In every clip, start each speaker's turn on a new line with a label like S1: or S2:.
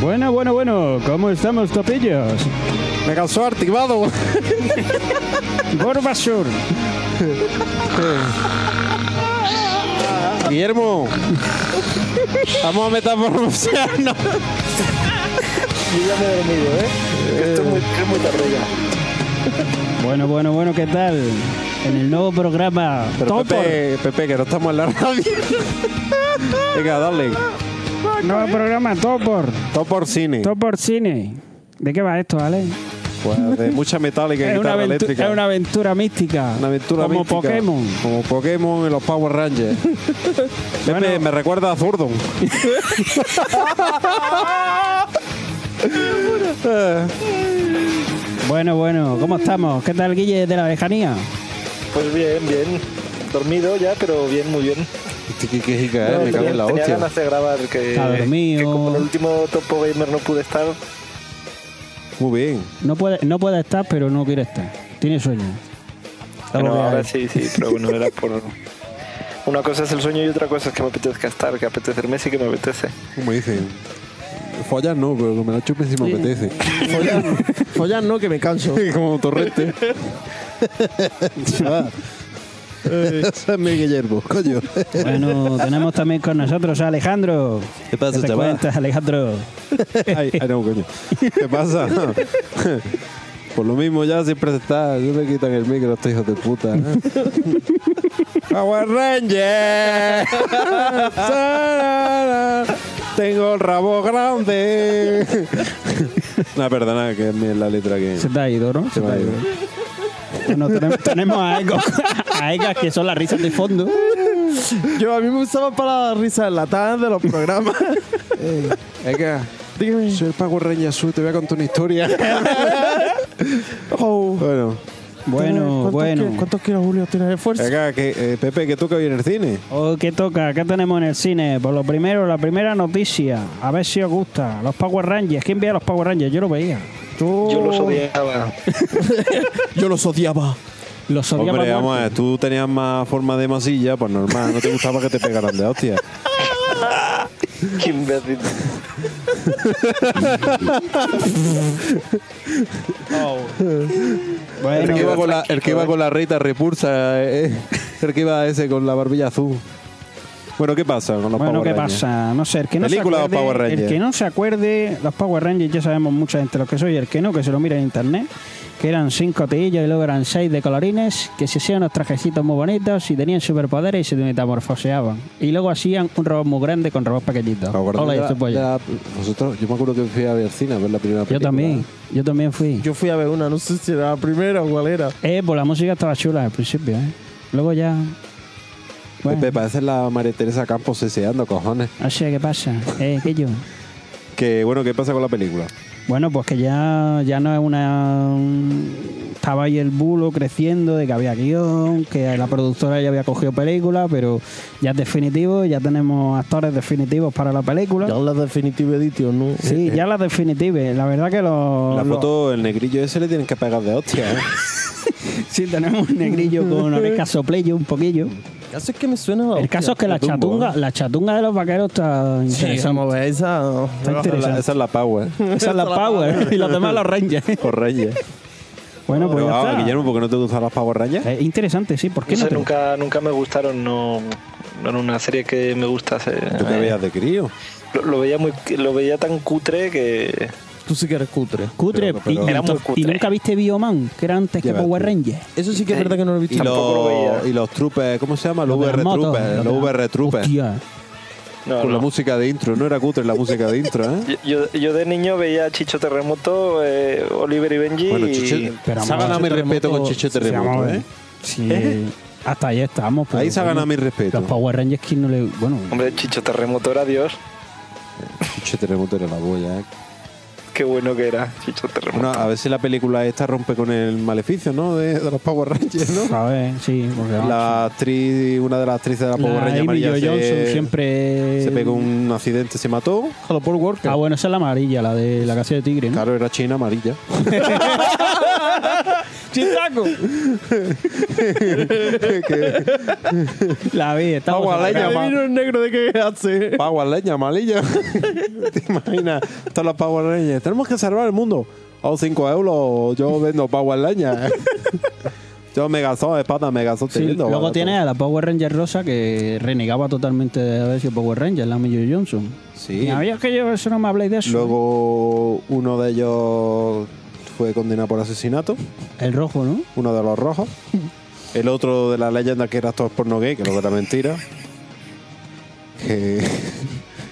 S1: Bueno, bueno, bueno, ¿cómo estamos, topillos?
S2: Me causó activado.
S1: Gorbasur.
S2: Guillermo. Vamos a metamorfosearnos.
S3: Yo ya me he dormido, ¿eh? Esto es muy, es muy tarde ya.
S1: Bueno, bueno, bueno, ¿qué tal? En el nuevo programa
S2: Pero
S1: Topor.
S2: Pepe, Pepe, que no estamos en la radio. Venga, dale.
S1: Nuevo programa Topor.
S2: Topor Cine.
S1: Topor Cine. ¿De qué va esto, Ale?
S2: Pues, de mucha metálica y
S1: Es una,
S2: guitarra
S1: aventu-
S2: eléctrica.
S1: es una aventura mística.
S2: Una aventura
S1: Como
S2: mística.
S1: Pokémon.
S2: Como Pokémon y los Power Rangers. Pepe,
S1: Bueno.
S2: me recuerda a Zurdon.
S1: Bueno, bueno, ¿cómo estamos? ¿Qué tal, Guille, de la lejanía?
S3: Pues bien, bien. Dormido ya, pero bien, muy bien.
S2: Tiquiquijica, eh,
S3: No,
S2: me cago
S3: tenía,
S2: en la
S3: tenía
S2: hostia.
S3: ganas de grabar que,
S1: Está dormido.
S3: que como el último Topo Gamer no pude estar,
S2: Muy bien.
S1: No puede, no puede estar, pero no quiere estar. Tiene sueño. Lo
S3: Bueno,
S1: veo
S3: ahora
S1: ahí.
S3: sí, sí, pero bueno, era por... Una cosa es el sueño y otra cosa es que me apetezca estar, que apetecerme sí que me apetece.
S2: Como dicen. Follar no, pero que me la chupen si me apetece.
S4: Follar, follar no, que me canso.
S2: Como torrente.
S4: Ah. Ese es mi Guillermo, coño.
S1: Bueno, tenemos también con nosotros a Alejandro.
S4: ¿Qué pasa,
S1: te
S4: chaval?
S1: cuentas, Alejandro?
S2: Ay, ay, no, coño. ¿Qué pasa? Por lo mismo ya siempre se está. Yo me quitan el micro estos hijos de puta. ¡Power Ranger! Sarara, Tengo el rabo grande. no, perdona, que es mi- la letra que...
S1: Se te ha ido, ¿no?
S2: se me ha ido.
S1: Bueno, tenemos, tenemos a Ego, a Egas, que son las risas de fondo.
S4: Yo a mí me usaba para la risa en la tarde de los programas.
S2: Venga,
S4: Dígame.
S2: soy el Power Ranger azul, te voy a contar una historia.
S4: Oh.
S2: bueno,
S1: Bueno,
S4: ¿Cuántos
S1: bueno.
S4: ki- ¿Cuántos kilos, Julio, tienes de fuerza?
S2: venga, que, eh, Pepe, que toca hoy en el cine.
S1: Hoy, Oh, ¿Qué toca? ¿Qué tenemos en el cine? Por lo primero, la primera noticia. A ver si os gusta. Los Power Rangers. ¿Quién veía los Power Rangers? Yo lo veía.
S3: Yo
S4: Oh.
S3: los odiaba.
S4: Yo los odiaba.
S1: Los odiaba
S2: Hombre,
S1: a muerte.
S2: vamos a ver, tú tenías más forma de masilla, pues normal, no te gustaba que te pegaran de hostia.
S3: Qué imbécil.
S1: Bueno,
S2: El que, iba
S3: va
S2: con la, el
S4: eh.
S2: que iba con la reita repulsa, eh, el que iba ese con la barbilla azul. Bueno, ¿qué pasa con los
S1: Bueno,
S2: Power
S1: ¿qué
S2: Rangers?
S1: pasa? No sé, el que no, se
S2: Película o
S1: acuerde,
S2: Power Rangers.
S1: el que no se acuerde, los Power Rangers ya sabemos mucha gente lo que soy, el que no, que se lo mira en internet, que eran cinco tillos y luego eran seis de colorines, que se hacían unos trajecitos muy bonitos y tenían superpoderes y se metamorfoseaban. Y luego hacían un robot muy grande con robots pequeñitos.
S2: ¿Te acuerdas
S1: Hola,
S2: de
S1: yo
S2: la-
S1: soy Pollo.
S2: de la- nosotros, yo me acuerdo que fui a ver cine a ver la primera
S1: Yo
S2: película.
S1: también, yo también fui.
S4: Yo fui a ver una, no sé si era la primera o cuál era.
S1: Eh, pues la música estaba chula al principio, ¿eh? Luego ya... Bueno,
S2: Pepe, parece la María Teresa Campos seseando, cojones.
S1: así que pasa, eh, que yo...
S2: Que bueno, ¿qué pasa con la película?
S1: Bueno, pues que ya, ya no es una... Estaba ahí el bulo creciendo de que había guión, que la productora ya había cogido película, pero ya es definitivo, ya tenemos actores definitivos para la película.
S4: Ya la definitiva edición, ¿no?
S1: Sí, ya la definitiva. La verdad que los...
S2: la
S1: los-
S2: foto, el negrillo ese le tienen que pegar de hostia, ¿eh?
S1: Sí, tenemos un negrillo con orejas soplillo un poquillo.
S4: El caso es que me suena.
S1: el caso es que la chatunga, la chatunga de los vaqueros está interesante.
S4: Interesamos
S1: Está
S2: Esa
S4: esa.
S2: es la-
S1: interesante.
S2: esa es la Power.
S1: Esa es la power y los demás los rangers.
S2: Los Rangers.
S1: Bueno, pues
S2: Pero,
S1: ya
S2: ah,
S1: está.
S2: Guillermo, ¿por qué no te gustan las Power Rangers?
S1: Eh, interesante, sí. ¿Por qué
S3: No
S1: no,
S3: sé,
S1: te gusta?
S3: nunca, nunca me gustaron, no, no era una serie que me gustase.
S2: ¿Tú te
S3: Eh,
S2: veías de crío?
S3: Lo, lo veía muy, lo veía tan cutre que
S4: Tú sí que eres cutre.
S1: Cutre,
S2: Pero-
S1: y, y
S2: pero-
S3: Era muy
S1: entonces- y
S3: cutre.
S1: nunca viste Bioman, que era antes
S2: Ya
S1: que
S2: ves
S1: Power
S2: tú.
S1: Rangers.
S4: Eso sí que es verdad que no lo he
S2: Y
S4: visto.
S3: lo- Tampoco
S2: los,
S3: veía.
S2: y los troopers, ¿cómo se llama? Los
S1: Lo de las
S2: VR
S1: motos,
S2: troopers,
S1: lo de
S2: los
S1: las-
S2: VR troopers.
S1: Hostia.
S3: no,
S2: Con la
S3: no.
S2: música de intro, no era cutre la música de intro, ¿eh?
S3: Yo- Yo, yo de niño veía a Chicho Terremoto, eh, Oliver y Benji.
S2: Bueno,
S3: y-
S2: Chiche,
S1: pero
S2: se ha
S1: vamos,
S2: ganado mi
S4: Chiche
S2: respeto con
S4: Terremoto-
S2: Chiche
S1: Sí,
S2: Terremoto,
S1: vamos a ver.
S2: ¿eh?
S1: Sí, Hasta ahí estamos. pero
S2: Ahí se ha
S1: coño,
S2: ganado mi
S1: Los
S2: respeto.
S1: Power Rangers que no le... Bueno,
S3: Hombre, Chicho Terremoto era Dios.
S2: Chiche Terremoto era la boya, ¿eh?
S3: Qué bueno que era Chicho Terremoto.
S2: Bueno, a ver si la película esta rompe con el maleficio, ¿no? De, de los Power Rangers, ¿no?
S1: a ver, sí. Porque, vamos,
S2: La actriz, una de las actrices de la
S1: la
S2: Power
S1: Amy
S2: Rangers amarilla
S1: Jo Johnson
S2: se,
S1: siempre...
S2: se pegó un accidente, se mató.
S4: Hello, Paul Walker.
S1: Ah, bueno, esa es la amarilla, la de la casa de tigre, ¿no?
S2: Claro, era china amarilla.
S4: Chistaco.
S1: La vida, estamos
S2: Agua,
S1: en la
S2: leña,
S1: cama.
S2: va.
S4: Adivino el negro de qué hace.
S2: Power Leña, malilla. ¿Te imaginas? Todas las Power Rangers. Tenemos que salvar el mundo. O 5 euros, yo vendo Power Leña. yo Megazord, espada Megazord. te
S1: Sí,
S2: vendo,
S1: luego
S2: barato.
S1: tienes a la Power Ranger rosa que renegaba totalmente de haber sido Power Ranger, la Major Johnson.
S2: Sí.
S1: Y había que yo, eso no me habléis de eso.
S2: Luego uno de ellos fue condenado por asesinato.
S1: El rojo, ¿no?
S2: Uno de los rojos. El otro de la leyenda que era actor porno gay, que luego era mentira. Que-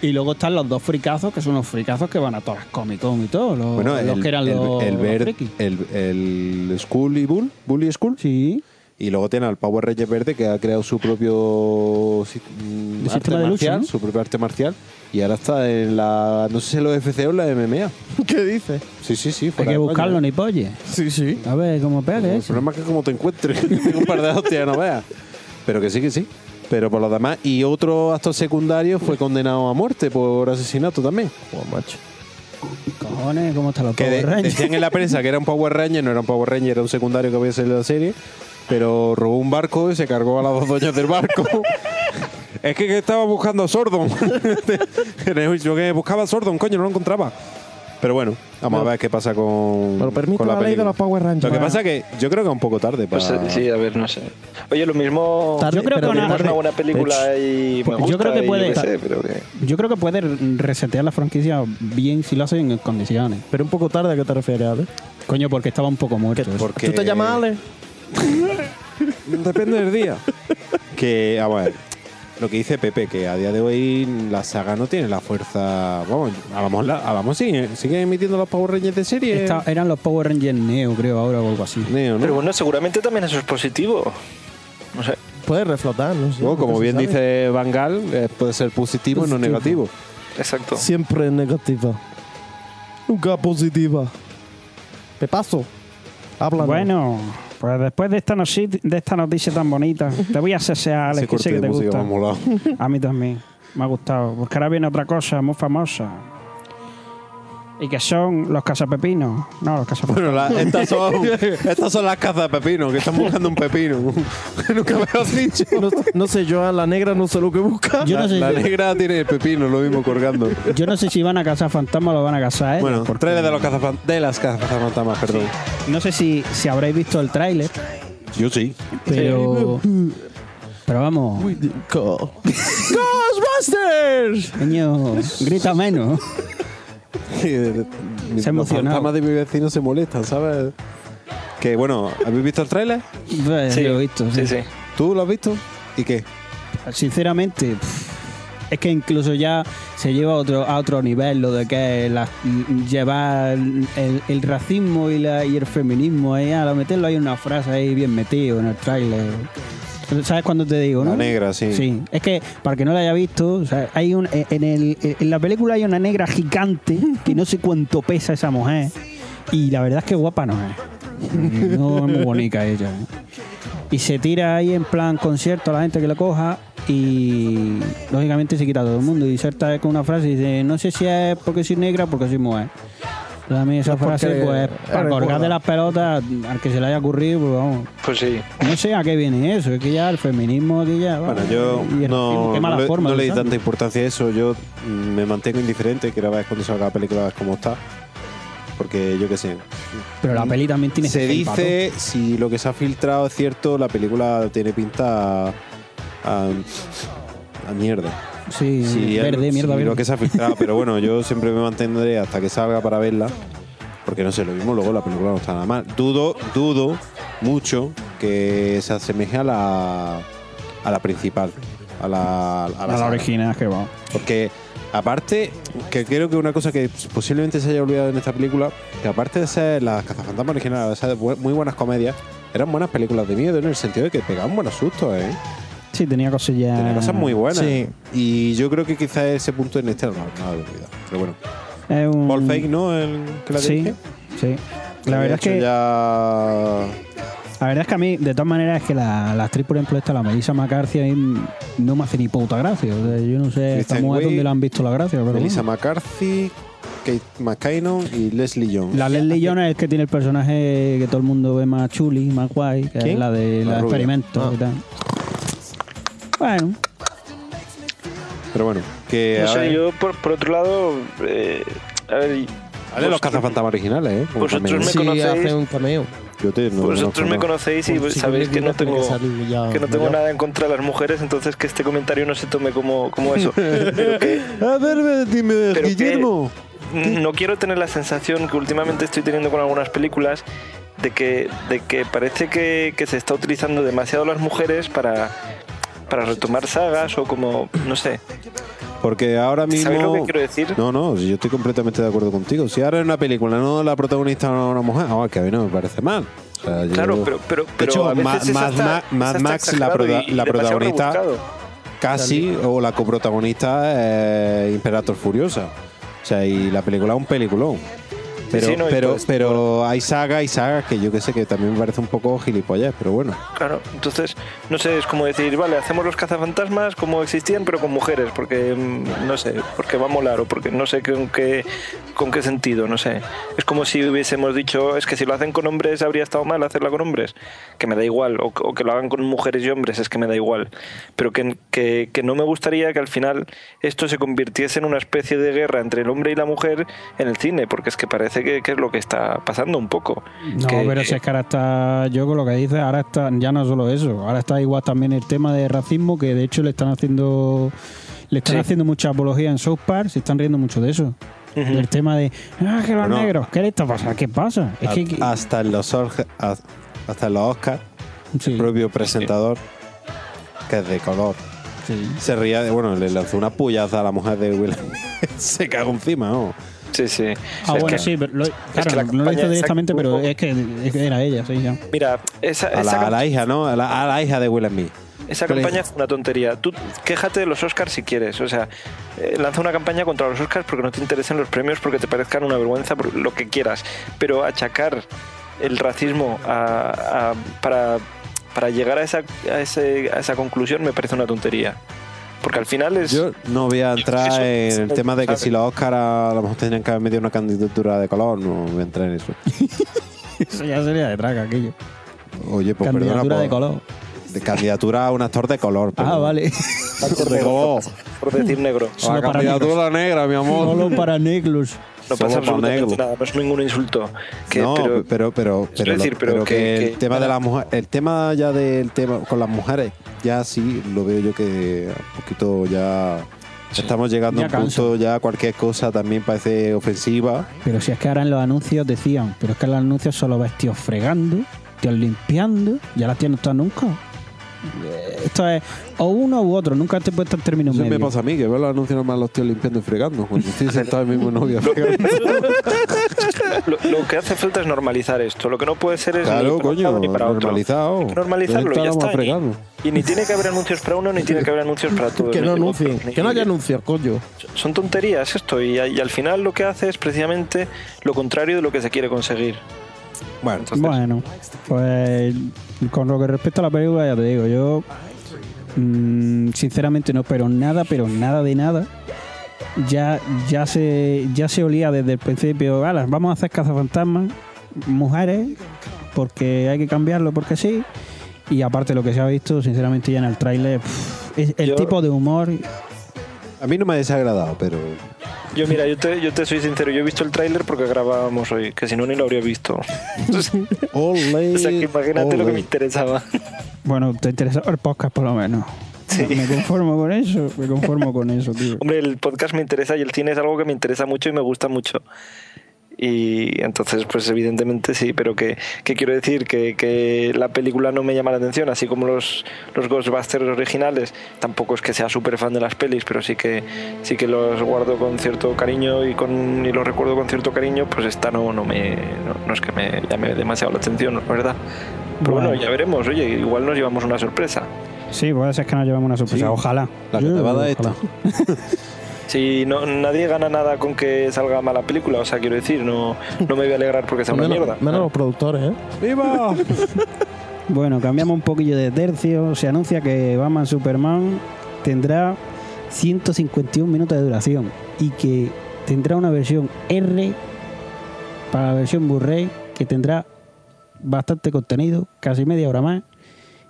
S1: Y luego están los dos fricazos, que son los fricazos que van a todas las Comic Con y todo. Los,
S2: bueno,
S1: los
S2: el,
S1: que eran
S2: el-
S1: los,
S2: el,
S1: los
S2: verde-
S1: frikis.
S2: el, el School y Bull, Bully School.
S1: Sí.
S2: Y luego tiene al Power Ranger Verde que ha creado su propio si- mm,
S1: El
S2: arte
S1: sistema de lucha,
S2: marcial,
S1: ¿no?
S2: su propio arte marcial. Y ahora está en la, no sé si en los FC o en la MMA.
S4: ¿Qué dice?
S2: Sí, sí, sí.
S1: Hay que
S2: fuera de coña.
S1: buscarlo, ni polle.
S4: Sí, sí.
S1: A ver cómo pele
S2: El
S1: eso.
S2: problema es que como te encuentres, tengo un par de hostias, no veas. Pero que sí, que sí. Pero por lo demás, y otro actor secundario fue condenado a muerte por asesinato también.
S1: Cojones, cómo están los
S2: Que de-
S1: Power Rangers.
S2: decían en la prensa que era un Power Ranger, no era un Power Ranger, era un secundario que había salido de la serie, pero robó un barco y se cargó a las dos dueñas del barco. es que, que estaba buscando a Sordon. En el juicio que buscaba a Sordon, coño, no lo encontraba. Pero bueno, vamos a ver qué pasa con,
S4: me lo permite
S2: con
S4: la ley de
S2: película.
S4: los Power Rangers.
S2: Lo que
S4: Bueno.
S2: pasa que yo creo que es un poco tarde para...
S3: Pues, eh, sí, a ver, no sé. Oye, lo mismo.
S1: Tarde, Yo creo pero que
S3: tenemos
S1: tarde.
S3: una buena película y me
S1: Yo
S3: gusta
S1: creo que
S3: y
S1: puede-
S3: qué sé, pero que-
S1: Yo creo que puede resetear la franquicia bien si lo hacen en condiciones.
S4: Pero un poco tarde a qué te refieres, Ale.
S1: Coño, porque estaba un poco muerto. eso.
S2: Porque-
S4: ¿Tú te llamas Ale?
S2: Depende del día. que, a ver, lo que dice Pepe, que a día de hoy la saga no tiene la fuerza. Vamos, a lo mejor, la- a lo mejor sigue, sigue emitiendo los Power Rangers de serie.
S1: Esta- eran los Power Rangers Neo, creo, ahora o algo así.
S2: Neo, ¿no?
S3: Pero bueno, seguramente también eso es positivo. No sé.
S4: Puedes reflotar, ¿no? sé,
S2: Luego,
S4: nunca
S2: como
S4: se
S2: bien
S4: sabe.
S2: dice Bangal, puede ser positivo y no
S4: Positivo.
S2: negativo.
S3: Exacto.
S4: Siempre negativa. Nunca positiva. Pepazo. Habla.
S1: Bueno, pues después de esta, noticia, de esta noticia tan bonita, te voy a sesear, Alex,
S2: Ese
S1: que sé
S2: corte
S1: que
S2: de
S1: te
S2: música
S1: gusta.
S2: me ha molado.
S1: A mí también, me ha gustado. Porque ahora viene otra cosa muy famosa. Y que son los cazapepinos. No, los cazapepinos.
S2: Bueno, la- estas, son, estas son las cazas de pepino, que están buscando un pepino. Nunca me lo has dicho.
S4: No, no sé, yo a la negra no sé lo que busca.
S1: Yo
S2: la,
S1: no sé
S2: la
S1: si-
S2: negra tiene el pepino, lo mismo colgando.
S1: Yo no sé si van a cazar fantasmas o lo van a cazar, ¿eh?
S2: Bueno,
S1: Porque
S2: tres de, los cazafan- de las cazafantasmas, perdón.
S1: No sé si, si habréis visto el tráiler,
S2: Yo sí.
S1: pero... Pero vamos,
S4: Co- ¡Ghostbusters!
S1: niño, grita menos.
S2: se
S1: Se ha emocionado.
S2: Los fantasmas de mi vecino se molestan, ¿sabes? Que bueno, ¿habéis visto el tráiler?
S1: Pues,
S3: Sí,
S1: lo he visto,
S3: sí,
S1: sí.
S3: sí.
S2: ¿Tú lo has visto? ¿Y qué?
S1: Sinceramente, pff, es que incluso ya se lleva a otro, a otro nivel lo de que la- llevar el, el racismo y, la, y el feminismo ahí, a meterlo ahí en una frase ahí bien metido en el tráiler. ¿Sabes cuándo te digo,
S2: La
S1: no?
S2: negra, sí.
S1: Sí, es que para el que no la haya visto, o sea, hay un, eh, en, el- en la película hay una negra gigante que no sé cuánto pesa esa mujer y la verdad es que guapa no es. No es muy bonita ella. ¿eh? Y se tira ahí en plan concierto a la gente que la coja y lógicamente se quita a todo el mundo y salta con una frase y dice, no sé si es porque soy negra o porque soy mujer. Entonces, a mí esa
S4: Es porque
S1: frase pues
S4: eres
S1: para colgar
S4: gorda.
S1: de las pelotas al que se le haya ocurrido, pues vamos.
S3: Pues sí.
S1: No sé a qué viene eso, es que ya el feminismo aquí ya.
S2: Bueno,
S1: vamos,
S2: yo
S1: y el racismo,
S2: no,
S1: qué
S2: no
S1: mala
S2: le,
S1: forma
S2: no
S1: de
S2: le di
S1: usarlo.
S2: tanta importancia a eso. Yo mm, me mantengo indiferente. Quiero ver cuando salga la película, a ver cómo está. Porque yo qué sé.
S1: Pero la peli también tiene
S2: Se
S1: ese impacto.
S2: dice, si lo que se ha filtrado es cierto, la película tiene pinta a, a- a mierda.
S1: Sí,
S2: Sí, es
S1: verde,
S2: lo-
S1: mierda,
S2: sí,
S1: verde.
S2: lo que se ha filtrado, pero bueno, yo siempre me mantendré hasta que salga para verla. Porque no sé, lo mismo luego la película no está nada mal. Dudo, dudo mucho que se asemeje a la, a la principal. A la, a la
S1: a la
S2: saga.
S1: original que va.
S2: Porque aparte, que creo que una cosa que posiblemente se haya olvidado en esta película, que aparte de ser las cazafantasmas originales, o sea, bu- muy buenas comedias, eran buenas películas de miedo en el sentido de que pegaban buenos sustos, ¿eh?
S1: Sí, tenía cosillas.
S2: Tenía cosas muy buenas.
S4: Sí.
S2: Ah, Y yo creo que quizás ese punto en este no, no lo he olvidado. Pero bueno.
S1: Es un-
S2: Paul Feig, ¿no? El que la
S1: Mm. Sí,
S2: dirige.
S1: sí. La
S2: Había
S1: verdad, es
S2: hecho
S1: que,
S2: Ya...
S1: la verdad es que a mí, de todas maneras, es que la, la actriz, por ejemplo, esta, la Melissa McCarthy, a mí no me hace ni puta gracia. O sea, yo no sé esta
S2: Kristen
S1: mujer
S2: Wiig,
S1: dónde la han visto la gracia. Pero
S2: Melissa
S1: bueno.
S2: McCarthy, Kate McKinnon y Leslie Jones.
S1: La Leslie Jones es que tiene el personaje que todo el mundo ve más chuli, más guay, que es
S4: ¿Quién?
S1: la de los
S2: La rubia. Ah.
S1: experimentos y tal. Bueno,
S2: Pero bueno, que.
S3: No
S2: a
S3: sé,
S2: ver,
S3: yo por, por otro lado, eh, a ver, y-
S2: a ver los cazafantasmas originales, ¿eh? Como
S3: vosotros
S2: también.
S3: me
S4: Sí,
S3: conocéis.
S4: hace un cameo.
S2: Yo te, no,
S3: Pues vosotros
S2: no,
S3: me
S2: no. Pues
S3: conocéis y pues
S4: Un chico
S3: sabéis que
S4: negro
S3: no
S4: tiene
S3: tengo,
S4: salir ya
S3: que no tengo
S4: mayor.
S3: nada en contra de las mujeres, entonces que este comentario no se tome como, como eso. Pero que
S2: A ver, dime,
S3: Pero
S2: Guillermo.
S3: no quiero tener la sensación que últimamente estoy teniendo con algunas películas de que, de que parece que, que se está utilizando demasiado las mujeres para, para retomar sagas o como, no sé,
S2: Porque ahora mismo.
S3: ¿sabéis lo que quiero decir?
S2: No, no, si yo estoy completamente de acuerdo contigo. Si ahora en una película no la protagonista no es una mujer, ah, que a mí no me parece mal. O sea, yo-
S3: Claro, pero, pero,
S2: De
S3: pero
S2: hecho,
S3: a veces
S2: Ma-
S3: es
S2: Mad
S3: hasta-
S2: Ma-
S3: es
S2: Mad
S3: hasta
S2: Max, la,
S3: exagerado
S2: proda-
S3: y- y
S2: la
S3: demasiado
S2: protagonista,
S3: rebuscado.
S2: casi, o la coprotagonista, es Imperator Furiosa. O sea, y la película es un peliculón. Pero,
S3: Sí, sí, no, y
S2: pero,
S3: pues,
S2: pero hay sagas y sagas que yo que sé que también me parece un poco gilipollas, pero bueno.
S3: Claro, entonces, no sé, es como decir, vale, hacemos los cazafantasmas como existían, pero con mujeres, porque, mm, no sé, porque va a molar o porque no sé con qué, con qué sentido, no sé. Es como si hubiésemos dicho, es que si lo hacen con hombres habría estado mal hacerla con hombres, que me da igual, o, o que lo hagan con mujeres y hombres, es que me da igual. Pero que, que, que no me gustaría que al final esto se convirtiese en una especie de guerra entre el hombre y la mujer en el cine, porque es que parece que, que es lo que está pasando un poco.
S1: no,
S3: Que- eh,
S1: pero si es que eh, ahora está, yo con lo que dices, ahora está, ya no solo eso, ahora está igual también el tema de racismo, que de hecho le están haciendo, le están
S3: Sí.
S1: haciendo mucha apología en South Park, se están riendo mucho de eso.
S3: Ujú.
S1: Del tema de, ah, que los
S2: Bueno.
S1: negros, ¿qué le está pasando? ¿Qué pasa? Es
S2: Ha-
S1: que,
S3: Ah,
S1: que-
S2: Hasta en los Orge- ha- hasta en los Oscars,
S1: sí,
S3: Mm.
S2: el propio presentador, que es de color,
S1: sí. Ah,
S2: se ría de, bueno, le lanzó una puyaza a la mujer de Will. se cagó encima, ¿no?
S3: Sí, sí.
S1: Ah,
S3: Es
S1: bueno,
S3: que-
S1: sí, pero lo, claro,
S3: que la
S1: no lo
S3: campaña
S1: hizo
S3: de
S1: directamente,
S3: Zac
S1: pero
S3: Efron-
S1: es que, es que era ella, sí, ya.
S3: Mira, esa,
S2: A
S3: esa
S2: la,
S3: cam-
S2: a la hija, ¿no? A la, a la hija de Will Smith.
S3: esa
S2: ¿Qué le
S3: campaña
S2: dices?
S3: es una tontería. Tú quéjate de los Oscars si quieres. O sea, eh, lanza una campaña contra los Oscars porque no te interesen los premios, porque te parezcan una vergüenza, por lo que quieras. Pero achacar el racismo a- a- para, para llegar a esa, a, ese- a esa conclusión me parece una tontería. Porque al final es...
S2: Yo no voy a entrar
S3: Eso-
S2: en el
S3: eso-
S2: tema de que
S3: ¿sabes?
S2: si los Oscar a lo mejor tendrían que haber metido una candidatura de color, no voy a entrar en eso.
S1: Eso ya sería de traca aquello.
S2: Oye, pues
S1: Candidatura
S2: perdona.
S1: de
S2: pues,
S1: color.
S2: de candidatura a un actor de color.
S1: Ah,
S2: pero- Oh,
S1: vale.
S2: De color.
S3: por decir negro.
S2: Ah,
S1: Solo para
S2: negra, mi
S1: Solo para negros.
S3: No
S2: Solo
S3: pasa
S2: para
S3: absolutamente
S2: negro.
S3: nada, no es ningún insulto. Que-
S2: no, pero
S3: pero-
S2: pero pero,
S3: Quiero
S2: lo-
S3: decir, pero
S2: pero que,
S3: que-
S2: el
S3: que-
S2: tema de la mujer, el tema ya del tema con las mujeres, ya sí lo veo yo que un poquito ya estamos llegando
S1: Ya
S2: a un punto ya cualquier cosa también parece ofensiva.
S1: Pero si es que ahora en los anuncios decían, pero es que en los anuncios solo ves tíos fregando, tíos limpiando, ya las tías no están nunca. Eh, Esto es o uno u otro, nunca te puedes estar en términos
S2: Eso me
S1: medios.
S2: pasa a mí, que veo los anuncios más los tíos limpiando y fregando. Cuando estoy sentado en mi novia fregando.
S3: lo, lo que hace falta es normalizar esto. Lo que no puede ser es
S2: Claro,
S3: ni para un lado
S2: coño,
S3: ni para otro.
S2: normalizado.
S3: Hay que normalizarlo, ya
S2: Estábamos
S3: está.
S2: fregando.
S3: Y, y ni tiene que haber anuncios para uno, ni tiene que haber anuncios para todos.
S4: Que no
S2: pues,
S3: tengo-
S4: anuncien.
S3: ni-
S4: Que no haya anuncios, coño.
S3: Son tonterías esto, y, y al final lo que hace es precisamente lo contrario de lo que se quiere conseguir.
S2: Bueno,
S3: Entonces,
S1: Bueno, pues con lo que respecta a la película, ya te digo, yo mm, sinceramente no espero nada, pero nada de nada. Ya, ya se ya se olía desde el principio, "Ala, vamos a hacer cazafantasmas, mujeres, porque hay que cambiarlo porque sí. Y aparte lo que se ha visto, sinceramente ya en el tráiler, pff, es el
S3: Yo-
S1: tipo de humor.
S2: a mí no me ha desagradado, pero
S3: Yo, mira, yo te, yo te soy sincero, yo he visto el tráiler porque grabábamos hoy, que si no ni lo habría visto.
S2: ole,
S3: O sea, que imagínate lo que me
S2: ole. interesaba
S3: interesaba.
S1: Bueno, te interesa el podcast por lo menos. Me conformo con eso, me conformo con eso, tío.
S3: Hombre, el podcast me interesa y el cine es algo que me interesa mucho y me gusta mucho. Y entonces, pues evidentemente sí, pero que, que quiero decir que, que la película no me llama la atención, así como los, los Ghostbusters originales. Tampoco es que sea súper fan de las pelis, pero sí que sí que los guardo con cierto cariño y, con, y los recuerdo con cierto cariño, pues esta no, no me no, no es que me llame demasiado la atención, la ¿verdad? Pero bueno,
S1: Bueno.
S3: ya veremos, oye, igual nos llevamos una sorpresa.
S1: Sí, puede ser que nos llevamos una sorpresa.
S2: Sí.
S1: Ojalá.
S2: La que te va a dar
S1: Ojalá.
S2: esto.
S3: Si no, nadie gana nada con que salga mala película, o sea, quiero decir, no, no me voy a alegrar porque sea una mierda.
S4: Menos, menos los productores, ¿eh?
S2: ¡Viva!
S1: Bueno, cambiamos un poquillo de tercio. Se anuncia que Batman Superman tendrá 151 minutos de duración y que tendrá una versión R para la versión Blu-ray que tendrá bastante contenido, casi media hora más.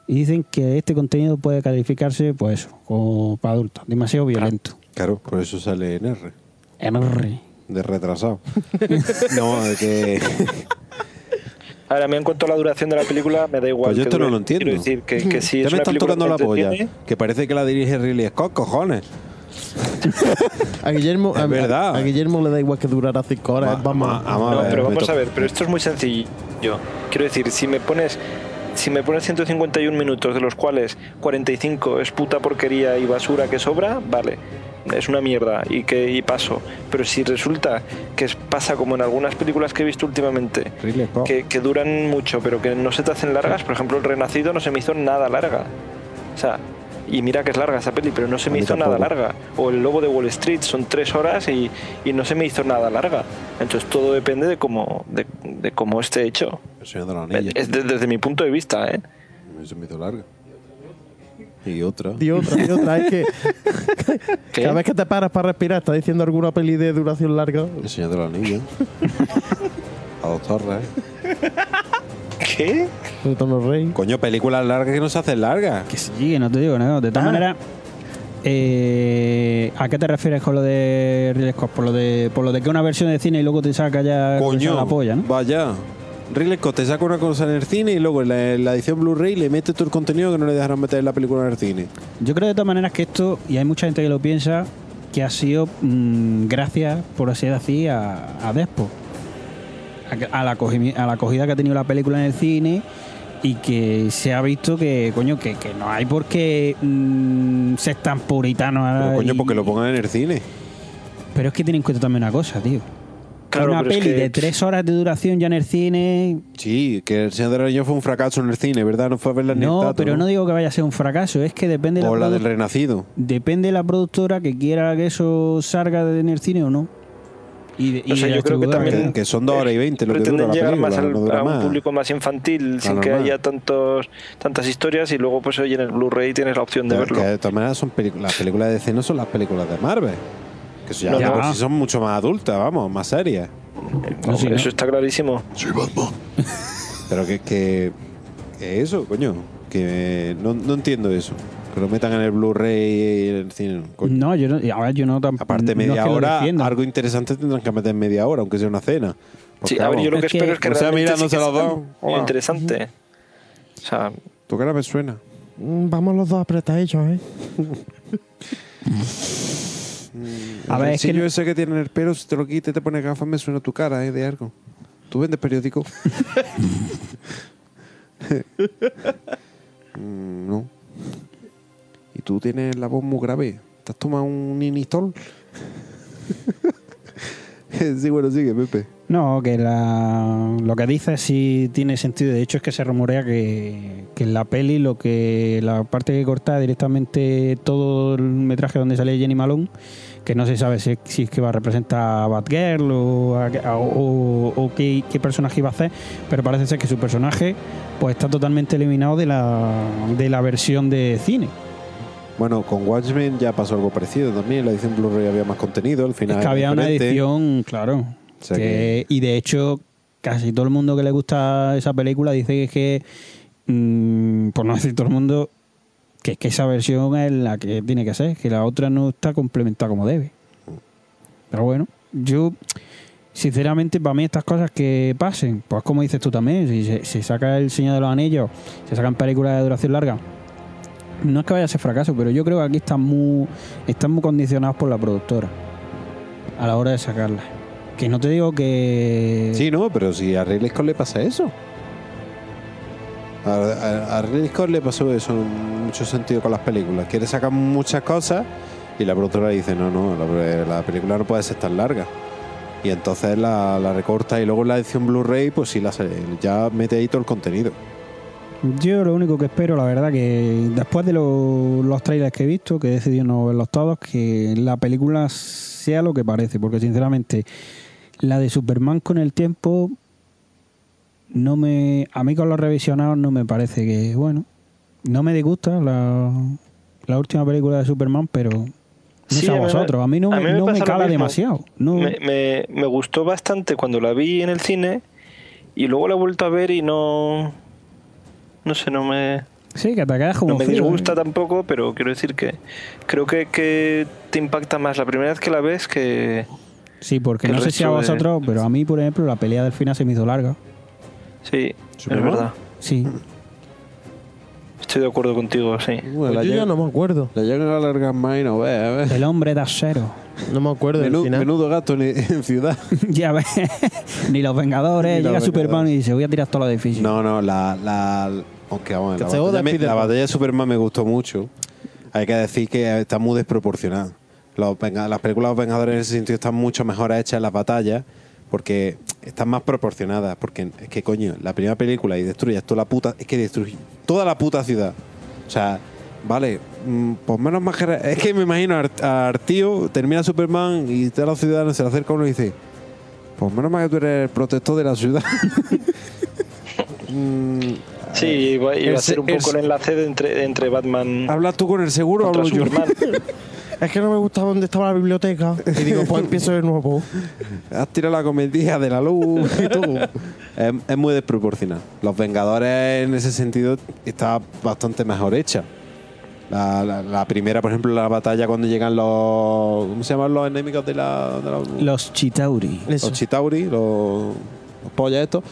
S1: Y dicen que este contenido puede calificarse, pues eso, como para adultos, demasiado violento.
S2: Claro, por eso sale en R.
S1: Enorme.
S2: De retrasado. no, de que.
S3: Ahora, a mí en cuanto a la duración de la película, me da igual.
S2: Pues yo
S3: que
S2: esto no
S3: dure.
S2: lo entiendo.
S3: Quiero decir que, que si
S2: ya
S3: es
S2: me
S3: una
S2: están
S3: película
S2: tocando
S3: que
S2: la polla.
S3: entretiene,
S2: Que parece que la dirige Ridley Scott, cojones.
S4: A Guillermo, a,
S2: Es verdad.
S4: a Guillermo le da igual que durará cinco horas.
S2: Ma-
S4: vamos.
S2: ma- vamos
S3: No,
S2: ver,
S3: pero
S2: me
S3: vamos
S2: to-
S3: a ver, pero esto es muy sencillo. Quiero decir, si me pones si me pones 151 minutos, de los cuales 45 es puta porquería y basura que sobra, vale, es una mierda y que y paso. Pero si resulta que es- pasa como en algunas películas que he visto últimamente,
S2: Ridley Scott.
S3: que, que duran mucho, pero que no se te hacen largas, por ejemplo, El Renacido no se me hizo nada larga. O sea, y mira que es larga esa peli, pero no se
S2: A
S3: me
S2: mí
S3: hizo nada
S2: tampoco.
S3: larga. O El Lobo de Wall Street son tres horas y, y no se me hizo nada larga. Entonces todo depende de cómo, de, de cómo esté hecho.
S2: El Señor de los Anillos.
S3: Es de- desde mi punto de vista, ¿eh?
S2: Se me hizo larga. Y otra.
S4: Di otra, di otra. Es que
S3: ¿Qué?
S4: cada vez que te paras para respirar, estás diciendo alguna peli de duración larga.
S2: El Señor de los Anillos. A dos torres.
S3: ¿Qué?
S4: Retorno Rey.
S2: Coño, películas largas que no se hacen largas.
S1: Que sí, que no te digo nada. De todas
S4: Ah.
S1: maneras, eh, ¿a qué te refieres con lo de Ridley Scott? Por lo de, por lo de que una versión de cine y luego te saca ya
S2: Coño,
S1: la polla, ¿no?
S2: vaya. Ridley Scott te saca una cosa en el cine y luego en la, en la edición Blu-ray le mete todo el contenido que no le dejaron meter en la película en el cine.
S1: Yo creo de todas maneras que esto, y hay mucha gente que lo piensa, que ha sido mm, gracias, por así decir, a, a Despo. A, que- a la acogimi- a la acogida que ha tenido la película en el cine y que se ha visto que, coño, que, que no hay por qué mm, ser tan puritano.
S2: Pero
S1: ahora
S2: coño,
S1: y-
S2: porque lo pongan en el cine.
S1: Pero es que tienen en cuenta también una cosa, tío.
S3: Claro,
S1: una
S3: pero es
S1: peli
S3: que-
S1: de tres horas de duración ya en el cine.
S2: Sí, que el Señor de los Anillos fue un fracaso en el cine, ¿verdad? No fue a verla ni
S1: No, pero no digo que vaya a ser un fracaso, es que depende
S2: O
S1: la
S2: la
S1: produ-
S2: del Renacido.
S1: depende la productora que quiera que eso salga de- en el cine o no. Y de- y
S3: O sea,
S1: de ¿eh? la
S3: yo creo que
S1: distribuidora.
S3: también.
S2: Que- que son dos horas y veinte lo que dura
S3: pretenden
S2: la
S3: llegar
S2: película,
S3: más al-
S2: no dura
S3: a un
S2: más.
S3: público más infantil, sin que
S2: normal.
S3: haya tantos tantas historias, y luego, pues, oye, en el Blu-ray tienes la opción de
S2: Que
S3: verlo.
S2: de todas maneras son pelicu- las películas de DC no son las películas de Marvel. Que eso ya,
S3: No,
S2: de
S1: no.
S2: por sí son mucho más adultas, vamos, más serias.
S1: No, sí,
S3: Eso
S1: ¿no?
S3: está clarísimo.
S2: Pero que, que, que eso, coño, que no, no entiendo eso. Que lo metan en el Blu-ray y en el cine. coño.
S1: No, yo no, y ahora yo no tampoco.
S2: Aparte, media hora, algo interesante tendrán que meter en media hora, aunque sea una cena. Porque,
S3: Sí, a ver, yo lo
S1: es
S3: que
S1: que-
S3: espero es que
S2: o sea,
S3: realmente sí
S2: mirándose
S3: que
S2: los
S3: sea
S2: dos. Hola.
S3: interesante. O sea,
S2: Tu cara me suena.
S4: Mm, Vamos los dos apretadillos, ¿eh?
S1: A ver, es que
S2: yo
S1: no-
S2: ese que tiene en el pelo, si te lo quites, te pones gafas, me suena tu cara, ¿eh? De algo. ¿Tú vendes periódico? Mm, no. ¿Y tú tienes la voz muy grave? ¿Te has tomado un inistol? sí, bueno, sigue, Pepe.
S1: No, que la- lo que dice sí tiene sentido. De hecho, es que se rumorea que, que en la peli lo que la parte que corta directamente todo el metraje donde sale Jenny Malone, que no se sabe si, si es que va a representar a Batgirl o, a- a- o- o qué, qué personaje iba a hacer, pero parece ser que su personaje pues está totalmente eliminado de la, de la versión de cine.
S2: Bueno, con Watchmen ya pasó algo parecido también. La edición Blu-ray había más contenido, al final.
S1: Es que había una
S2: diferente.
S1: edición, claro.
S2: O sea
S1: que- Y de hecho, casi todo el mundo que le gusta esa película dice que es que, mm, por no decir todo el mundo, que es que esa versión es la que tiene que ser, que la otra no está complementada como debe. Pero bueno, yo, sinceramente, para mí estas cosas que pasen, pues como dices tú también, si se, se saca El Señor de los Anillos, se sacan películas de duración larga. No es que vaya a ser fracaso, pero yo creo que aquí están muy, están muy condicionados por la productora a la hora de sacarla. Que no te digo que.
S2: Sí, no, pero si a Ridley Scott le pasa eso. A, a- a Ridley Scott le pasó eso en mucho sentido con las películas. Quiere sacar muchas cosas y la productora dice, no, no, la, la película no puede ser tan larga. Y entonces la, la recorta y luego en la edición Blu-ray, pues sí, la, se- ya mete ahí todo el contenido.
S1: Yo lo único que espero, la verdad, que después de lo- los trailers que he visto, que he decidido no verlos todos, que la película sea lo que parece. Porque sinceramente, la de Superman con el tiempo. No me. A mí con los revisionados no me parece que. Bueno. No me disgusta la, la última película de Superman, pero. No
S3: Sí,
S1: sé a
S3: mí me-
S1: vosotros, a mí no,
S3: a
S1: me-
S3: mí me
S1: no me
S3: pasa lo
S1: cala
S3: mismo.
S1: demasiado. No,
S3: Me, me- me gustó bastante cuando la vi en el cine y luego la he vuelto a ver y no. No sé, no me.
S1: sí, que te quedas como.
S3: No me
S1: frío,
S3: disgusta
S1: ¿eh?
S3: tampoco, pero quiero decir que creo que, que te impacta más la primera vez que la ves que.
S1: Sí, porque
S3: que el
S1: no sé si a
S3: resto de-
S1: vosotros, pero a mí, por ejemplo, la pelea del final se me hizo larga.
S3: Sí, es
S2: ¿Superman?
S3: verdad.
S1: Sí.
S3: Estoy de acuerdo contigo, sí.
S2: Bueno, la,
S4: Pues yo ya
S2: llegan,
S4: no me acuerdo.
S2: la llegan a alargar más y no ves, a ver.
S1: El hombre de acero.
S4: No me acuerdo del
S2: Menú-
S4: final.
S2: menudo gasto en, en ciudad.
S1: ya ves. Ni los Vengadores.
S2: Ni los
S1: Llega Superman
S2: Vengadores.
S1: y dice: Voy a tirar todo lo difícil.
S2: No, no, la. la aunque vamos,
S4: Que
S2: la
S4: se
S2: batalla,
S4: joda
S2: me- la
S4: Spiderman.
S2: batalla de Superman me gustó mucho. Hay que decir que está muy desproporcionada. Los Venga- las películas de los Vengadores en ese sentido están mucho mejor hechas las batallas porque están más proporcionadas. Porque es que, coño, la primera película y destruyes toda la puta. Es que destruye toda la puta ciudad. O sea, vale, mm, pues menos más que. re- Es que me imagino a Ar- a Artío, termina Superman y toda la ciudad se le acerca uno y dice: Pues menos mal que tú eres el protector de la ciudad. Mm,
S3: Sí, iba, iba
S2: el
S3: a ser un
S2: se- el
S3: poco Ah,
S2: se-
S3: el enlace de entre, entre Batman
S2: Hablas tú con el seguro, o
S3: contra
S2: hablo yo.
S3: Superman.
S4: Es que no me gustaba dónde estaba la biblioteca. Y digo, pues empiezo de nuevo.
S2: Has tirado Ah, la cometida de la luz y todo. es, es muy desproporcionado. Los Vengadores en ese sentido está bastante mejor hecha. La, la- la primera, por ejemplo, la batalla cuando llegan los. ¿Cómo se llaman los enemigos de la. de la-
S1: Los Chitauri.
S4: Eso.
S2: los Chitauri, los, los pollas estos.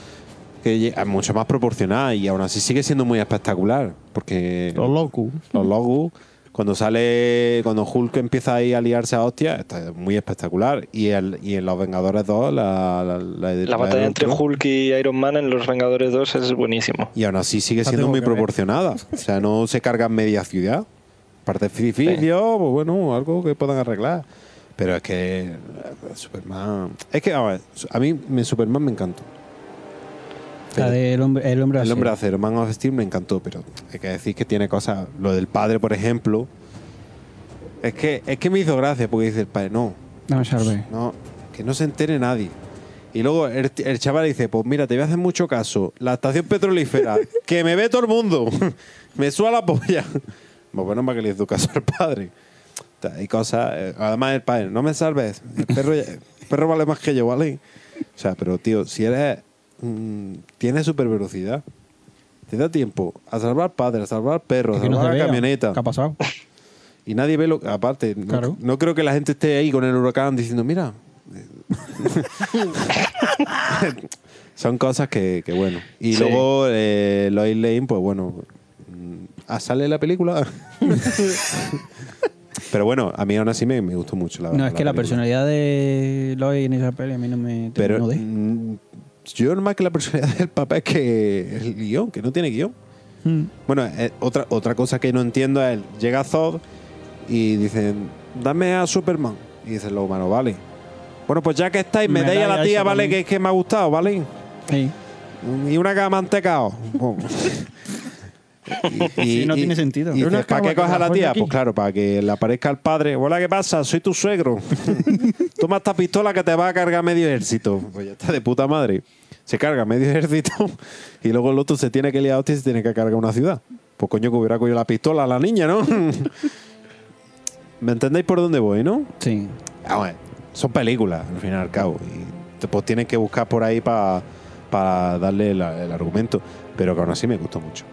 S2: Que lle- es mucho más proporcionada y aún así sigue siendo muy espectacular. Porque.
S4: Los locos.
S2: los logos. Cuando sale, cuando Hulk empieza ahí a liarse a hostia, está muy espectacular. Y, el, y en Los Vengadores 2, la, la, la-
S3: La batalla
S2: de
S3: entre
S2: Ultron.
S3: Hulk y Iron Man en Los Vengadores 2 es buenísimo.
S2: Y aún así sigue
S4: La
S2: siendo
S4: tengo
S2: muy
S4: que ver.
S2: proporcionada. O sea, no se cargan media ciudad. Parte edificios, pues bueno, algo que puedan arreglar. Pero es que eh, Superman. Es que, a ver, a mí me, Superman me encantó.
S1: La del hombre, el hombre de
S2: El hombre de
S1: acero.
S2: acero, Man of Steel me encantó, pero hay que decir que tiene cosas. Lo del padre, por ejemplo. Es que, es que me hizo gracia porque dice el padre, no,
S1: No me salve.
S2: no, que no se entere nadie. Y luego el, t- el chaval dice, pues mira, te voy a hacer mucho caso. La estación petrolífera, que me ve todo el mundo. me suba la polla. Pues bueno, para que le hizo caso al padre. Ta- Hay cosas. eh, Además, el padre, no me salves. El perro, ya- el perro vale más que yo, ¿vale? O sea, pero tío, si eres. mm, tienes super velocidad. Te da tiempo a salvar padre, a salvar perro, a
S1: Que no se
S2: salvar Pues la
S1: vea.
S2: camioneta.
S1: ¿Qué ha pasado?
S2: Y nadie ve lo Aparte, no-
S1: Claro.
S2: no, creo que la gente esté ahí con el huracán diciendo, mira. Son cosas que, que bueno. Y
S3: Sí.
S2: luego eh, Lois Lane, pues bueno. mm, ah, sale la película. Pero bueno, a mí aún así me, me gustó mucho la
S1: No, es que la
S2: película.
S1: personalidad de Lois en esa peli a mí no me terminó
S2: Pero
S1: de-
S2: mm, yo más que la personalidad del papá es que el guión, que no tiene guión.
S1: Mm.
S2: Bueno, eh, otra, otra cosa que no entiendo es, llega Zod y dicen, dame a Superman. Y dicen los humanos, vale. Bueno, pues ya que estáis, me,
S1: Me
S2: dais a
S1: dais
S2: la
S1: a
S2: tía, ¿vale?
S1: Superman.
S2: Que es que me ha gustado, ¿vale?
S1: Sí.
S2: Y una cama mantecao. Y,
S1: Sí, no tiene sentido.
S2: y
S1: Una
S2: dices, ¿Para
S4: cama
S2: qué
S4: que
S2: coja a la
S4: la
S2: tía?
S4: pone aquí.
S2: Pues claro, para que le aparezca al padre. Hola, ¿qué pasa? Soy tu suegro. Toma esta pistola que te va a cargar medio ejército. Pues ya está de puta madre. Se carga medio ejército y luego el otro se tiene que liar a hostia y se tiene que cargar una ciudad. Pues coño, que hubiera cogido la pistola a la niña, ¿no? ¿Me entendéis por dónde voy, no?
S1: Sí.
S2: Ah, bueno, son películas, al fin y al cabo. Y te- pues tienes que buscar por ahí para darle la- el argumento. Pero que aún así me gustó mucho.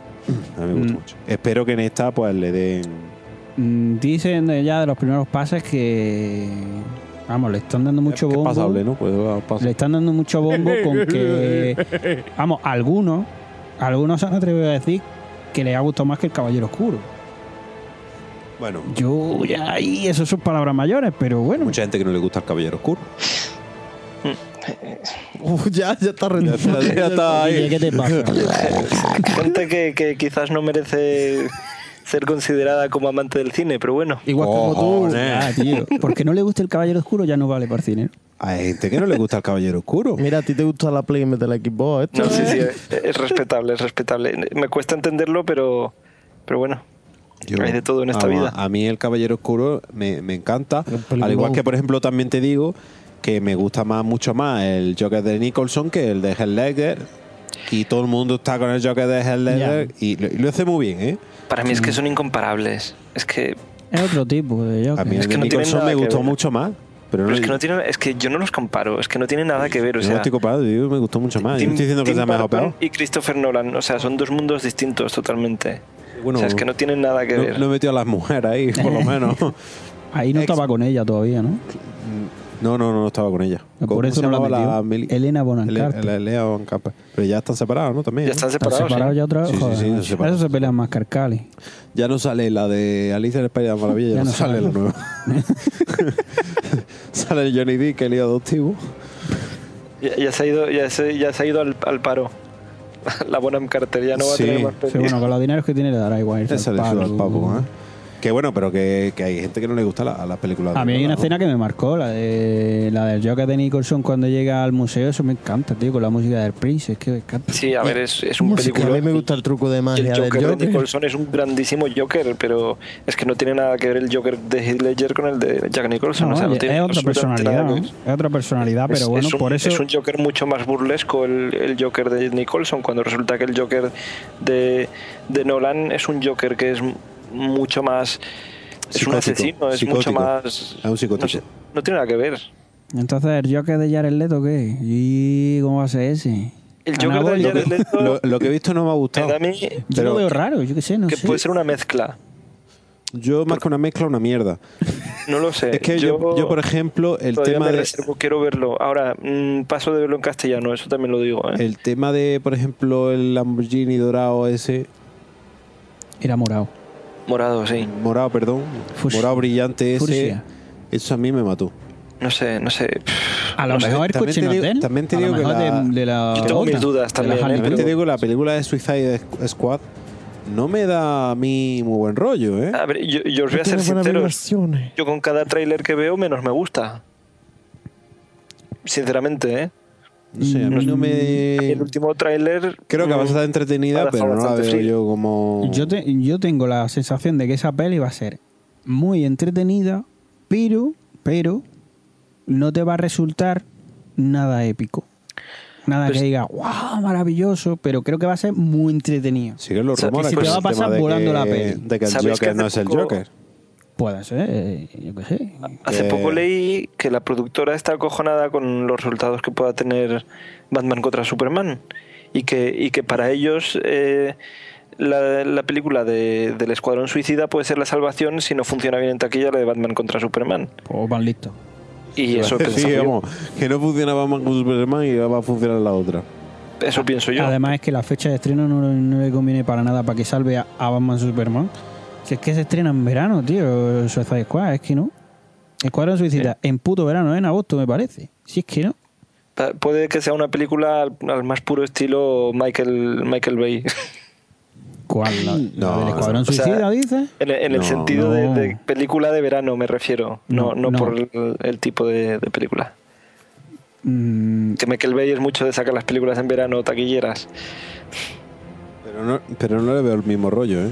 S2: A mí me gustó
S1: Mm.
S2: mucho. Espero que en esta pues le den.
S1: Mm, Dicen de- ya de los primeros pases que. Vamos, le están dando mucho
S2: es que es
S1: bombo.
S2: pasable, ¿no? Pues, ah, pasa.
S1: Le están dando mucho bombo con que. Vamos, algunos. Algunos se han atrevido a decir que les ha gustado más que el Caballero Oscuro.
S2: Bueno,
S1: Yo, ya ahí, eso son palabras mayores, pero bueno.
S2: mucha gente que no le gusta el caballero oscuro.
S4: Uf, ya, ya está
S2: Ya
S4: rendido.
S2: está, ya está
S1: Oye, ¿Qué
S2: ahí.
S1: te pasa?
S3: Gente que, que quizás no merece ser considerada como amante del cine, pero bueno.
S4: Igual como tú.
S2: Cojones.
S1: Ah, tío. Porque no le gusta el Caballero Oscuro, ya no vale para el cine.
S2: Hay gente que no le gusta el caballero oscuro.
S4: Mira, a ti te gusta la Play en vez de la Xbox. ¿eh? Esto
S3: No, sí,
S4: es-
S3: sí, es, es respetable, es respetable. Me cuesta entenderlo, pero, pero bueno. Hay de todo en esta
S2: vamos,
S3: vida.
S2: A mí el Caballero Oscuro me, me encanta.
S4: Un peliculón.
S2: Al igual que, por ejemplo, también te digo que me gusta más mucho más el Joker de Nicholson que el de Heath Ledger. Y todo el mundo está con el Joker de Heath Ledger. Y, lo, y lo hace muy bien, ¿eh?
S3: Para mí es que son incomparables. Es que
S1: es otro tipo de
S2: A
S1: Joker.
S2: mí
S3: Es
S2: el
S3: que
S2: de
S3: no tiene
S2: Nicholson
S3: nada
S2: me
S3: que
S2: gustó
S3: ver.
S2: mucho más. Pero,
S3: Pero
S2: no,
S3: es que, no tiene, es que yo no los comparo, es que no tiene nada que ver. O
S2: yo no
S3: sea,
S2: estoy copado, yo me gustó mucho más. Yo
S3: Tim-
S2: no estoy diciendo que
S3: Tim
S2: sea mejor o
S3: Burton
S2: peor.
S3: Y Christopher Nolan, o sea, son dos mundos distintos totalmente.
S2: Bueno,
S3: o sea, es que no tienen nada que
S2: no-
S3: ver.
S2: no he metido a las mujeres ahí, por lo menos.
S1: Ahí no
S2: Ex-
S1: estaba con ella todavía, ¿no?
S2: No, no, no estaba con ella.
S1: Por
S2: ¿Cómo
S1: eso
S2: se
S1: no la
S2: llamaba
S1: metió. Elena Bonham
S2: Ele-
S1: Carter.
S2: Ele- Elena Bonham Carter. Pero ya están separados, ¿no? También.
S3: ya
S2: ¿no?
S3: están
S1: Están
S3: separados. ¿eh?
S1: separados
S3: sí.
S1: ya otra vez.
S2: Sí, sí,
S1: Joder,
S2: sí, están
S1: macho.
S2: separados.
S1: Eso se pelean más carcali.
S2: Ya no sale la de Alicia en el País de las Maravillas, ya, no, sale la nueva. sale el Johnny Depp, que lío adoptivo.
S3: Ya, ya se ha ido, ya se, ya se ha ido al, al paro. La Bonham Carter ya no va
S2: Sí.
S3: a tener más
S2: Sí,
S1: Sí,
S3: pelis.
S1: bueno, con los dineros que tiene le dará igual. irse
S2: Esa
S1: al
S2: le suda al
S1: palo.
S2: papo, ¿eh? Que bueno, pero que, que hay gente que no le gusta la- a las películas.
S1: A
S2: de
S1: mí hay una
S2: Nolan, ¿no?
S1: escena que me marcó, la, de, la del Joker de Nicholson cuando llega al museo. Eso me encanta, tío, con la música del Prince. Es que me encanta.
S3: Sí, a ver, es, es un
S4: Música, a
S3: película.
S4: mí me gusta el truco de
S3: Y
S4: magia
S3: el
S4: del
S3: Joker de
S4: Joker.
S3: Nicholson es un grandísimo Joker, pero es que no tiene nada que ver el Joker de Heath Ledger con el de Jack Nicholson.
S1: No,
S3: o sea, no
S1: es,
S3: tiene
S1: otra
S3: absolutamente
S1: personalidad,
S3: nada que
S1: ¿no?
S3: ver.
S1: Es otra personalidad, pero
S3: Es-
S1: bueno,
S3: es un,
S1: por eso.
S3: es un Joker mucho más burlesco el, el Joker de Nicholson, cuando resulta que el Joker de, de Nolan es un Joker que es m- mucho más. Es
S2: Psicótico,
S3: un asesino, es
S2: psicótico.
S3: mucho más.
S2: Es un psicótico.
S3: No, sé, no tiene nada que ver.
S1: Entonces, ¿el Joker de Jared Leto qué? ¿Y cómo va a ser ese?
S3: El Joker de
S1: Anabólico.
S3: Jared Leto
S2: Lo, lo que he visto no me ha
S3: me
S2: gustado.
S3: da a mí
S1: Yo lo veo raro, yo qué sé, no
S3: que
S1: sé.
S3: puede ser una mezcla.
S2: Yo marco una mezcla, una mierda.
S3: No lo sé.
S2: Es que yo, yo, por ejemplo, el
S3: todavía
S2: tema
S3: me
S2: de.
S3: reservo, quiero verlo. Ahora, mm, paso de verlo en castellano, eso también lo digo. ¿eh?
S2: El tema de, por ejemplo, el Lamborghini dorado ese,
S1: Era morado.
S3: Morado, sí.
S2: morado, perdón,
S1: Fucsia.
S2: morado brillante ese,
S1: Fucsia.
S2: eso a mí me mató.
S3: No sé, no sé.
S1: A lo
S2: No sé,
S1: mejor el
S2: también
S1: coche
S2: te
S1: no es
S2: digo-
S1: de él.
S2: también te
S1: A lo
S2: digo que
S1: mejor
S2: la-
S1: de, de la.
S3: Yo tengo mis
S1: otra,
S3: dudas
S1: de la
S3: también,
S1: Harley
S3: ¿eh?
S2: También te
S1: Quinn.
S3: pero-
S2: digo, la película de Suicide Squad no me da a mí muy buen rollo, ¿eh?
S3: A ver, yo, yo os voy
S4: No
S3: a ser
S4: tiene buenas
S3: sincero.
S4: vibraciones.
S3: Yo con cada tráiler que veo menos me gusta. Sinceramente, ¿eh?
S2: No sé, a mí no me...
S3: El último tráiler...
S2: Creo que
S3: mm,
S2: va a estar entretenida,
S3: ha dejado
S2: pero no la
S3: bastante
S2: veo
S3: frío.
S2: yo como...
S1: Yo, te- yo tengo la sensación de que esa peli va a ser muy entretenida, pero, pero no te va a resultar nada épico. Nada
S3: Pues-
S1: que diga, wow, maravilloso, pero creo que va a ser muy entretenido.
S2: Siguen los
S3: O sea,
S2: rumores.
S3: si te
S2: con
S3: va
S2: el
S3: a
S1: pasar
S2: tema de
S1: volando
S2: que-
S1: la peli.
S2: De que el
S3: ¿Sabéis que
S2: Joker no es
S3: hace
S2: el
S3: poco-
S2: Joker.
S1: Puede ser, eh, yo qué sé.
S3: Hace
S2: que-
S3: poco leí que la productora está acojonada con los resultados que pueda tener Batman contra Superman y que, y que para ellos eh, la, la película de- del Escuadrón Suicida puede ser la salvación si no funciona bien en taquilla la de Batman contra Superman.
S1: Pues van listo.
S3: Y eso,
S2: Sí,
S3: pienso, yo,
S2: vamos, que no funcionaba más con Superman y va a funcionar la otra.
S3: eso pienso yo.
S1: Además es que la fecha de estreno no, no le conviene para nada para que salve a, a Batman Superman. Si es que se estrena en verano, tío, Suicide Squad, es que no. Escuadrón Suicida, en puto verano, ¿eh? en agosto me parece. Si es que no.
S3: Pa- Puede que sea una película al, al más puro estilo Michael, Michael Bay.
S1: ¿Cuál? La, la
S2: No,
S1: del Escuadrón
S3: o sea,
S1: Suicida, dice.
S3: en el, en el
S2: No,
S3: sentido de-
S1: no.
S3: De, película de verano, me refiero. No,
S1: No,
S3: no,
S1: no.
S3: por el, el tipo de, de película.
S1: Mm,
S3: Que Michael Bay es mucho de sacar las películas en verano taquilleras.
S2: Pero no, pero no le veo el mismo rollo, ¿eh?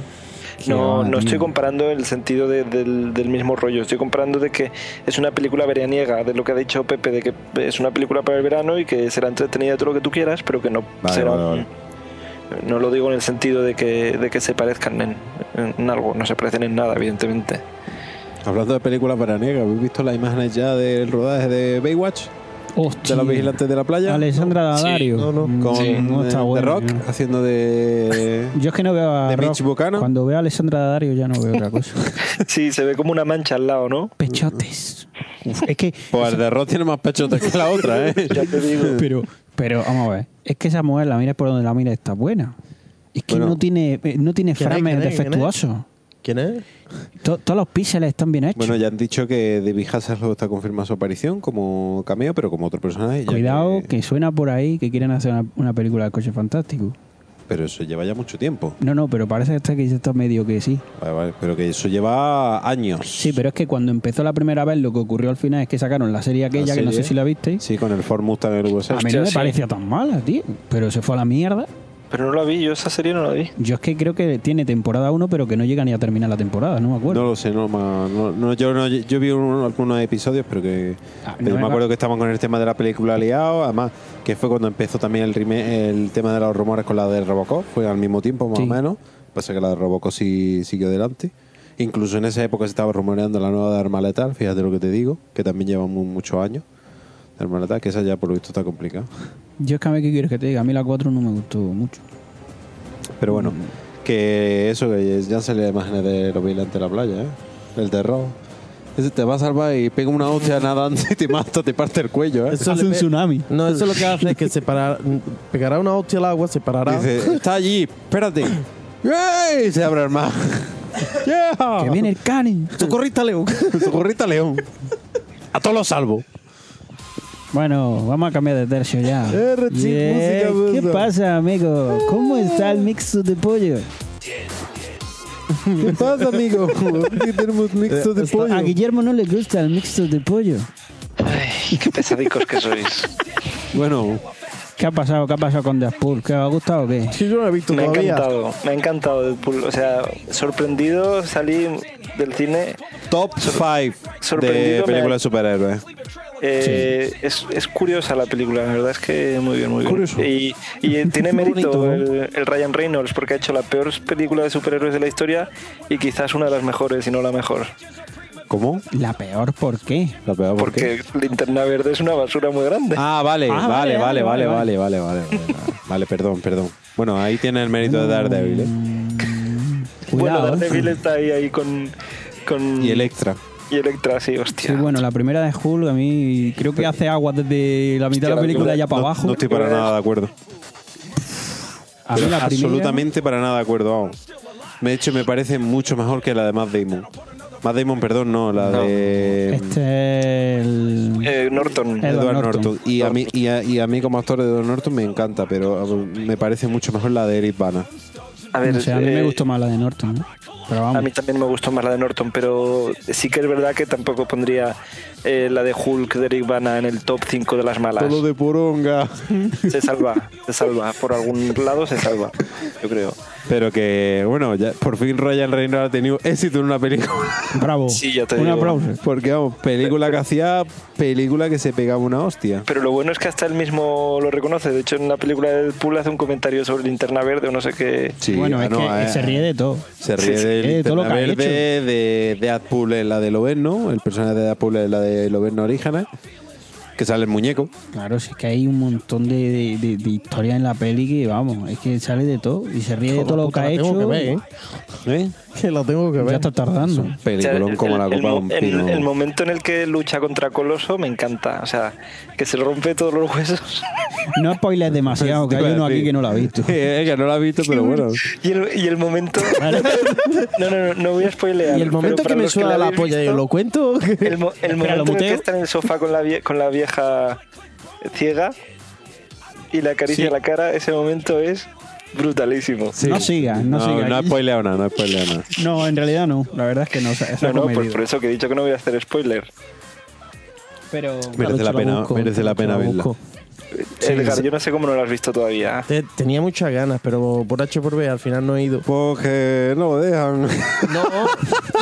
S3: No,
S1: va,
S3: no estoy
S1: tío.
S3: comparando el sentido de- del, del mismo rollo. Estoy comparando de que es una película veraniega, de lo que ha dicho Pepe, de que es una película para el verano y que será entretenida todo lo que tú quieras, pero que no
S2: Vale,
S3: será.
S2: vale,
S3: un-
S2: vale.
S3: No lo digo en el sentido de que, de que se parezcan en, en algo, no se parecen en nada, evidentemente.
S2: Hablando de películas veraniegas, ¿habéis visto las imágenes ya del rodaje de Baywatch?
S1: hostia.
S2: De los vigilantes de la playa.
S1: Alessandra Daddario.
S4: no, no.
S1: Mm,
S2: Con
S3: Sí,
S1: no
S2: eh,
S1: está
S2: The
S1: bueno,
S2: Rock
S1: no.
S2: haciendo de.
S1: Yo es que no veo a.
S2: de
S1: Rock.
S2: Mitch Buchanan.
S1: Cuando veo a Alessandra Daddario ya no veo otra cosa.
S3: Sí, se ve como una mancha al lado, ¿no?
S1: Pechotes. Uf, es que.
S2: Pues el de Rock tiene más pechotes que la otra, ¿eh?
S3: Ya te digo.
S1: Pero, pero vamos a ver. Es que esa mujer, la mira por donde la mira, está buena. Es que
S2: Bueno.
S1: no tiene, eh, no tiene
S4: ¿Quién es? ¿Quién
S1: frames
S4: es? ¿Quién es?
S1: defectuosos.
S4: ¿Quién es?
S1: To- todos los píxeles están bien hechos.
S2: Bueno, ya han dicho que David Hasselhoff está confirmada su aparición como cameo, pero como otro personaje. ya
S1: Cuidado, que... suena por ahí que quieren hacer una, una película del coche fantástico.
S2: Pero eso lleva ya mucho tiempo.
S1: No, no, pero parece hasta que ya está medio que sí.
S2: Vale, vale, Pero que eso lleva años.
S1: Sí, pero es que cuando empezó la primera vez, lo que ocurrió al final es que sacaron la serie aquella, que no sé
S2: serie.
S1: si la visteis.
S2: Sí, con el Ford Mustang en el USA.
S1: A mí
S3: Hostia,
S1: no me
S3: sí.
S1: parecía tan mala, tío. Pero se fue a la mierda.
S3: Pero no la vi, yo esa serie no la vi.
S1: Yo es que creo que tiene temporada 1, pero que no llega ni a terminar la temporada, no me acuerdo.
S2: No lo sé, no, ma- no, no, yo, no- yo vi un- algunos episodios, pero que
S1: Ah,
S2: pero
S1: no
S2: me
S1: era-
S2: acuerdo que estaban con el tema de la película liado, además que fue cuando empezó también el, reme- el tema de los rumores con la de Robocop, fue al mismo tiempo más
S1: Sí.
S2: o menos, pasa que la de Robocop sí siguió adelante. Incluso en esa época se estaba rumoreando la nueva de Arma Letal, fíjate lo que te digo, que también lleva mu- muchos años de Arma Letal, que esa ya por lo visto está complicada.
S1: Yo es que a mí, ¿qué quieres que te diga? A mí la 4 no me gustó mucho.
S2: Pero bueno, que eso, que ya han salido imágenes de los vigilantes de la playa, ¿eh? El terror. Ese te va a salvar y pega una hostia nadando y te mata, te parte el cuello, ¿eh?
S1: Hace
S4: le
S1: un
S4: pe-
S1: tsunami.
S4: No, eso lo que hace es que separar, pegará una hostia al agua, separará.
S2: Dice, está allí, espérate. ¡Yay! Y Se abre el mar. ¡Yeah!
S1: Que viene el Cani.
S4: Socorrista Leo.
S2: Socorrita León. A todos los salvo.
S1: Bueno, vamos a cambiar de tercio ya.
S4: Eh, Rechic, música,
S1: ¿Qué
S4: música.
S1: pasa, amigo? ¿Cómo está el mixto de pollo?
S2: ¿Qué pasa, amigo? Aquí tenemos mixto de
S1: A Guillermo no le gusta el mixto de pollo.
S3: Ay, qué pesadicos que sois.
S2: Bueno,
S1: ¿Qué ha pasado? ¿Qué ha pasado con Deadpool? ¿Qué os ha gustado o qué?
S4: Sí, yo no lo he visto
S3: Me ha
S4: todavía.
S3: encantado, me ha encantado. Deadpool. O sea, sorprendido salí del cine.
S2: top 5 de
S3: sorprendido me-
S2: películas de superhéroes.
S3: Eh, es, es curiosa la película, la verdad es que muy bien, muy bien.
S2: Curioso.
S3: Y, y tiene
S4: Muy
S3: mérito
S4: bonito, ¿no?
S3: el, el Ryan Reynolds porque ha hecho la peor película de superhéroes de la historia y quizás una de las mejores, si no la mejor.
S2: ¿Cómo?
S1: La peor, ¿Ah, ¿por qué?
S2: La pegaba por qué?
S3: Porque Linterna Verde es una basura muy grande.
S2: Ah, vale,
S1: Ah,
S2: vale, vale, vale,
S1: vale,
S2: vale, vale, vale, vale, vale. Vale, perdón, perdón. Bueno, ahí tiene el mérito de Daredevil, ¿eh?
S1: Cuidado.
S3: bueno,
S1: ¿eh?
S3: Daredevil está ahí, ahí con, con.
S2: Y el extra.
S3: y Electra, sí, hostia.
S1: Sí, bueno, la primera de Hulk a mí creo que hace agua desde la mitad de la
S3: Hostia, la
S1: película
S3: verdad,
S1: ya para
S2: No-
S1: abajo.
S2: No estoy para nada de acuerdo.
S1: A mí la primera-
S2: Absolutamente para nada de acuerdo, vamos. De hecho, me parece mucho mejor que la de Matt Damon. Matt Damon, perdón, no, la
S3: No.
S2: de...
S1: Este es el...
S3: Eh, Norton.
S1: El-
S2: Edward,
S1: Edward
S2: Norton.
S1: Norton.
S2: Y, a mí, y, a, y a mí como actor de Edward Norton me encanta, pero uh, me parece mucho mejor la de Eric Bana.
S3: A ver,
S1: no sé, a mí me
S3: eh,
S1: gustó más la de Norton, ¿no? Pero
S3: A
S1: vamos.
S3: mí también me gustó más la de Norton, pero sí que es verdad que tampoco pondría eh, la de Hulk de Eric Bana en el top 5 de las malas.
S2: Todo de poronga.
S3: Se salva, se salva. Por algún lado se salva, yo creo.
S2: Pero que, bueno, ya, por fin Ryan Reynolds ha tenido éxito en una película.
S1: Bravo.
S3: Sí, ya te
S1: Un
S3: digo.
S1: aplauso.
S2: Porque, vamos, película que hacía, película que se pegaba una hostia.
S3: Pero lo bueno es que hasta él mismo lo reconoce. De hecho, en la película de Deadpool hace un comentario sobre linterna verde o no sé qué.
S2: Sí,
S1: bueno,
S2: ah,
S1: es
S2: no,
S1: que
S3: eh.
S2: ah,
S1: se ríe de todo.
S2: Se ríe
S1: sí, eh,
S2: de,
S1: de todo lo que ha
S2: Verde,
S1: hecho.
S2: de Deadpool es la de Loberno, el personaje de Deadpool es la de Loberno Orígenes, que sale el muñeco.
S1: Claro, sí que hay un montón de, de, de- de historias en la peli que, vamos, es que sale de todo y se ríe de todo lo que
S4: Puta,
S1: ha
S4: la Tengo
S1: hecho.
S4: que ver, ¿eh?
S2: ¿Eh?
S4: Que la tengo que ver.
S1: Ya está tardando.
S3: O sea,
S2: Peliculón
S3: el-
S2: como la
S3: el-
S2: copa de un
S3: el,
S2: pino.
S3: el momento en el que lucha contra Coloso me encanta. O sea, que se le rompe todos los huesos.
S1: No spoiles demasiado, que
S2: Te
S1: hay
S2: iba a
S1: uno aquí
S2: decir.
S1: que no lo ha visto.
S2: Eh, que no la ha visto, pero bueno.
S3: Y el, y el momento. No, no, no, no voy a spoilear.
S4: Y el momento
S3: pero
S4: que
S3: para
S4: me
S3: los
S4: suena
S3: la
S4: la
S3: habéis
S4: polla, yo
S3: visto-
S4: lo cuento.
S3: El, mo- el
S1: Espera, ¿lo
S3: momento en el que
S1: muteo?
S3: está en el sofá con la, vie- con la vieja ciega y le acaricia
S2: Sí.
S3: la cara, ese momento es brutalísimo.
S1: No siga, no, siga.
S2: No pues. ha spoileado nada, no ha spoileado nada.
S1: No, en realidad no, la verdad es que no. o sea, eso
S3: No,
S1: es
S3: no,
S2: pues,
S1: comedido.
S3: por, por eso que he dicho que no voy a hacer spoiler.
S1: Pero
S2: pues, Merece la pena, merece la pena verla.
S3: Edgar, yo no sé cómo no lo has visto
S2: Ah.
S3: todavía.
S4: Te- Tenía muchas ganas, pero por H por B al final no he ido.
S2: Porque no lo dejan.
S4: No.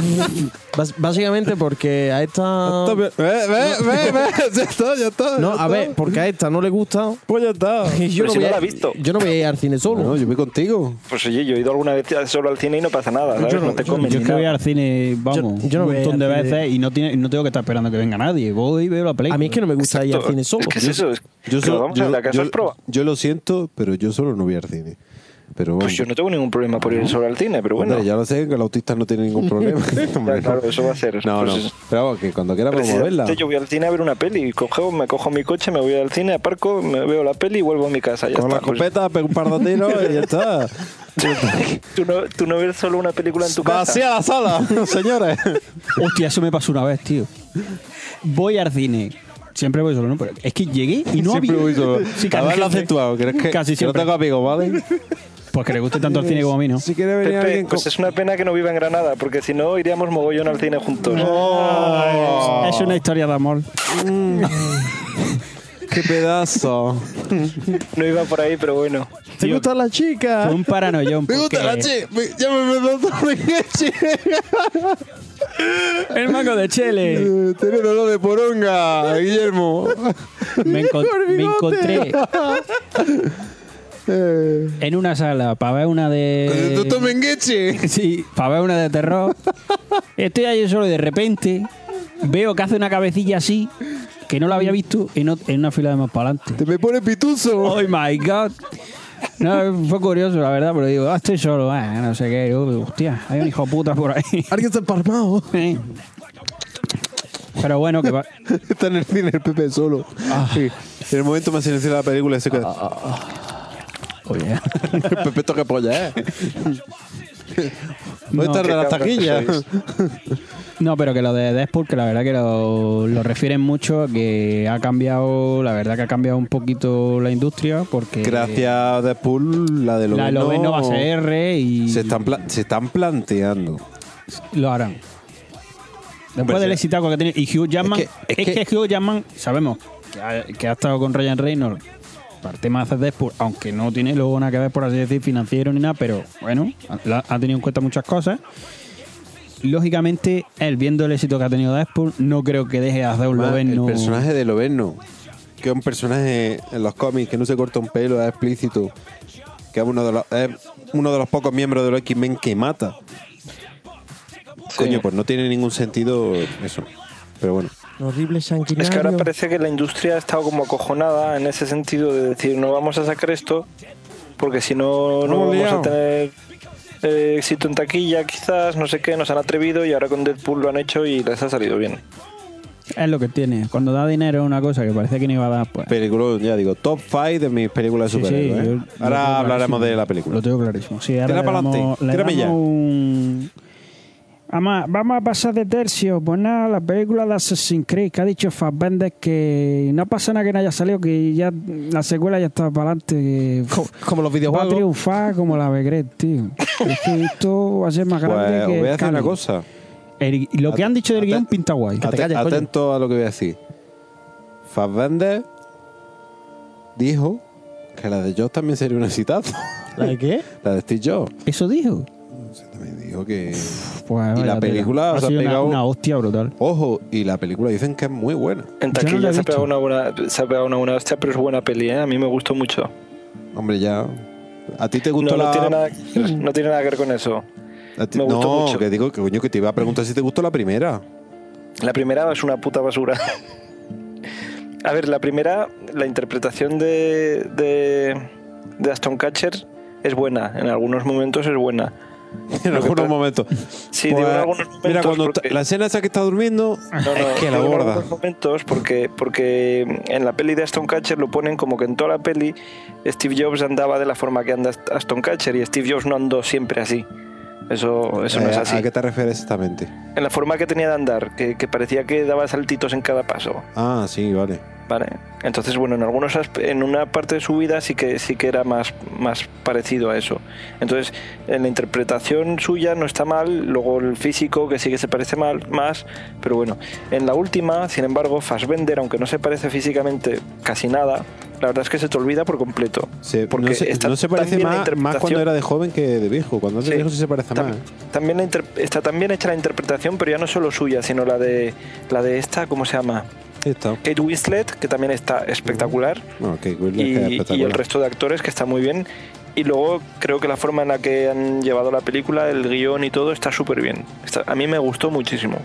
S4: Bas- básicamente porque a esta.
S2: Está bien. Ve, ve, ve, ve. Ya está, ya está.
S4: No,
S2: ya
S4: a ver,
S2: está.
S4: porque a esta no le gusta.
S2: Pues ya está.
S4: Y
S3: Pero si
S4: voy
S3: no
S4: a-
S3: la ha visto.
S4: Yo no voy a ir al cine solo.
S2: No, yo voy contigo.
S3: Pues oye, yo he ido alguna vez solo al cine y no pasa nada, ¿sabes?
S4: Yo no-
S3: no, te
S4: yo-
S3: comen.
S1: Yo
S3: ni
S1: es que voy
S3: nada.
S1: al cine, vamos,
S4: yo no
S1: un
S4: voy
S1: montón de
S4: al cine.
S1: veces y no, tiene, no tengo que estar esperando que venga nadie. Voy y veo la película.
S4: a mí es que no me gusta ir al cine solo.
S3: Es que es eso. es- pero
S2: solo-
S3: vamos a ver, ¿acaso
S2: yo-
S3: es prueba?
S2: yo lo siento, pero yo solo no voy al cine. Pero bueno,
S3: Pues yo no tengo ningún problema por ir solo al cine, pero bueno.
S2: Hombre, ya lo sé, que el autista no tiene ningún problema. Hombre,
S3: Ya, claro, eso va a ser.
S2: No,
S3: Pues
S2: no.
S3: es-
S2: Pero vamos, que cuando quiera podemos
S3: Precisamente,
S2: verla.
S3: Yo voy al cine a ver una peli, cojo, me cojo mi coche, me voy al cine, aparco, me veo la peli y vuelvo a mi casa. Ya
S2: Con la
S3: está, pues-
S2: escopeta, pega un par de tiros y ya está.
S3: ¿Tú no, tú no ves solo una película en tu casa.
S2: Vacía la sala, señores.
S1: Hostia, eso me pasó una vez, tío. Voy al cine. Siempre voy solo, ¿no? Pero es que llegué y no
S2: siempre
S1: había...
S2: voy solo.
S1: Sí,
S2: a
S1: casi
S2: verla
S1: siempre.
S2: acentuado, ¿crees que,
S1: Casi
S2: que no
S1: siempre.
S2: tengo amigos, ¿vale?
S1: Porque pues le guste tanto el cine como a mí, ¿no?
S2: Si quiere venir
S3: Pepe,
S2: alguien con...
S3: pues es una pena que no viva en Granada, porque si no iríamos mogollón al cine juntos.
S2: ¡Oh!
S1: Es una historia de amor.
S2: ¡Qué pedazo!
S3: No iba por ahí, pero bueno.
S4: ¿Te
S1: Tío,
S4: gusta la chica?
S1: Fue un paranoión. porque
S2: che! me- ¡Ya me me gusta la che!
S1: El mango de Chile.
S2: Eh, Tiene dolor de poronga, Guillermo.
S1: Me, encon- me encontré. en una sala para ver una de.
S2: ¡Tú Mengeche!
S1: Sí, para ver una de terror. Estoy allí solo y de repente veo que hace una cabecilla así que no la había visto en, ot- en una fila de más para adelante.
S2: ¡Te me pone pituzo!
S1: ¡Oh, my God! No, fue curioso, la verdad, pero digo, ah, estoy solo, ah, no sé qué. Yo, hostia, hay un hijo puta por ahí.
S4: Alguien se ha empalmado.
S1: Pero bueno, que va.
S2: Está en el cine el Pepe solo. Sí. En el momento más silencioso de la película y se queda.
S1: Oye.
S2: El Pepe toca polla, ¿eh? Voy
S1: No,
S2: tarde
S3: qué
S2: a las
S3: cabrón que
S2: taquillas.
S3: sois.
S1: No, pero que lo de Deadpool, que la verdad que lo, lo refieren mucho, que ha cambiado, la verdad que ha cambiado un poquito la industria, porque
S2: Gracias, Deadpool, la de lo
S1: la de Loven no va a ser R y
S2: Se están, pla- se están planteando.
S1: lo harán. Después
S2: Hombre,
S1: del
S2: sí.
S1: exitaco que tiene. Y Hugh Jackman,
S2: Pues
S1: es
S2: Es que-
S1: que,
S2: es que-
S1: Hugh Jackman, sabemos que ha, que ha estado con Ryan Reynolds para el tema de hacer Deadpool, aunque no tiene luego nada que ver, por así decir, financiero ni nada, pero bueno, la- ha tenido en cuenta muchas cosas. Lógicamente, él viendo el éxito que ha tenido Deadpool, no creo que deje de hacer un
S2: Además,
S1: Loven,
S2: El
S1: no-
S2: personaje de Loveno, que es un personaje en los cómics que no se corta un pelo, es explícito, que es uno de los, es uno de los pocos miembros de los X-Men que mata. Coño, pues no tiene ningún sentido eso. Pero bueno,
S4: Horrible sanguinario.
S3: Es que ahora parece que la industria ha estado como acojonada en ese sentido de decir no vamos a sacar esto porque si no no
S2: Hemos
S3: vamos
S2: liado.
S3: a tener eh, éxito en taquilla quizás, no sé qué, nos han atrevido y ahora con Deadpool lo han hecho y les ha salido bien.
S1: Es lo que tiene. Cuando da dinero es una cosa que parece que no iba a dar, pues.
S2: película, ya digo, top 5 de mis películas de
S1: Sí, sí,
S2: superhéroes.
S1: yo
S2: ¿eh?
S1: lo tengo
S2: Ahora
S1: clarísimo.
S2: hablaremos de la
S1: Lo
S2: película.
S1: tengo clarísimo. Sí, ahora
S2: Tira
S1: le
S2: pa'lante,
S1: damos- le
S2: tírame ya.
S1: damos un- Además, vamos a pasar de tercio. Pues nada, la película de Assassin's Creed que ha dicho Fassbender que no pasa nada que no haya salido, que ya la secuela ya está para adelante. que
S4: Co- Como los
S1: Va a
S4: videojuegos.
S1: triunfar como la Begret, tío. Es que esto va a ser más
S2: Pues
S1: grande
S2: os
S1: que.
S2: voy a decir
S1: Cali.
S2: una cosa.
S1: El- lo que han dicho del
S2: Aten-
S1: guión pinta guay.
S4: te
S2: Ate-
S4: calles, coño.
S2: atento a lo que voy a decir. Fassbender dijo que la de Jobs también sería un exitazo.
S4: ¿La de qué?
S2: la de Steve Jobs.
S1: Eso dijo.
S2: También dijo que.
S1: Pues,
S2: Y
S1: vaya
S2: la
S1: tela.
S2: película
S1: ha
S2: se ha
S1: sido una,
S2: pegado-
S1: una hostia brutal.
S2: Ojo, y la película dicen que es muy buena.
S3: En
S1: Yo no
S3: taquilla
S1: la he
S3: se, ha pegado
S1: visto.
S3: una buena, se ha pegado una buena hostia, pero es buena peli, ¿eh? a mí me gustó mucho.
S2: Hombre, ya. ¿A ti te
S3: No,
S2: gustó
S3: no
S2: la.? Mm.
S3: tiene nada, no tiene nada que ver con eso.
S2: a ti-
S3: me gustó
S2: no,
S3: mucho.
S2: que digo que coño, que te iba a preguntar si te gustó la primera.
S3: La primera es una puta basura. A ver, la primera, la interpretación de, de, de Aston Catcher es buena. En algunos momentos es buena.
S2: En
S3: Lo que
S2: algunos
S3: pa-
S2: momentos. Pues,
S3: Sí, digo en algunos momentos.
S2: Mira, cuando
S3: porque-
S2: ta- la escena esa que está durmiendo.
S3: No, no,
S2: es que la
S3: digo en
S2: borda.
S3: algunos momentos porque, porque en la peli de Aston Catcher lo ponen como que en toda la peli Steve Jobs andaba de la forma que anda Aston Catcher y Steve Jobs no andó siempre así. Eso, eso no
S2: Eh,
S3: es
S2: ¿a-
S3: así.
S2: ¿A qué te refieres exactamente?
S3: En la forma que tenía de andar, que, que parecía que daba saltitos en cada paso.
S2: Ah, sí, vale.
S3: Vale. Entonces, bueno, en algunos aspe- en una parte de su vida sí que sí que era más, más parecido a eso. Entonces, en la interpretación suya no está mal, luego el físico que sí que se parece mal más, pero bueno, en la última, sin embargo, Fassbender, aunque no se parece físicamente casi nada, la verdad es que se te olvida por completo.
S2: Se-
S3: Porque
S2: no, se,
S3: está
S2: no se
S3: tan
S2: parece
S3: bien la
S2: más, más cuando
S3: interpretación-
S2: era de joven que de viejo. Cuando es de
S3: Sí.
S2: viejo sí se parece
S3: Tam-
S2: más. ¿eh?
S3: también la inter- está tan bien hecha la interpretación, pero ya no solo suya, sino la de la de esta, ¿cómo se llama?
S2: Ahí está.
S3: Kate Winslet, que también está espectacular.
S2: Bueno, que Will es que es
S3: y, y el
S2: espectacular.
S3: resto de actores que está muy bien. Y luego creo que la forma en la que han llevado la película, el guión y todo está súper bien. Está- a mí me gustó muchísimo.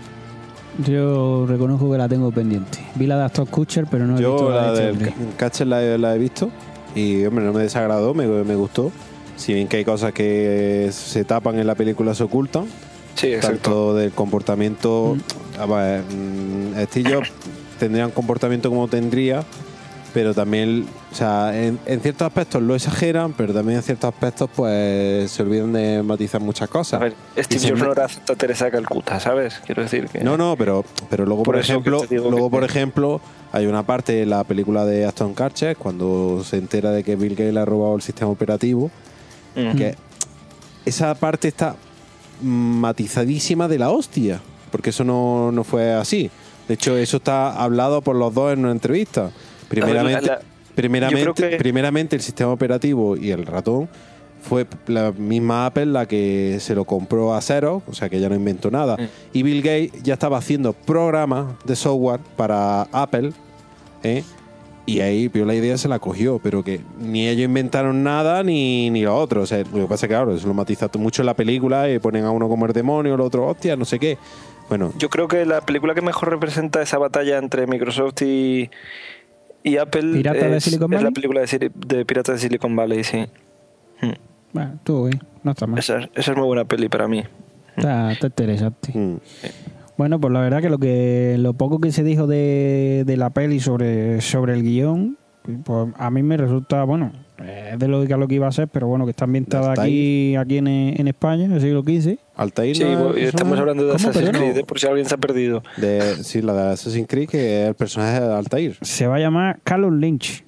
S1: Yo reconozco que la tengo pendiente. Vi la de Aston Kutcher, pero no he
S2: Yo
S1: visto de
S2: la
S1: este
S2: del
S1: Steve Jobs.
S2: Catcher la, he- la he visto y, hombre, no me desagradó, me, me gustó. Si bien que hay cosas que se tapan en la película, se ocultan,
S3: Sí,
S2: tanto del comportamiento. a ver, mm, Steve Jobs tendría un comportamiento como tendría, pero también, o sea, en, en ciertos aspectos lo exageran, pero también en ciertos aspectos, pues se olvidan de matizar muchas
S3: A
S2: cosas.
S3: ver,
S2: Y
S3: Steve
S2: se
S3: Jobs
S2: me-
S3: no era Santa Teresa de Calcuta, ¿sabes? Quiero decir que...
S2: No, no, pero, pero luego, por,
S3: Por eso que
S2: ejemplo,
S3: te digo que
S2: luego, por
S3: te-
S2: ejemplo, hay una parte de la película de Aston Kutcher cuando se entera de que Bill Gates le ha robado el sistema operativo,
S3: Mm.
S2: que esa parte está matizadísima de la hostia, porque eso no, no fue así. De hecho, eso está hablado por los dos en una entrevista. Primeramente,
S3: A ver, la- yo
S2: primeramente,
S3: creo que-
S2: primeramente el sistema operativo y el ratón fue la misma Apple la que se lo compró a Xerox, o sea que ya no inventó nada. Y Bill Gates ya estaba haciendo programas de software para Apple, ¿eh? Y ahí Pio la idea se la cogió, pero que ni ellos inventaron nada ni, ni lo otro. O sea, lo que pasa es que, claro, eso lo matiza mucho en la película y ponen a uno como el demonio, el otro, hostia, no sé qué. Bueno,
S3: Yo creo que la película que mejor representa esa batalla entre Microsoft y, y Apple
S1: ¿Piratas de
S3: es,
S1: Silicon
S3: es la
S1: Valley?
S3: película de, Siri- de Piratas de Silicon Valley, sí. Mm.
S1: Bueno, estuvo bien. No está mal.
S3: Esa, esa es muy buena peli para mí.
S1: Está, está interesante.
S2: mm,
S1: Bueno, pues la verdad que lo que lo poco que se dijo de, de la peli sobre, sobre el guión, pues a mí me resulta, bueno, eh, es de lógica lo que iba a ser, pero bueno, que está ambientada aquí, aquí en, en España, en el siglo XV.
S2: Altair
S3: Sí,
S2: no es
S3: pues, bueno,
S2: persona-
S3: estamos hablando de
S1: ¿Cómo?
S3: Assassin's
S1: Perdón.
S3: Creed, eh, por si alguien se ha perdido.
S2: de, sí, la de Assassin's Creed, que es el personaje de Altair.
S1: Se va a llamar Carol Lynch.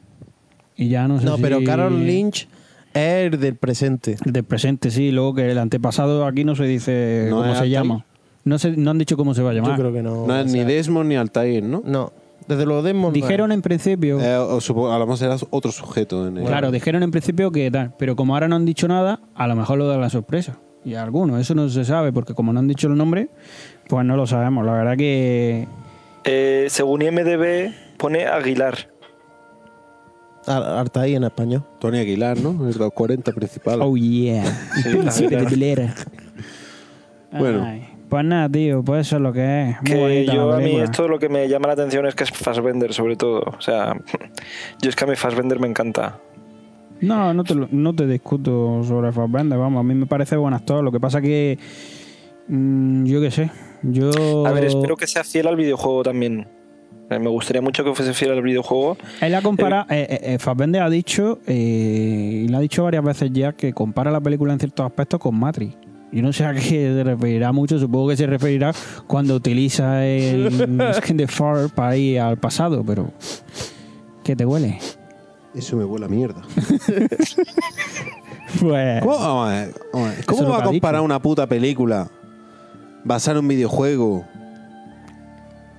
S1: Y ya no sé
S4: No,
S1: si-
S4: pero Carol Lynch es el del presente.
S1: El del presente, sí, luego que el antepasado aquí no se dice
S2: No
S1: cómo
S2: es
S1: se
S2: Altair.
S1: llama. No, se, no han dicho cómo se va a
S4: Yo
S1: llamar.
S4: creo que Ah. no.
S2: No
S4: o
S2: es ni
S4: sea,
S2: Desmond ni Altair, ¿no?
S4: No, desde los Desmond. no es.
S1: Dijeron en principio...
S2: Eh, o supo- a lo mejor será otro sujeto en el-
S1: Claro, dijeron en principio que tal, pero como ahora no han dicho nada, a lo mejor lo da la sorpresa. Y a algunos, eso no se sabe, porque como no han dicho el nombre, pues no lo sabemos. La verdad que.
S3: Eh, según IMDB pone Aguilar.
S4: Ar- Artaí Ah, en español.
S2: Tony Aguilar, ¿no? El 40 principal.
S1: Oh yeah.
S3: Sí, la verdad.
S2: Bueno.
S1: Ay, pues nada, tío, pues eso es lo que es. Muy
S3: Que
S1: bonita
S3: yo
S1: la
S3: a mí
S1: película.
S3: esto lo que me llama la atención es que es Fassbender sobre todo. O sea, yo es que a mí Fassbender me encanta.
S1: No, no te, lo- no te discuto sobre Fassbender, vamos, a mí me parece buen actor. Lo que pasa que. mm, yo qué sé. Yo.
S3: A ver, espero que sea fiel al videojuego también. Eh, Me gustaría mucho que fuese fiel al videojuego.
S1: Él ha comparado, eh, eh, eh, Fassbender ha dicho, eh, y lo ha dicho varias veces ya, que compara la película en ciertos aspectos con Matrix. Yo no sé a qué se referirá mucho, supongo que se referirá cuando utiliza el Skin the Far para ir al pasado, pero. ¿Qué te huele?
S2: Eso me huele a mierda.
S1: Pues.
S4: Eh,
S2: ¿Cómo, vamos a ver, vamos a ver. ¿Cómo
S1: Eso es lo
S2: va
S1: que ha
S2: a comparar
S1: dicho.
S2: una puta película basada en un videojuego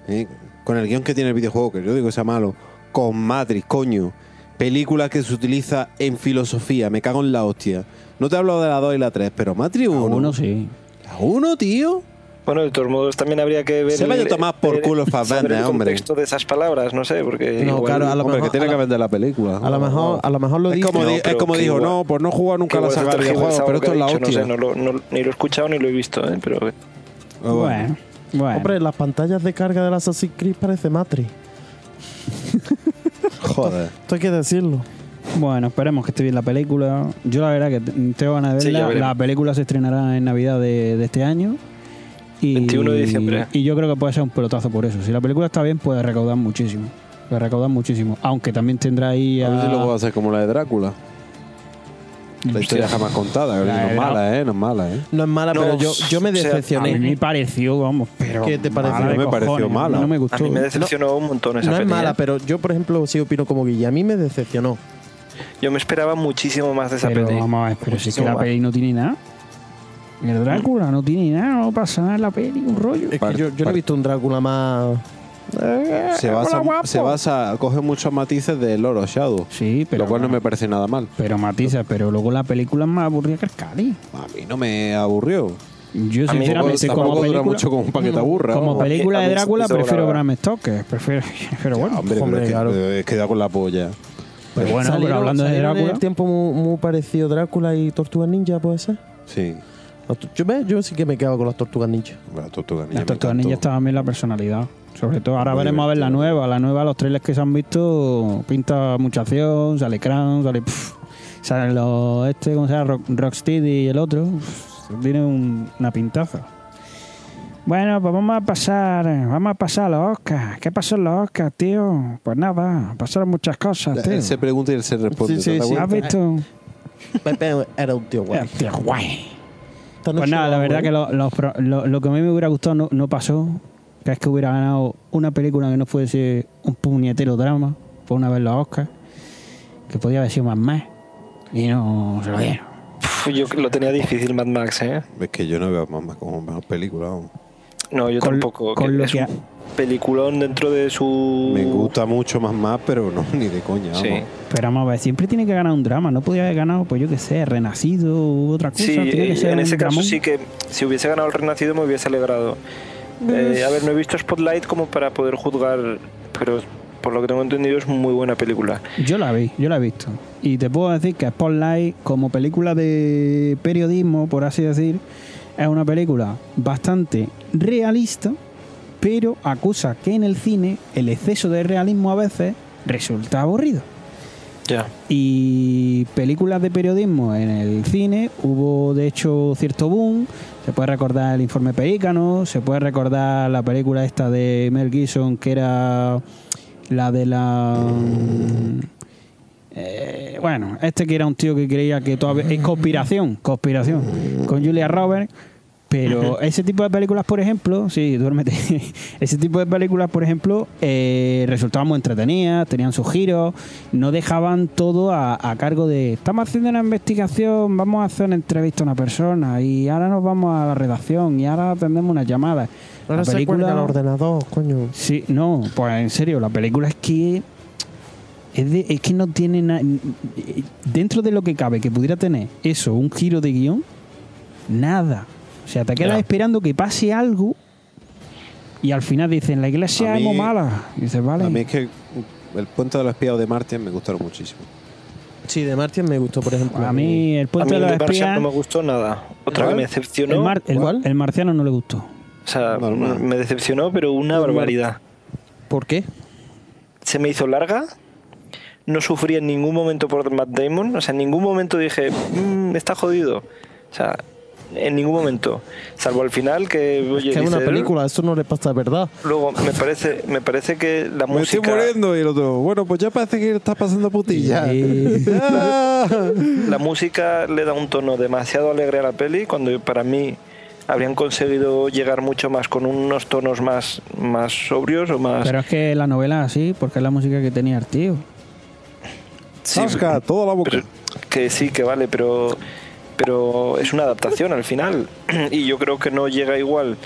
S2: eh, con el guión que tiene el videojuego, que yo digo que sea malo, con Matrix, coño? Película que se utiliza en filosofía, me cago en la hostia. No te hablo de la 2 y la 3, pero Matrix 1.
S1: Uno sí.
S2: La 1, tío.
S3: Bueno, de todos modos también habría que ver...
S2: Se vaya a
S3: el-
S2: tomar por
S3: el-
S2: culo Fassbender,
S3: saber el
S2: hombre.
S3: contexto de esas palabras, no sé, porque...
S4: No,
S3: igual-
S4: claro, a lo
S2: Hombre, que
S4: mejor-
S2: tiene
S4: a
S2: que
S4: la-
S2: vender la película.
S4: A
S3: Oh.
S4: lo mejor, a lo mejor lo
S2: es
S4: dice.
S2: como,
S3: No,
S2: di- es
S3: pero
S2: como
S3: que
S2: dijo,
S3: igual-
S2: no, por no jugar nunca
S3: que
S2: a la
S3: igual
S2: saga de
S3: está
S2: videojuegos,
S3: tergiversado
S2: pero
S3: lo que
S2: esto es
S3: ha
S2: la
S3: dicho,
S2: hostia.
S3: No sé, no lo- no- ni lo he escuchado ni lo he visto, ¿eh? pero...
S2: Ah, bueno.
S1: Bueno, bueno.
S4: Hombre, las pantallas de carga del Assassin's Creed parece Matrix.
S2: Joder.
S4: Esto hay que decirlo.
S1: Bueno, esperemos que esté bien la película. Yo la verdad que te- tengo ganas de
S3: Sí, ya
S1: verla.
S3: veremos.
S1: la película se estrenará en Navidad de, de este año. Y,
S3: 21 de diciembre.
S1: Y yo creo que puede ser un pelotazo por eso. Si la película está bien, puede recaudar muchísimo. Puede recaudar muchísimo. Aunque también tendrá ahí
S2: A
S1: a...
S2: ver si lo puedo hacer como la de Drácula. La historia jamás contada. que
S1: La
S2: No
S1: de
S2: es mala, ¿eh? No es mala, ¿eh?
S4: No es mala,
S3: No,
S4: pero yo, yo me
S3: o sea,
S1: A mí
S4: decepcioné.
S1: me pareció, vamos, pero...
S4: ¿Qué te pareció?
S1: mala de
S2: No me pareció
S1: cojones.
S2: mala.
S1: No me gustó.
S3: A mí me decepcionó un montón esa
S4: No es
S3: peli, ¿eh?
S4: mala, pero yo, por ejemplo, sí opino como Guille. A mí me decepcionó.
S3: Yo me esperaba muchísimo más de esa
S1: pero
S3: peli.
S1: vamos a ver, pero si es que
S3: Muchísimo
S1: la
S3: más.
S1: peli no tiene nada. El Drácula no tiene nada, no pasa nada en la peli, un rollo.
S4: Es que
S2: Par-
S4: yo, yo no he
S2: par-
S4: visto un Drácula más.
S2: Se basa, se basa, coge muchos matices del oro Shadow.
S1: Sí, pero...
S2: lo cual no me parece nada mal.
S1: Pero matiza, pero luego la película es más aburrida que Arcadi.
S2: A mí no me aburrió.
S1: Yo
S3: A mí
S1: sinceramente
S3: tampoco-
S1: como
S2: Tampoco dura
S1: película,
S2: mucho como para que te aburra.
S1: como
S2: vamos.
S1: película
S3: A mí- a
S1: de
S3: mí
S1: Drácula
S3: sí me
S1: prefiero
S3: sobraba.
S1: Bram Stoker, prefiero pero bueno.
S2: Hombre,
S4: Hombre,
S2: pero es
S4: claro.
S2: que, es que da con la polla.
S1: Pero bueno, pero
S4: Salieron-
S1: hablando de
S4: salieron en
S1: Drácula,
S4: el tiempo muy, muy parecido Drácula y Tortuga Ninja, puede ser.
S2: Sí.
S4: Las tu- Yo, ve, yo sí que me quedo con las Tortugas Ninja.
S2: La tortuga ninja.
S1: las
S2: me
S1: tortugas
S2: encantó.
S1: ninja está también la personalidad. Sobre todo ahora
S2: Muy
S1: veremos a ver la
S2: divertido.
S1: nueva, la nueva los trailers que se han visto pinta mucha acción, sale Crown, sale pff, salen los este cómo se llama Rock- Rocksteady y el otro, pff, tiene un- una pintaza. Bueno, pues vamos a pasar, vamos a pasar a los Oscars. ¿Qué pasó en los Oscars, tío? Pues nada, pasaron muchas cosas, tío.
S2: Él se pregunta y él se responde.
S4: Sí, sí,
S2: ¿te das
S4: sí.
S1: ¿Has
S2: cuenta?
S1: visto?
S4: Pepe era un tío guay.
S1: Hostia, guay.
S4: Esta noche
S1: Pues nada,
S4: lo
S1: la
S4: hago,
S1: verdad
S4: ¿eh?
S1: que lo, los pro- lo- lo que a mí me hubiera gustado no, no pasó. Que es que hubiera ganado una película que no fuese un puñetero drama, por una vez los Oscars, que podía haber sido más más. Y no se lo dieron.
S3: Uf, yo lo tenía difícil Mad Max, ¿eh?
S2: Es que yo no veo a Mamma como mejor película. vamos.
S3: No, yo
S1: Con-
S3: tampoco.
S1: con lo
S3: es
S1: que
S3: un
S1: ha-
S3: peliculón dentro de su...
S2: Me gusta mucho más más, pero no, ni de coña.
S3: Sí.
S2: vamos.
S1: Pero vamos a ver, siempre tiene que ganar un drama. No podía haber ganado, pues yo qué sé, Renacido u otra cosa.
S3: Sí,
S1: tiene que
S3: eh,
S1: ser
S3: en
S1: un
S3: ese caso
S1: dramón.
S3: sí que si hubiese ganado el Renacido me hubiese alegrado. Eh, a ver, no he visto Spotlight como para poder juzgar, pero por lo que tengo entendido, es muy buena película.
S1: Yo la vi, yo la he visto. Y te puedo decir que Spotlight, como película de periodismo, por así decir, es una película bastante realista, pero acusa que en el cine el exceso de realismo a veces resulta aburrido.
S3: Ya.
S1: Y películas de periodismo en el cine hubo de hecho cierto boom. Se puede recordar el informe Pelícano, se puede recordar la película esta de Mel Gibson que era la de la... Eh, bueno, este que era un tío que creía que todavía... Es conspiración, conspiración, con Julia Roberts. Pero ese tipo de películas, por ejemplo, sí, duérmete. ese tipo de películas, por ejemplo, eh, resultaban muy entretenidas, tenían sus giros, no dejaban todo a, a cargo de. Estamos haciendo una investigación, vamos a hacer una entrevista a una persona, y ahora nos vamos a la redacción, y ahora atendemos una llamada.
S4: Ahora se cuelga el ordenador, coño.
S1: Sí, no, pues en serio, la película es que. Es, de- es que no tiene nada. Dentro de lo que cabe, que pudiera tener eso, un giro de guión, nada. O sea, te quedas
S3: Ya.
S1: esperando que pase algo y al final dicen, la iglesia
S2: A
S1: es muy
S2: mí-
S1: mala. Y dices, vale.
S2: A mí es que uh, el puente de los espiados de Martian me gustaron muchísimo.
S4: Sí, de Martian me gustó, por ejemplo.
S1: A mí el
S3: A
S1: puente
S3: mí
S1: de
S3: el
S1: los
S3: de Marcial
S1: espías,
S3: no me gustó nada. Otra que me decepcionó.
S1: el, mar- el-
S4: ¿Cuál?
S1: el marciano no le gustó.
S3: o sea,
S2: Normal.
S3: me decepcionó, pero una barbaridad.
S4: ¿Por qué?
S3: Se me hizo larga. No sufrí en ningún momento por Matt Damon. O sea, en ningún momento dije, "Mm, está jodido. O sea, en ningún momento. Salvo al final que, oye,
S4: que es una
S3: dice,
S4: película, eso no le pasa de verdad.
S3: Luego, me parece, me parece que la
S2: Me estoy
S3: música,
S2: muriendo y el otro. Bueno, pues ya parece que está pasando putilla.
S1: Eh,
S2: Ah.
S3: la música le da un tono demasiado alegre a la peli, cuando para mí habrían conseguido llegar mucho más con unos tonos más, más sobrios o más...
S1: pero es que la novela así, porque es la música que tenía el tío.
S3: Sí,
S2: Zasca, toda la boca.
S3: pero- que sí, que vale, pero, pero es una adaptación al final. Y yo creo que no llega igual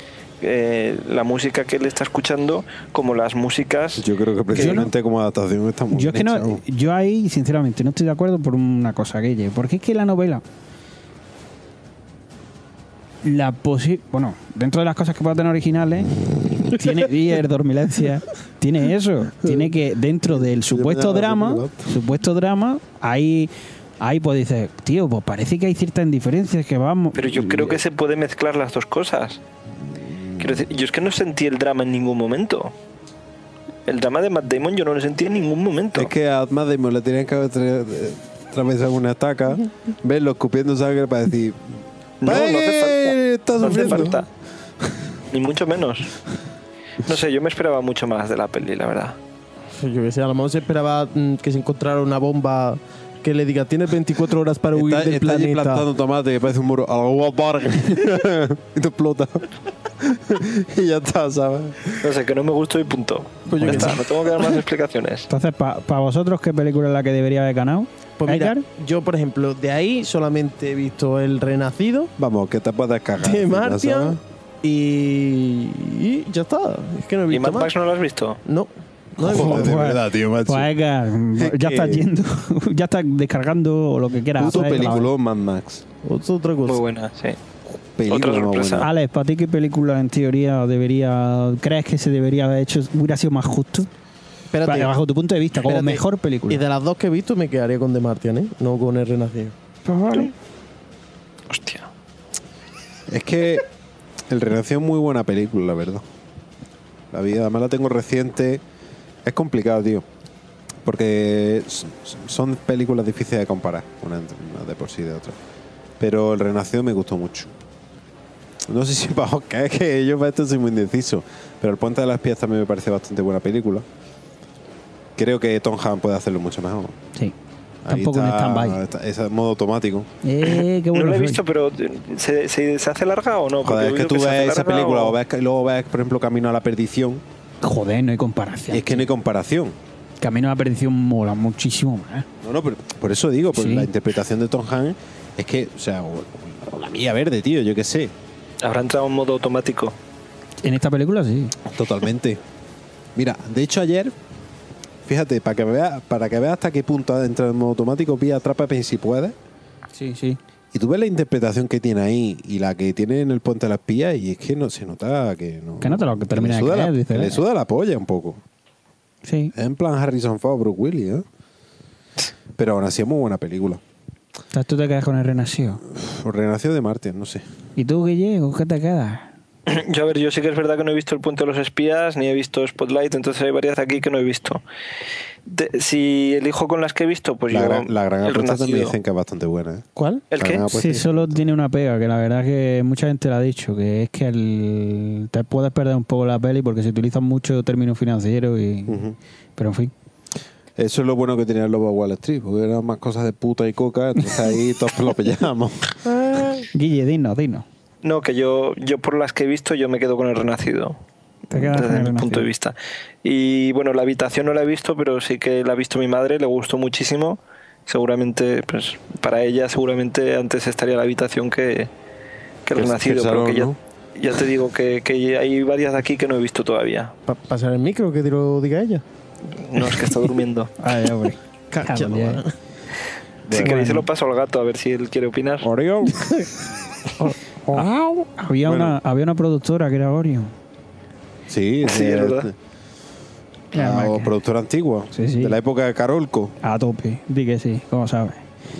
S3: eh, la música que él está escuchando como las músicas...
S2: Yo creo que precisamente como adaptación está muy
S1: Yo es que
S2: bien hecha,
S1: no,
S2: vamos.
S1: yo ahí, sinceramente, no estoy de acuerdo por una cosa, Guille. Porque es que la novela. La posi Bueno, dentro de las cosas que pueda tener originales, tiene Díaz, Dormilencia, tiene eso. Tiene que, dentro del supuesto
S2: me da la
S1: drama,
S2: dormilancia.
S1: supuesto drama, ahí, ahí pues dices, tío, pues parece que hay ciertas indiferencias que vamos.
S3: Pero yo creo que se puede mezclar las dos cosas. Quiero decir, yo es que no sentí el drama en ningún momento. El drama de Matt Damon yo no lo sentí en ningún momento.
S2: Es que a Matt Damon le tenían que haber tra- eh, atravesado una estaca, verlo escupiendo sangre para decir.
S3: no, no hace
S2: "Ey,
S3: falta.
S2: ¡Eh! Está
S3: No hace
S2: sufriendo.
S3: falta. Ni mucho menos. No sé, yo me esperaba mucho más de la peli, la verdad.
S4: Yo que sé, a lo mejor se esperaba mm, que se encontrara una bomba que le diga, tienes 24 horas para huir
S2: Está,
S4: del
S2: está allí
S4: planeta.
S2: plantando tomate, parece un muro. Algo parque. y te explota. y ya está, ¿sabes?
S3: No sé, que no me gustó y punto.
S4: Pues yo
S3: Ya
S4: qué
S3: está,
S4: sé.
S3: no tengo que dar más explicaciones.
S1: Entonces, para vosotros, ¿qué película es la que debería haber ganado?
S4: Pues mira,
S1: ¿Edgar?
S4: yo, por ejemplo, de ahí solamente he visto El Renacido
S2: Vamos, que te puedes cagar.
S3: Ah,
S2: ¿ah?
S4: de
S2: ¿sabes?
S4: Martian y... y ya está. Es que no he
S3: ¿Y
S4: visto
S3: Mad
S4: más.
S3: Max no lo has visto?
S4: No. no he
S2: Joder,
S4: visto.
S2: Oh, de
S1: Pues-
S2: verdad, tío, macho.
S1: Pues Edgar, ya
S2: que-
S1: estás yendo, ya estás descargando o lo que quieras.
S2: Puto
S1: hacer,
S2: peliculón Mad Max.
S4: Otra cosa.
S3: Muy buena, sí.
S2: Película
S3: Otra
S2: más
S3: sorpresa.
S2: buena.
S1: Alex, ¿para ti qué película en teoría debería, crees que se debería haber hecho, hubiera sido más justo?
S4: Espérate.
S1: Para- bajo tu punto de vista, como
S4: Espérate.
S1: mejor película.
S4: Y de las dos que he visto me quedaría con The Martian, ¿eh? No con El Renacido.
S1: Pues vale.
S3: Hostia.
S2: Es que El Renacido es muy buena película, la verdad. La vida, además la tengo reciente. Es complicado, tío. Porque s- s- son películas difíciles de comparar, una, entre- una de por sí de otra. Pero El Renacido me gustó mucho. No sé si para Oscar, es que yo para esto soy muy indeciso. Pero El Puente de las Piedras también me parece bastante buena película. Creo que Tom Hanks puede hacerlo mucho mejor.
S1: Sí.
S2: Ahí
S1: Tampoco en
S2: está-
S1: stand-by.
S2: está- Es en modo automático.
S1: Eh, qué
S3: No
S1: bueno.
S3: lo he
S1: soy.
S3: visto, pero ¿se, se, se hace larga o no? Porque
S2: Joder,
S3: he
S2: es que
S3: oído
S2: tú
S3: se hace
S2: ves esa
S3: larga
S2: película
S3: o-
S2: o ves, y luego ves, por ejemplo, Camino a la Perdición.
S1: Joder, no hay comparación.
S2: Y es que no hay comparación.
S1: Camino a la perdición mola muchísimo más.
S2: No, no, pero por eso digo, por
S1: Sí.
S2: la interpretación de Tom Hanks es que, o sea, o- o la mía verde, tío, yo qué sé.
S3: Habrá entrado en modo automático.
S1: En esta película sí.
S2: Totalmente. Mira, de hecho ayer, fíjate, para que veas para que veas hasta qué punto ha entrado en modo automático, vi Atrápame si puedes.
S1: Sí, sí.
S2: Y tú ves la interpretación que tiene ahí y la que tiene en el Puente de las Pillas y es que no se nota que no...
S1: Que no te lo- que termina de
S2: le suda la-
S1: creer, dice,
S2: Le
S1: eh.
S2: suda la polla un poco.
S1: Sí,
S2: En plan Harrison Ford, Bruce Willis, ¿eh? Pero aún así es muy buena película.
S1: O sea, tú te quedas con el renacido.
S2: Uf, Renacido de Marte, no sé.
S1: ¿Y tú, Guille, con qué te quedas?
S3: Yo, a ver, yo sí que es verdad que no he visto El Puente de los Espías, ni he visto Spotlight, entonces hay varias aquí que no he visto. De- si elijo con las que he visto, pues
S2: la,
S3: yo.
S2: gran, la gran
S3: El
S2: apuesta también
S3: Renacido.
S2: dicen que es bastante buena, ¿eh?
S4: ¿Cuál?
S3: ¿El
S2: La
S3: qué?
S2: gran apuesta
S1: Sí,
S2: dicen-
S1: solo tiene una pega, que la verdad que mucha gente la ha dicho, que es que el- te puedes perder un poco la peli porque se utilizan mucho términos financieros y...
S2: Ujú.
S1: Pero en fin.
S2: Eso es lo bueno que tenía el Lobo de Wall Street, porque eran más cosas de puta y coca, entonces ahí todos lo pillamos.
S1: Guille, dinos, dinos.
S3: No, que yo, yo por las que he visto, yo me quedo con El Renacido.
S1: Te quedas con
S3: desde
S1: El
S3: mi
S1: Renacido.
S3: punto de vista. Y bueno, la habitación no la he visto, pero sí que la ha visto mi madre, le gustó muchísimo. Seguramente, pues para ella, seguramente antes estaría la habitación que, que el
S2: Que-
S3: renacido.
S2: que el
S3: pero que
S2: salón,
S3: ya, ya te digo que, que hay varias de aquí que no he visto todavía.
S4: Pa- pasar el micro, que te lo diga ella.
S3: No, es que está durmiendo.
S1: Ay, hombre.
S4: Cacha,
S1: Joder,
S4: no,
S1: eh.
S3: Si queréis, se lo paso al gato a ver si él quiere opinar.
S2: Orión.
S1: Oh, había,
S2: Bueno.
S1: una, había una productora que era Orion.
S2: Sí, este.
S3: Sí, es verdad.
S1: La
S2: Ah, o
S1: marca.
S2: productora antigua,
S1: Sí, sí.
S2: de la época de Carolco.
S1: A tope, di que sí, como sabes.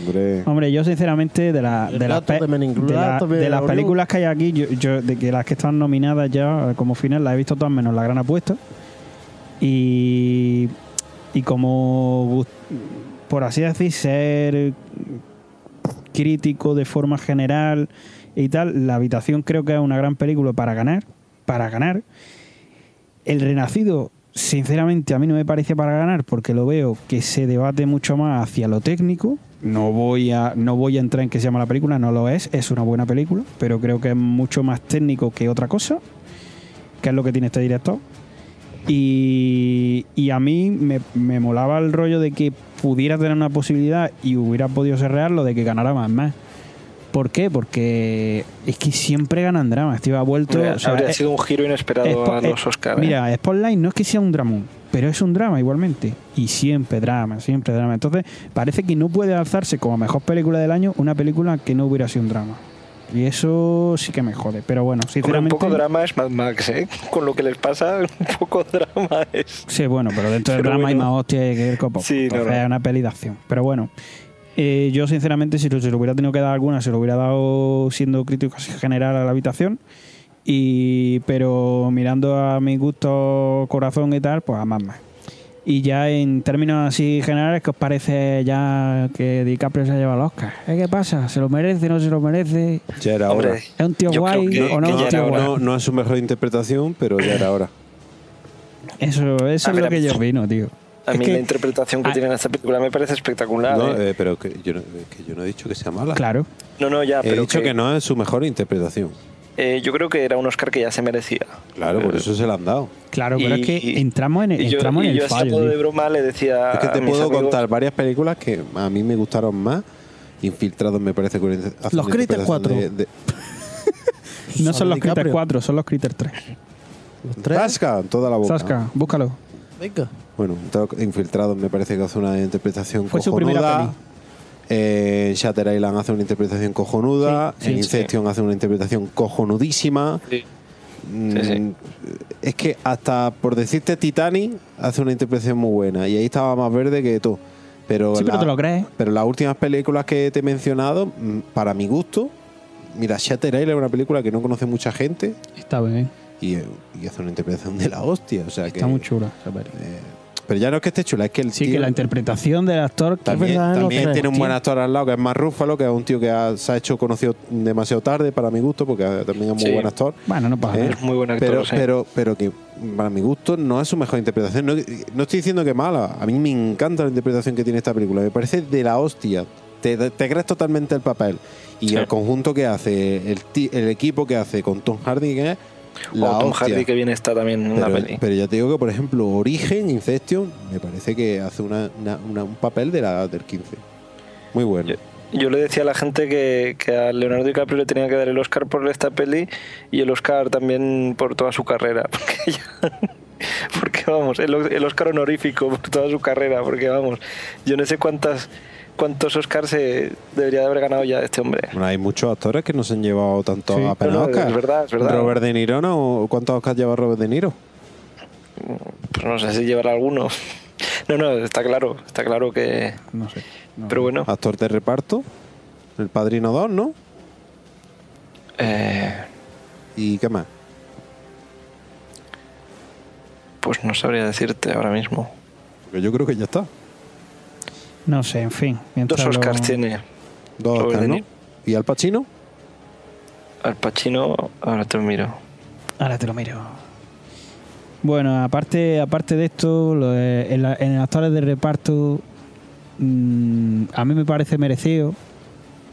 S2: Hombre,
S1: Hombre, yo sinceramente de, la,
S4: El
S1: de, las
S4: gato
S1: pe-
S4: de Men in Black,
S1: de la-
S4: también
S1: de las
S4: Orión.
S1: películas que hay aquí, yo, yo- de que las que están nominadas ya eh, como final, las he visto todas menos La Gran Apuesta. Y, y como, gust- por así decir, ser crítico de forma general y tal, La Habitación creo que es una gran película para ganar, para ganar. El Renacido, sinceramente, a mí no me parece para ganar porque lo veo que se debate mucho más hacia lo técnico. No voy a, no voy a entrar en qué se llama la película, no lo es, es una buena película, pero creo que es mucho más técnico que otra cosa, que es lo que tiene este director. Y, y a mí me, me molaba el rollo de que pudiera tener una posibilidad y hubiera podido ser real lo de que ganara más más. ¿Por qué? Porque es que siempre ganan dramas, tío. Ha vuelto.
S3: Hombre,
S1: o sea,
S3: habría
S1: eh,
S3: sido un giro inesperado
S1: Spo-
S3: a los
S1: eh,
S3: Oscars.
S1: Mira, Spotlight no es que sea un dramón, pero es un drama igualmente. Y siempre drama, siempre drama. Entonces, parece que no puede alzarse como mejor película del año una película que no hubiera sido un drama. Y eso sí que me jode. Pero bueno,
S3: un
S1: sinceramente.
S3: poco drama es Mad Max, ¿eh? Con lo que les pasa, un poco drama es.
S1: Sí, bueno, pero dentro del
S3: Pero
S1: drama hay
S3: bueno.
S1: más hostia que el copo.
S3: Sí, no, no.
S1: Es una peli de acción. Pero bueno, eh, yo sinceramente, si lo- se lo hubiera tenido que dar alguna, se lo hubiera dado siendo crítico así general a la habitación. Y, pero mirando a mi gusto, corazón y tal, pues a más más. Y ya en términos así generales, ¿qué os parece ya que DiCaprio se ha llevado el Oscar? ¿Eh, ¿Qué pasa? ¿Se lo merece? ¿No se lo merece?
S2: ya era hora.
S3: Hombre,
S1: ¿Es un tío
S3: Yo
S1: guay
S3: creo que-
S1: o no
S3: que
S1: es un
S3: ya
S1: tío
S3: era
S1: guay?
S3: hora.
S2: No, no es su mejor interpretación, pero ya era hora.
S1: Eso, eso es
S3: A ver,
S1: lo
S3: a
S1: que
S3: mí-
S1: yo opino, tío.
S3: a
S1: Es
S3: mí
S1: que-
S3: la interpretación que
S1: Ah.
S3: tiene en esta película me parece espectacular.
S2: No,
S3: ¿eh?
S2: eh, pero que yo, no, eh, que yo no he dicho que sea mala.
S1: Claro.
S3: No, no, ya,
S2: He
S3: Ah, pero
S2: dicho
S3: que,
S2: que... no es su mejor interpretación.
S3: eh, yo creo que era un Oscar que ya se merecía.
S2: Claro, por eso se la han dado.
S1: Claro, pero es
S3: Y-
S1: que entramos en el,
S3: y yo,
S1: entramos
S3: y
S1: en
S3: yo
S1: el
S3: hasta
S1: fallo.
S3: modo de
S1: tío.
S3: broma le decía.
S2: Es que
S3: a
S2: te
S3: mis
S2: puedo
S3: amigos-
S2: contar varias películas que a mí me gustaron más. Infiltrados me parece que hace
S4: Los
S2: una
S4: Critters
S2: interpretación
S4: 4.
S2: de- de-
S1: No son
S4: Sale
S1: los Critter
S4: DiCaprio.
S1: 4, son los Critter 3.
S4: Los tres.
S2: Zasca, en toda la boca.
S1: Sasca, búscalo.
S4: Venga.
S2: Bueno, Doc Infiltrado me parece que hace una interpretación
S1: Fue su
S2: cojonuda.
S1: primera
S2: Eh, en Shutter Island hace una interpretación cojonuda.
S1: Sí, sí,
S2: en Inception hace una interpretación cojonudísima.
S3: Sí.
S2: Mm,
S3: Sí, sí.
S2: Es que hasta por decirte Titanic hace una interpretación muy buena. Y ahí estaba más verde que tú. Pero
S1: Sí, pero
S2: la-
S1: te lo crees.
S2: pero las últimas películas que te he mencionado, mm, para mi gusto, mira, Shutter Island es una película que no conoce mucha gente
S1: Está bien,
S2: y, eh, y hace una interpretación de la hostia. O sea que,
S1: está muy chula.
S2: eh, pero ya no es que esté chula, es que el
S1: Sí,
S2: tío
S1: que la interpretación del actor que
S2: también,
S1: es verdad,
S2: también
S1: lo que-
S2: tiene un buen
S1: tío.
S2: actor al lado, que es más Rúfalo, que es un tío que ha- se ha hecho conocido demasiado tarde para mi gusto, porque eh, también es muy
S3: Sí.
S2: buen actor.
S1: Bueno, no pasa
S2: ¿eh?
S1: nada.
S3: Es muy buen actor,
S2: pero,
S3: sí.
S2: pero, pero que para mi gusto no es su mejor interpretación. No, no estoy diciendo que mala, a mí me encanta la interpretación que tiene esta película, me parece de la hostia. Te, te crees totalmente el papel. Y
S3: Sí.
S2: el conjunto que hace, el, ti- el equipo que hace con Tom Hardy, que es la
S3: o Tom
S2: hostia.
S3: Hardy, que bien está también en la
S2: Pero,
S3: peli.
S2: pero ya te digo que, por ejemplo, Origen, Inception, me parece que hace una- una- una- un papel de la, del 15. Muy bueno.
S3: Yo- Yo le decía a la gente que, que a Leonardo DiCaprio le tenía que dar el Oscar por esta peli y el Oscar también por toda su carrera. Porque, ya- porque vamos, el, o- el Oscar honorífico por toda su carrera. Porque vamos, yo no sé cuántas cuántos Oscars se debería de haber ganado ya este hombre.
S2: Bueno, hay muchos actores que no se han llevado tanto
S1: Sí.
S2: apenas
S3: No, no,
S2: Oscar.
S3: es verdad, es verdad.
S2: Robert De Niro, ¿no? ¿Cuántos Oscars lleva Robert De Niro?
S3: pues no sé si llevará alguno. No, no, está claro, está claro que...
S1: No sé. no.
S3: Pero bueno,
S2: Actor de reparto. El Padrino 2, ¿no?
S3: eh,
S2: ¿Y qué más?
S3: pues no sabría decirte ahora mismo.
S2: Porque yo creo que ya está.
S1: No sé, en fin.
S3: Dos
S1: mientras lo-
S3: Oscars tiene
S2: Dos
S3: Robert
S2: Oscars,
S3: De
S2: ¿no?
S3: Niro.
S2: ¿Y Al Pacino?
S3: Al Pacino, ahora te lo miro.
S1: Ahora te lo miro. Bueno, aparte, aparte de esto, lo de- en, la- en actores de reparto, mm, a mí me parece merecido.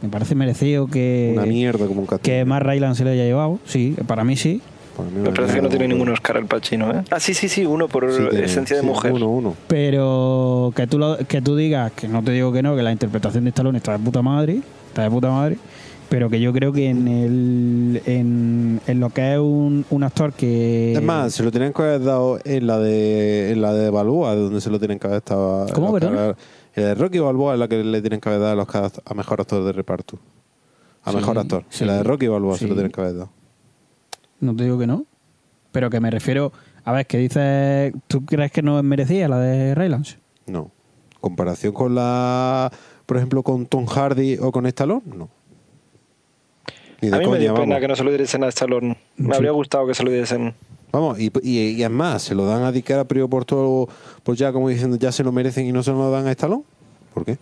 S1: Me parece merecido
S2: Una
S1: que,
S2: mierda como un castillo.
S1: Eh, que Matt Ryland se lo haya llevado. Sí, para mí sí.
S2: Por mí
S3: Me parece que no tiene ningún Oscar al Pacino, ¿eh? Ah, sí, sí, sí, uno por
S2: Sí, tiene-
S3: esencia de
S2: sí,
S3: mujer.
S2: Uno, uno.
S1: Pero que tú, lo- que tú digas, que no te digo que no, que la interpretación de Stallone está de puta madre, está de puta madre, pero que yo creo que en, el, en, en lo que es un, un actor que...
S2: Es más, se lo tenían que haber dado en la de en la de Balboa, de donde se lo tienen que haber estado.
S1: ¿Cómo,
S2: el Oscar.
S1: perdón?
S2: En la de Eh, Rocky Balboa es la que le tienen que haber dado los Oscar a mejor actor de reparto. A
S1: Sí,
S2: mejor actor.
S1: sí.
S2: En la de Rocky Balboa se
S1: Sí.
S2: lo tienen que haber dado.
S1: No te digo que no, pero que me refiero... A ver, que dices... ¿Tú crees que no merecía la de Raylands?
S2: No. Comparación con la. Por ejemplo, con Tom Hardy o con Stallone, no. Ni de
S3: A mí
S2: coña,
S3: me dio pena
S2: vamos.
S3: que no se lo diesen a Stallone. Me
S1: Sí.
S3: habría gustado que se lo diesen.
S2: Vamos, y, y, y es más, se lo dan a DiCaprio por todo, por ya como diciendo, ya se lo merecen y no se lo dan a Stallone. ¿Por qué?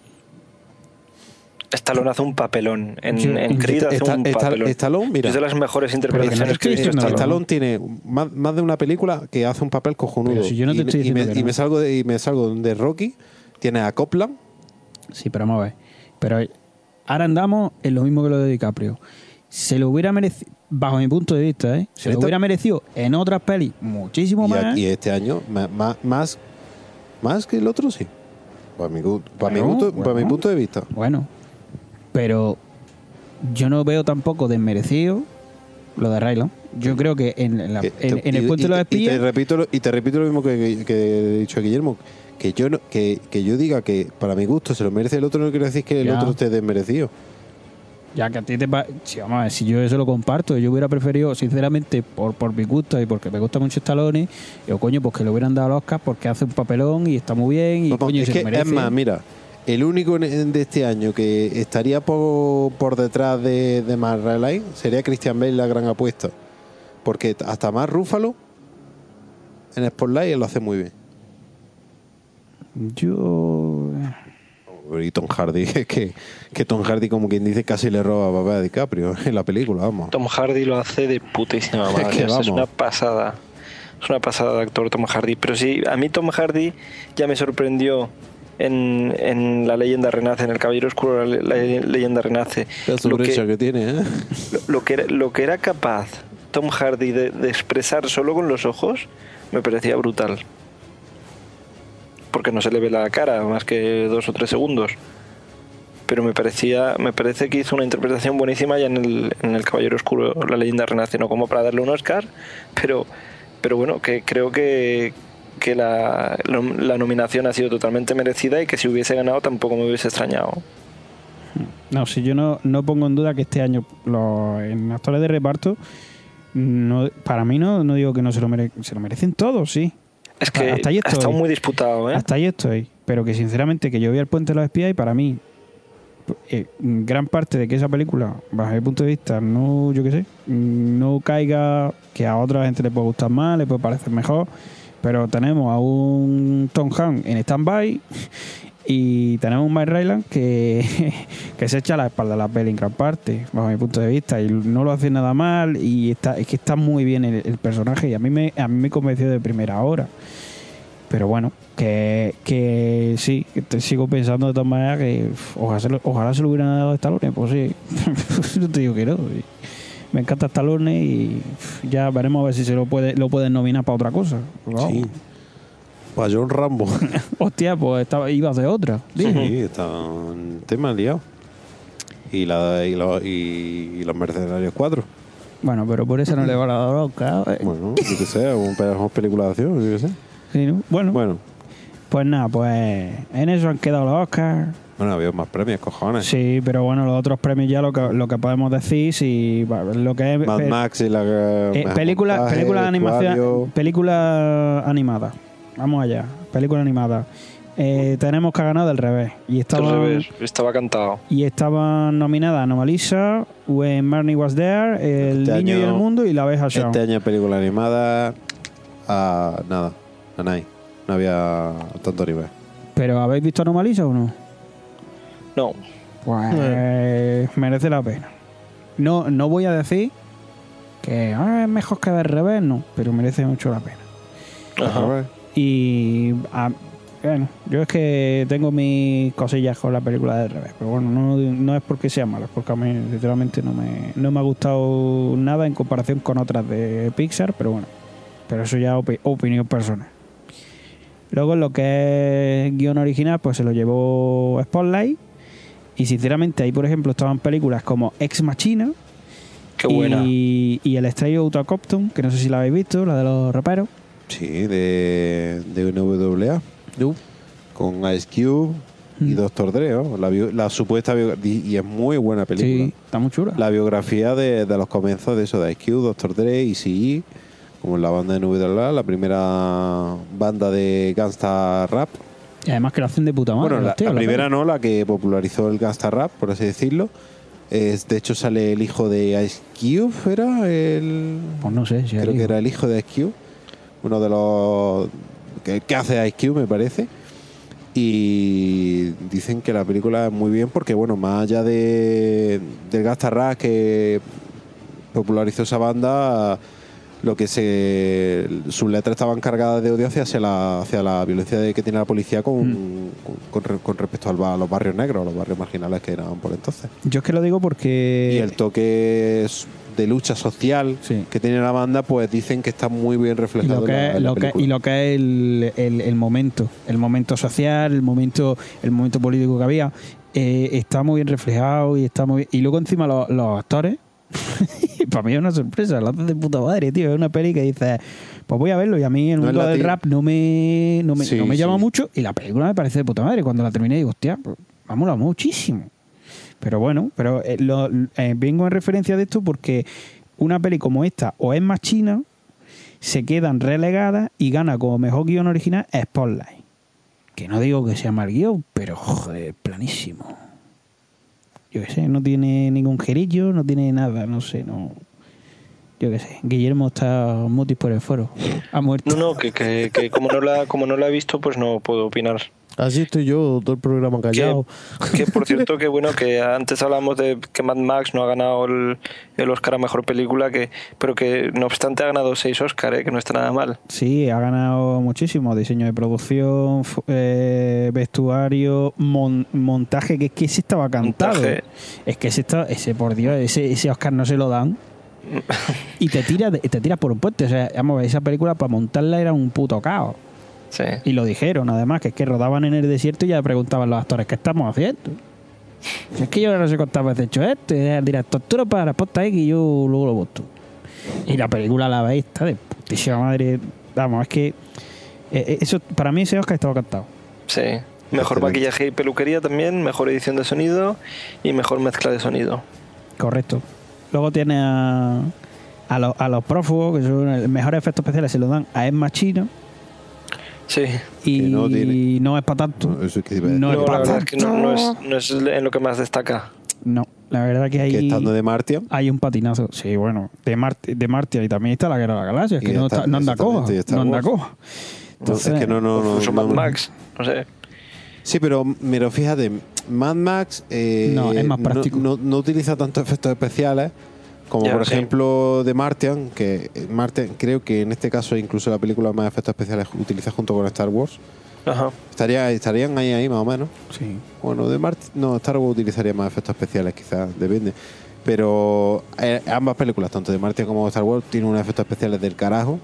S3: Stallone hace un papelón. En,
S1: Sí.
S3: en Creed hace
S2: Esta-
S3: un
S2: esta-
S3: papelón.
S2: Stallone, mira.
S3: Es de las mejores interpretaciones
S1: estoy
S3: que he visto.
S1: diciendo
S3: Stallone.
S2: Stallone Este tiene más, más de una película que hace un papel cojonudo.
S1: Pero si yo no te
S2: y, me-
S1: estoy
S2: y me,
S1: diciendo que
S2: y
S1: no.
S2: me salgo de, y me salgo de Rocky, tiene a Copland.
S1: Sí, pero vamos a ver. Pero ahora andamos en lo mismo que lo de DiCaprio. Se lo hubiera merecido, bajo mi punto de vista, ¿eh? se lo
S2: Neta.
S1: hubiera merecido en otras pelis muchísimo
S2: Y,
S1: más.
S2: aquí este año, ma- ma- más, más que el otro, sí. Para mi, gu- para mi,
S1: Bueno,
S2: gusto-
S1: bueno.
S2: para mi punto de vista.
S1: Bueno, pero yo no veo tampoco desmerecido lo de Rylon. Yo creo que en, la-
S2: Que
S1: en-
S2: Eh, te-
S1: en
S2: y-
S1: el puente
S2: y
S1: de los
S2: te- y te
S1: espías.
S2: repito lo- Y te repito lo mismo que, que- que he dicho a Guillermo. Que yo, no- que, que yo diga que para mi gusto se lo merece el otro, no quiere decir que el
S1: Ya.
S2: otro esté desmerecido.
S1: Ya que a ti te pa- sí, vamos a ver, si yo eso lo comparto, yo hubiera preferido, sinceramente, por, por mi gusto y porque me gusta mucho Stallone, yo coño, pues que le hubieran dado al Oscar porque hace un papelón y está muy bien y
S2: Vamos,
S1: coño,
S2: es
S1: se lo
S2: que,
S1: merece.
S2: es más, mira, el único en- en- de este año que estaría por, por detrás de, de Matt Ryan sería Christian Bale, la gran apuesta. Porque t- hasta más Rúfalo en Spotlight él lo hace muy bien.
S1: Yo.
S2: Y Tom Hardy, es que, que Tom Hardy, como quien dice, casi le roba a papá a DiCaprio en la película, vamos.
S3: Tom Hardy lo hace de putísima madre.
S2: que
S3: o sea, Es,
S2: vamos.
S3: una pasada. Es una pasada de actor Tom Hardy. Pero sí, a mí Tom Hardy ya me sorprendió en, en La Leyenda Renace, en El Caballero Oscuro, La, la Leyenda Renace.
S2: Pedazo de
S3: Lo que-
S2: brecha que tiene, ¿eh?
S3: Lo- lo que era, lo que era capaz Tom Hardy de, de expresar solo con los ojos me parecía brutal. Porque no se le ve la cara más que dos o tres segundos. Pero me parecía, me parece que hizo una interpretación buenísima ya en el, en el Caballero Oscuro, la leyenda renace, no como para darle un Oscar, pero, pero bueno, que creo que, que la, la nominación ha sido totalmente merecida y que si hubiese ganado tampoco me hubiese extrañado.
S1: No, si yo no, no pongo en duda que este año los en actores de reparto, no, para mí no, no digo que no se lo, mere- se lo merecen todos, sí.
S3: Es que
S1: Hasta ahí
S3: ha estado
S1: estoy.
S3: muy disputado, ¿eh?
S1: Hasta ahí estoy. Pero que sinceramente que yo vi el puente de los espías y para mí, eh, gran parte de que esa película, bajo mi punto de vista, no, yo qué sé, mm, no caiga, que a otra gente le puede gustar más, le puede parecer mejor. Pero tenemos a un Tom Hanks en stand-by y tenemos un Mike Ryland que, que se echa la espalda a la peli en gran parte, bajo mi punto de vista, y no lo hace nada mal. Y está, es que está muy bien el, el personaje y a mí, me, a mí me convenció de primera hora. Pero bueno, que, que sí, que te sigo pensando de todas maneras que uf, ojalá se lo, ojalá se lo hubieran dado a Stallone, pues sí. no te digo que no. sí. Me encanta Stallone y uf, ya veremos a ver si se lo puede lo pueden nominar para otra cosa. Vamos.
S2: Sí. Para John Rambo.
S1: Hostia, pues estaba, ibas de otra.
S2: Sí,
S1: dime.
S2: está un tema liado. Y, la, y, la- y- y los Mercenarios 4.
S1: Bueno, pero por eso no le van a dar Oscar, eh.
S2: Bueno, yo qué sé, un pedazo de película de acción, yo qué sé.
S1: Sí, ¿no? Bueno,
S2: Bueno,
S1: pues nada, pues en eso han quedado los Oscars.
S2: Bueno, había más premios, cojones.
S1: Sí, pero bueno, los otros premios ya lo que, lo que podemos decir, si va, lo que es
S2: Mad
S1: pe-
S2: Max y la.
S1: eh,
S2: mejor
S1: película,
S2: montaje,
S1: película de
S2: vestuario.
S1: animación, película animada. Vamos allá, película animada. Eh, tenemos que ganar del revés y
S3: Entonces,
S1: estaban
S3: ves, estaba cantado.
S1: y estaban nominadas Anomalisa, When Marnie Was There, El
S2: Este
S1: Niño y
S2: año-
S1: el Mundo y La Abeja Shaun.
S2: Este año película animada. ah, nada, a nadie. No había tanto nivel.
S1: Pero ¿habéis visto Anomalisa o no?
S3: No.
S1: Pues merece la pena. No, no voy a decir que "Ah, es mejor que ver revés, no, pero merece mucho la pena.
S3: Ajá.
S1: Y ah, bueno, yo es que tengo mis cosillas con la película de revés, pero bueno, no, no es porque sea mala, es porque a mí literalmente no me, no me ha gustado nada en comparación con otras de Pixar, pero bueno, pero eso ya opi- opinión personal. Luego lo que es guión original, pues se lo llevó Spotlight. Y sinceramente ahí, por ejemplo, estaban películas como Ex Machina
S3: Qué buena.
S1: y, y El Estrello Utah Compton, que no sé si la habéis visto, la de los raperos.
S2: Sí, de, de NWA. Con Ice Cube y
S1: Mm.
S2: Doctor Dre, ¿no? la, bio- la supuesta bio- y y es muy buena película.
S1: Sí, está muy chula.
S2: La biografía de, de los comienzos de eso, de Ice Cube, Dr. Dre, Eazy-E, como la banda de NWA, la primera banda de gangsta rap.
S1: Y además que lo hacen de puta madre.
S2: bueno, la,
S1: Ah, los tíos,
S2: la
S1: la
S2: primera
S1: peli.
S2: no, la que popularizó el gangsta rap, por así decirlo. Es, de hecho sale el hijo de Ice Cube, ¿era? El,
S1: Pues no sé, si
S2: creo
S1: ahí-
S2: que era el hijo de Ice Cube, uno de los que, que hace Ice Cube, me parece. Y dicen que la película es muy bien porque, bueno, más allá de, del gastarras que popularizó esa banda, lo que se sus letras estaban cargadas de odio hacia, hacia la, hacia la violencia de- que tiene la policía con, con, con- con respecto al ba- a los barrios negros, a los barrios marginales que eran por entonces
S1: Yo es que lo digo porque.
S2: y el toque s- de lucha social
S1: Eh, Sí.
S2: que tiene la banda, pues dicen que está muy bien
S1: y
S2: reflejado
S1: lo,
S2: en la-
S1: que, es-
S2: en la
S1: lo que-
S2: película.
S1: y lo que es el, el- el momento, el momento social, el momento, el momento político que había, eh, está muy bien reflejado y está muy bien- Y luego encima los, los actores, para mí es una sorpresa, lo hacen de puta madre, tío. Es una peli que dices, pues voy a verlo y a mí el
S2: No es
S1: mundo del
S2: latín.
S1: rap no me, no me,
S2: Sí,
S1: no me llama
S2: sí.
S1: mucho y la película me parece de puta madre. Cuando la terminé digo, hostia, pues, me ha molado muchísimo. Pero bueno, pero eh, lo- eh, vengo en referencia de esto porque una peli como esta o es más china, se quedan relegadas y gana como mejor guión original Spotlight. Que no digo que sea mal guión, pero joder, planísimo. Yo qué sé, no tiene ningún jerillo, no tiene nada, no sé, no. Yo qué sé, Guillermo está mutis por el foro. Ha muerto.
S3: No, no, que, que, que como, no la, como no la he visto, pues no puedo opinar.
S4: Así estoy yo, todo el programa
S3: Que,
S4: callado.
S3: que, por cierto, que bueno, que antes hablamos de que Mad Max no ha ganado el, el Oscar a mejor película, que pero que no obstante ha ganado seis Oscar, eh, que no está nada mal.
S1: Sí, ha ganado muchísimo. Diseño de producción, fu- eh, vestuario, mon- montaje, que es que se estaba cantado.
S3: Montaje.
S1: Es que ese, está- ese por Dios, ese, ese Oscar no se lo dan. y te tira, de- te tiras por un puente. O sea, vamos a ver, esa película para montarla era un puto caos.
S3: Sí.
S1: Y lo dijeron, además, que es que rodaban en el desierto y ya preguntaban los actores, ¿qué estamos haciendo? Si es que yo no sé cuántas veces he hecho esto, y el director, tú no para la posta X y yo luego lo voto. Y la película la veis, está de putísima madre. Vamos, es que eh, eh, eso para mí ese Oscar estaba cantado.
S3: Sí. Mejor
S2: Excelente.
S3: maquillaje y peluquería también, mejor edición de sonido y mejor mezcla de sonido.
S1: Correcto. Luego tiene a, a, los- a los prófugos, que son el mejor efectos especiales, se lo dan a Emma Chino
S3: Sí.
S1: y
S2: Que no
S1: no,
S2: tiene.
S1: es para tanto.
S2: No, eso es que iba a decir.
S1: No,
S3: No,
S1: es
S3: la
S1: para
S3: verdad
S1: tanto.
S3: es que no, no es, no es en lo que más destaca.
S1: No, la verdad que hay.
S2: Que estando de Martian.
S1: Hay un patinazo, sí, bueno, de Marte, de Marte y también está la guerra de la galaxia, es
S2: Y
S1: que no,
S2: está-
S1: está- no anda
S2: exactamente,
S1: coja,
S2: y está
S1: no anda
S2: Wars.
S1: coja.
S2: Entonces, es que no, no, no,
S3: Incluso
S2: no-
S3: Mad Max, no sé.
S2: Sí, pero, pero fíjate, Mad Max. eh,
S1: No, es más práctico.
S2: No, no utiliza tantos efectos especiales. Como
S3: Ya,
S2: por
S3: sí.
S2: ejemplo de Martian, que eh, Martian creo que en este caso incluso la película más efectos especiales utiliza junto con Star Wars.
S3: Ajá.
S2: Estaría, estarían ahí, ahí más o menos.
S1: Sí.
S2: Bueno, de Mart no, Star Wars utilizaría más efectos especiales, quizás, depende. Pero eh, ambas películas, tanto de Martian como Star Wars, tienen unos efectos especiales del carajo.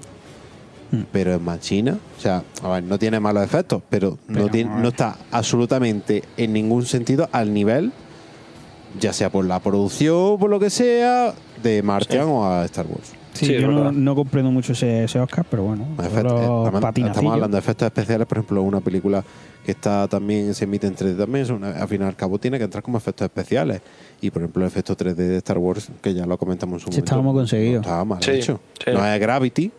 S1: Mm.
S2: Pero es más china. O sea, a ver, no tiene malos efectos, pero,
S1: Pero,
S2: no, tiene-
S1: a ver.
S2: no está absolutamente en ningún sentido al nivel, ya sea por la producción, por lo que sea, de Martian o a Star Wars.
S1: Sí,
S3: Sí, es
S1: yo no,
S3: verdad.
S1: no comprendo mucho ese, ese Oscar, pero bueno.
S2: Efect- eh,
S1: los
S2: estamos- estamos
S1: patinacillos.
S2: hablando de efectos especiales, por ejemplo, una película que está también se emite en 3D también, es una- al fin y al cabo tiene que entrar como efectos especiales. Y por ejemplo, el efecto 3D de Star Wars, que ya lo comentamos en su
S1: Sí,
S2: momento.
S1: estaba muy conseguido.
S2: no estaba mal
S3: Sí,
S2: hecho.
S3: sí.
S2: No es Gravity,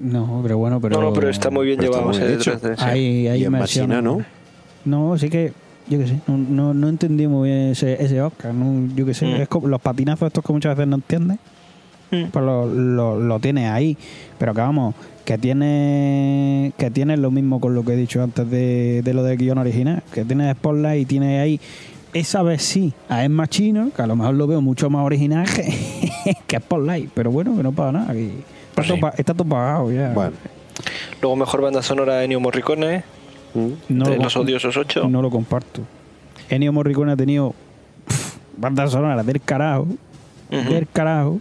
S1: No, pero bueno, pero.
S3: no, no, pero está muy bien
S2: pero está
S3: llevado.
S2: muy
S3: ese
S2: bien hecho.
S3: 3D, sí.
S1: Ahí, ahí
S2: y en
S1: me
S2: Machina,
S1: acciono.
S2: ¿no?
S1: No, sí que. Yo qué sé, no, no, no entendí muy bien ese, ese Oscar. no, yo qué sé,
S3: Mm.
S1: es como los patinazos estos que muchas veces no entiendes,
S3: Mm.
S1: pues lo, lo, lo tienes ahí. Pero que vamos, que tiene que tienes lo mismo con lo que he dicho antes de, de lo del guión original, que tienes Spotlight y tienes ahí. Esa vez sí, a Es más chino, que a lo mejor lo veo mucho más original que, que Spotlight, pero bueno, que no pasa nada. que está,
S3: Pues sí.
S1: todo, pa- está todo pagado ya.
S2: Bueno,
S3: Luego mejor banda sonora Ennio Morricone,
S2: Mm.
S1: No
S3: de
S1: lo-
S3: Los Odiosos 8.
S1: No lo comparto. Ennio Morricone ha tenido pf, bandas sonoras del carajo,
S3: Ujú.
S1: del carajo.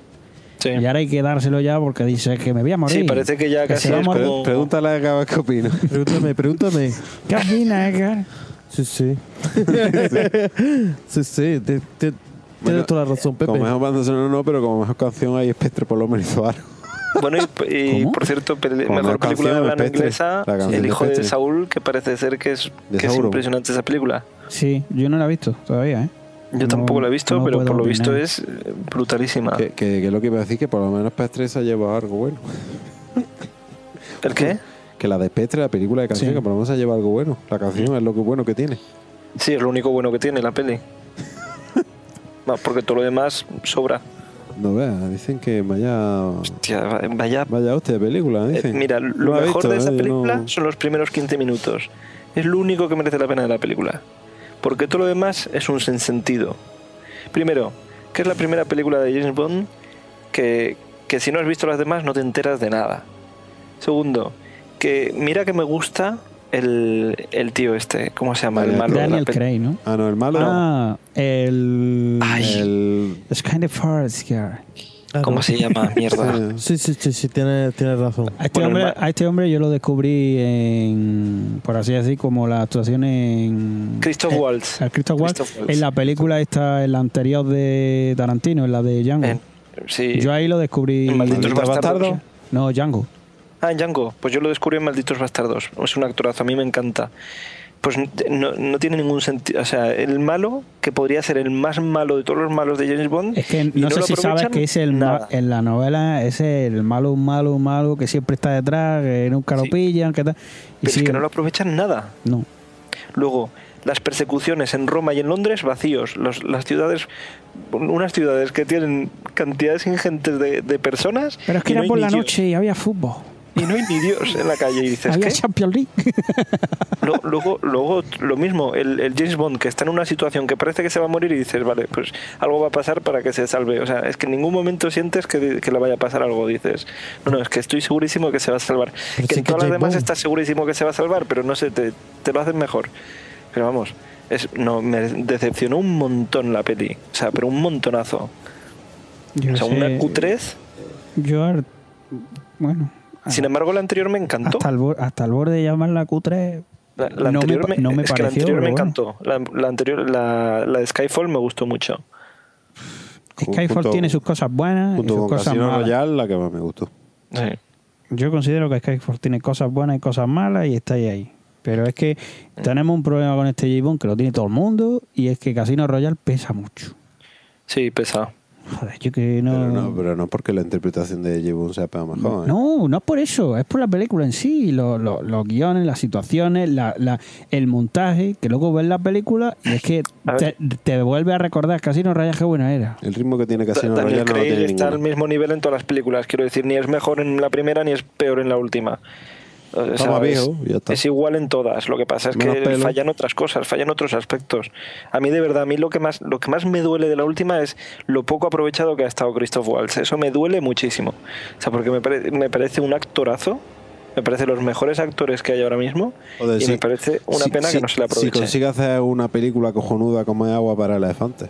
S3: Sí.
S1: Y ahora hay que dárselo ya porque dice que me voy a morir.
S3: Sí, parece que ya casi
S1: se va a
S3: es
S1: morir.
S3: como-
S2: pregúntale a Gabas qué opina.
S4: Pregúntame, pregúntame.
S1: ¿Qué opinas, Edgar?
S4: Sí, sí. sí, sí. te- te-
S2: Bueno,
S4: tienes toda la razón, Pepe.
S2: Como mejor banda sonora no, pero como mejor canción hay Spectre por lo menos hizo algo.
S3: Bueno, y, y
S1: ¿Cómo?
S3: por cierto, pele-
S2: Como
S3: mejor
S2: la canción
S3: película de
S2: de
S3: habla no
S2: Pestre,
S3: inglesa,
S2: la canción
S3: El
S2: de
S3: hijo de,
S2: Pestre.
S3: Saúl, que parece ser que es,
S2: De
S3: que es
S2: Sauron.
S3: impresionante esa película.
S1: Sí, yo no la he visto todavía, ¿eh?
S3: Yo
S1: No-
S3: tampoco la he visto,
S1: no
S3: pero
S1: puedo
S3: por lo visto
S1: opinar.
S3: es eh, brutalísima.
S2: Que, que, que lo que iba a decir que por lo menos Spectre se ha llevado algo bueno.
S3: ¿El qué?
S2: Que la de Spectre, la película de canción,
S1: Sí.
S2: que por lo menos se ha llevado algo bueno. La canción es lo que bueno que tiene.
S3: Sí, es lo único bueno que tiene la peli. Va, Porque todo lo demás sobra.
S2: No veas, dicen que vaya.
S3: Hostia, va- vaya.
S2: Vaya hostia de película,
S3: eh,
S2: dicen.
S3: mira,
S2: No
S3: lo
S2: la he
S3: mejor
S2: visto,
S3: de esa
S2: ¿eh? Yo no-
S3: película son los primeros 15 minutos. Es lo único que merece la pena de la película. Porque todo lo demás es un sinsentido. Primero, que es la primera película de James Bond que, que si no has visto las demás no te enteras de nada. Segundo, que mira que me gusta el, el tío este, ¿cómo se llama? El
S2: Daniel-
S3: malo de la
S1: Daniel
S3: peli.
S1: Craig, ¿no?
S2: Ah, no, el malo.
S1: Ah, el...
S3: Ay.
S2: El.
S1: It's kind of hard, scare.
S4: Ah,
S3: ¿Cómo
S4: no.
S3: se llama? Mierda.
S4: Sí, sí, sí, sí, tienes, tienes razón.
S1: A este,
S3: Bueno,
S1: hombre,
S3: el ma-
S1: a este hombre yo lo descubrí en, por así decir, como la actuación en...
S3: Christoph
S1: eh,
S3: Waltz.
S1: al Christoph Waltz,
S3: Christoph Waltz.
S1: en la película esta, en la anterior de Tarantino, en la de Django.
S3: En- Eh, sí.
S1: Yo ahí lo descubrí.
S3: En Malditos Bastardos.
S1: No, Django.
S3: Ah, en Django. Pues yo lo descubrí en Malditos Bastardos. Es un actorazo, a mí me encanta. Pues n- no, no tiene ningún sentido. O sea, el malo, que podría ser el más malo de todos los malos de James Bond.
S1: Es que
S3: y
S1: no, sé
S3: lo
S1: si sabes
S3: aprovechan,
S1: que es el ma-
S3: nada.
S1: en la novela es el malo, malo, malo que siempre está detrás, que nunca
S3: Sí.
S1: lo pillan, que tal. Y
S3: Pero
S1: sí,
S3: es que no lo aprovechan nada.
S1: no.
S3: Luego, las persecuciones en Roma y en Londres vacíos. Los- las ciudades, unas ciudades que tienen cantidades ingentes de, de personas.
S1: Pero es que
S3: y
S1: era
S3: no hay
S1: por la
S3: ni Dios-
S1: noche y había fútbol.
S3: Y no hay ni Dios en la calle. Y dices,
S1: había
S3: ¿qué?
S1: Champions League.
S3: Lo- luego, luego, lo mismo, el, el James Bond que está en una situación que parece que se va a morir y dices, vale, pues algo va a pasar para que se salve. O sea, es que en ningún momento sientes que, que le vaya a pasar algo. Dices, no, no, es que estoy segurísimo que se va a salvar.
S4: Pero
S3: que
S4: sí
S3: en
S4: que
S3: todas las
S4: James
S3: demás
S4: Bond.
S3: estás segurísimo que se va a salvar, pero no sé, te, te lo hacen mejor. Pero vamos, es, no, me decepcionó un montón la peli. O sea, pero un montonazo.
S1: Yo
S3: O sea, una
S1: sé,
S3: Q3.
S1: yo al- bueno.
S4: Ah.
S3: Sin embargo, la anterior me encantó.
S1: hasta el, bor- hasta el borde de llamarla Q3.
S3: La, la
S1: no, me,
S3: anterior
S1: pa-
S3: me,
S1: no me
S3: es que
S1: pareció.
S3: la anterior me
S1: pero bueno.
S3: encantó. La, la anterior, la, la de Skyfall me gustó mucho.
S1: Skyfall
S2: Junto-
S1: tiene sus cosas buenas y
S2: Junto
S1: sus
S2: con
S1: Ah, cosas
S2: Casino
S1: malas.
S2: Royale, la que más me gustó.
S3: Sí.
S1: Yo considero que Skyfall tiene cosas buenas y cosas malas y está ahí. ahí. Pero es
S3: Eh.
S1: que tenemos un problema con este J-Bone que lo tiene todo el mundo y es que Casino Royale pesa mucho.
S3: Sí, pesa.
S1: Joder, yo que no...
S2: Pero no, pero no porque la interpretación de Jebun sea para mejor. ¿eh?
S1: No, no es por eso, es por la película en sí, lo- lo- los guiones, las situaciones, la- la- el montaje, que luego ves la película y es que
S3: A
S1: te,
S3: ver.
S1: te vuelve a recordar Casino Royale qué buena era.
S2: El ritmo que tiene Casino
S3: Daniel
S2: Royale no lo
S3: Craig
S2: tiene
S3: está al
S2: ninguno.
S3: mismo nivel en todas las películas. Quiero decir, ni es mejor en la primera ni es peor en la última. O sea,
S2: Está más
S3: es-
S2: viejo, ya está.
S3: Es igual en todas. Lo que pasa es
S2: Menos
S3: que
S2: pelo.
S3: fallan otras cosas, fallan otros aspectos. A mí, de verdad, a mí lo que más, lo que más me duele de la última es lo poco aprovechado que ha estado Christoph Waltz. Eso me duele muchísimo. O sea, porque me, pare- me parece un actorazo. Me parece los mejores actores que hay ahora mismo.
S2: Joder,
S3: y
S2: sí.
S3: me parece una
S2: Sí,
S3: pena
S2: sí,
S3: que no se le aproveche.
S2: Si consigue hacer una película cojonuda como es agua para elefantes,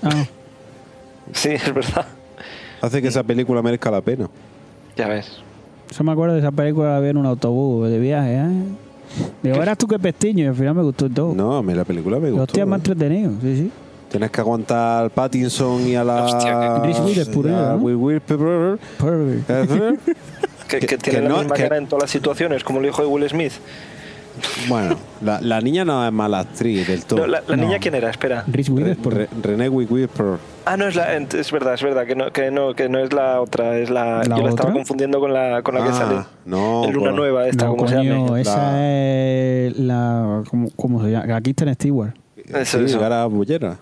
S1: Ah,
S3: Sí, es verdad.
S2: hace que esa película merezca la pena.
S3: Ya ves.
S1: yo me acuerdo de esa película la vi en un autobús de viaje, ¿eh? Digo, eras tú que pestiño y al final me gustó todo.
S2: No, a mí la película me
S1: Los
S2: gustó.
S1: tías más
S2: ¿eh?
S1: entretenidos, sí, sí.
S2: Tienes que aguantar al Pattinson y a la.
S3: Hostia,
S1: que- Reese Witherspoon,
S2: y a
S1: ¿no?
S2: Will Witherspoon.
S1: Perfect.
S2: Eh,
S3: Que, que
S2: Que-
S3: tiene
S2: que
S3: la
S2: no,
S3: misma
S2: que-
S3: cara en todas las situaciones, como el hijo de Will Smith.
S2: Bueno, la, la niña no es mala actriz del todo.
S3: No, la la
S1: No.
S3: niña, ¿quién era? Espera.
S1: Reese
S2: Re-
S1: Witherspoon.
S2: Re- Renee Witherspoon.
S3: Ah, no, es la. ent- Es verdad, es verdad, que no, que no, que no es la otra. Es la.
S1: ¿La
S3: yo la estaba
S1: otra?
S3: confundiendo con la, con la que
S2: Ah,
S3: sale.
S2: no,
S3: En Luna
S2: con-
S3: Nueva, esta,
S1: no,
S3: como se
S1: coño,
S3: llama.
S1: esa es la... ¿cómo, cómo se llama? La Kristen Stewart.
S3: Eso,
S2: eh, sí,
S3: eso.
S2: cara bollera.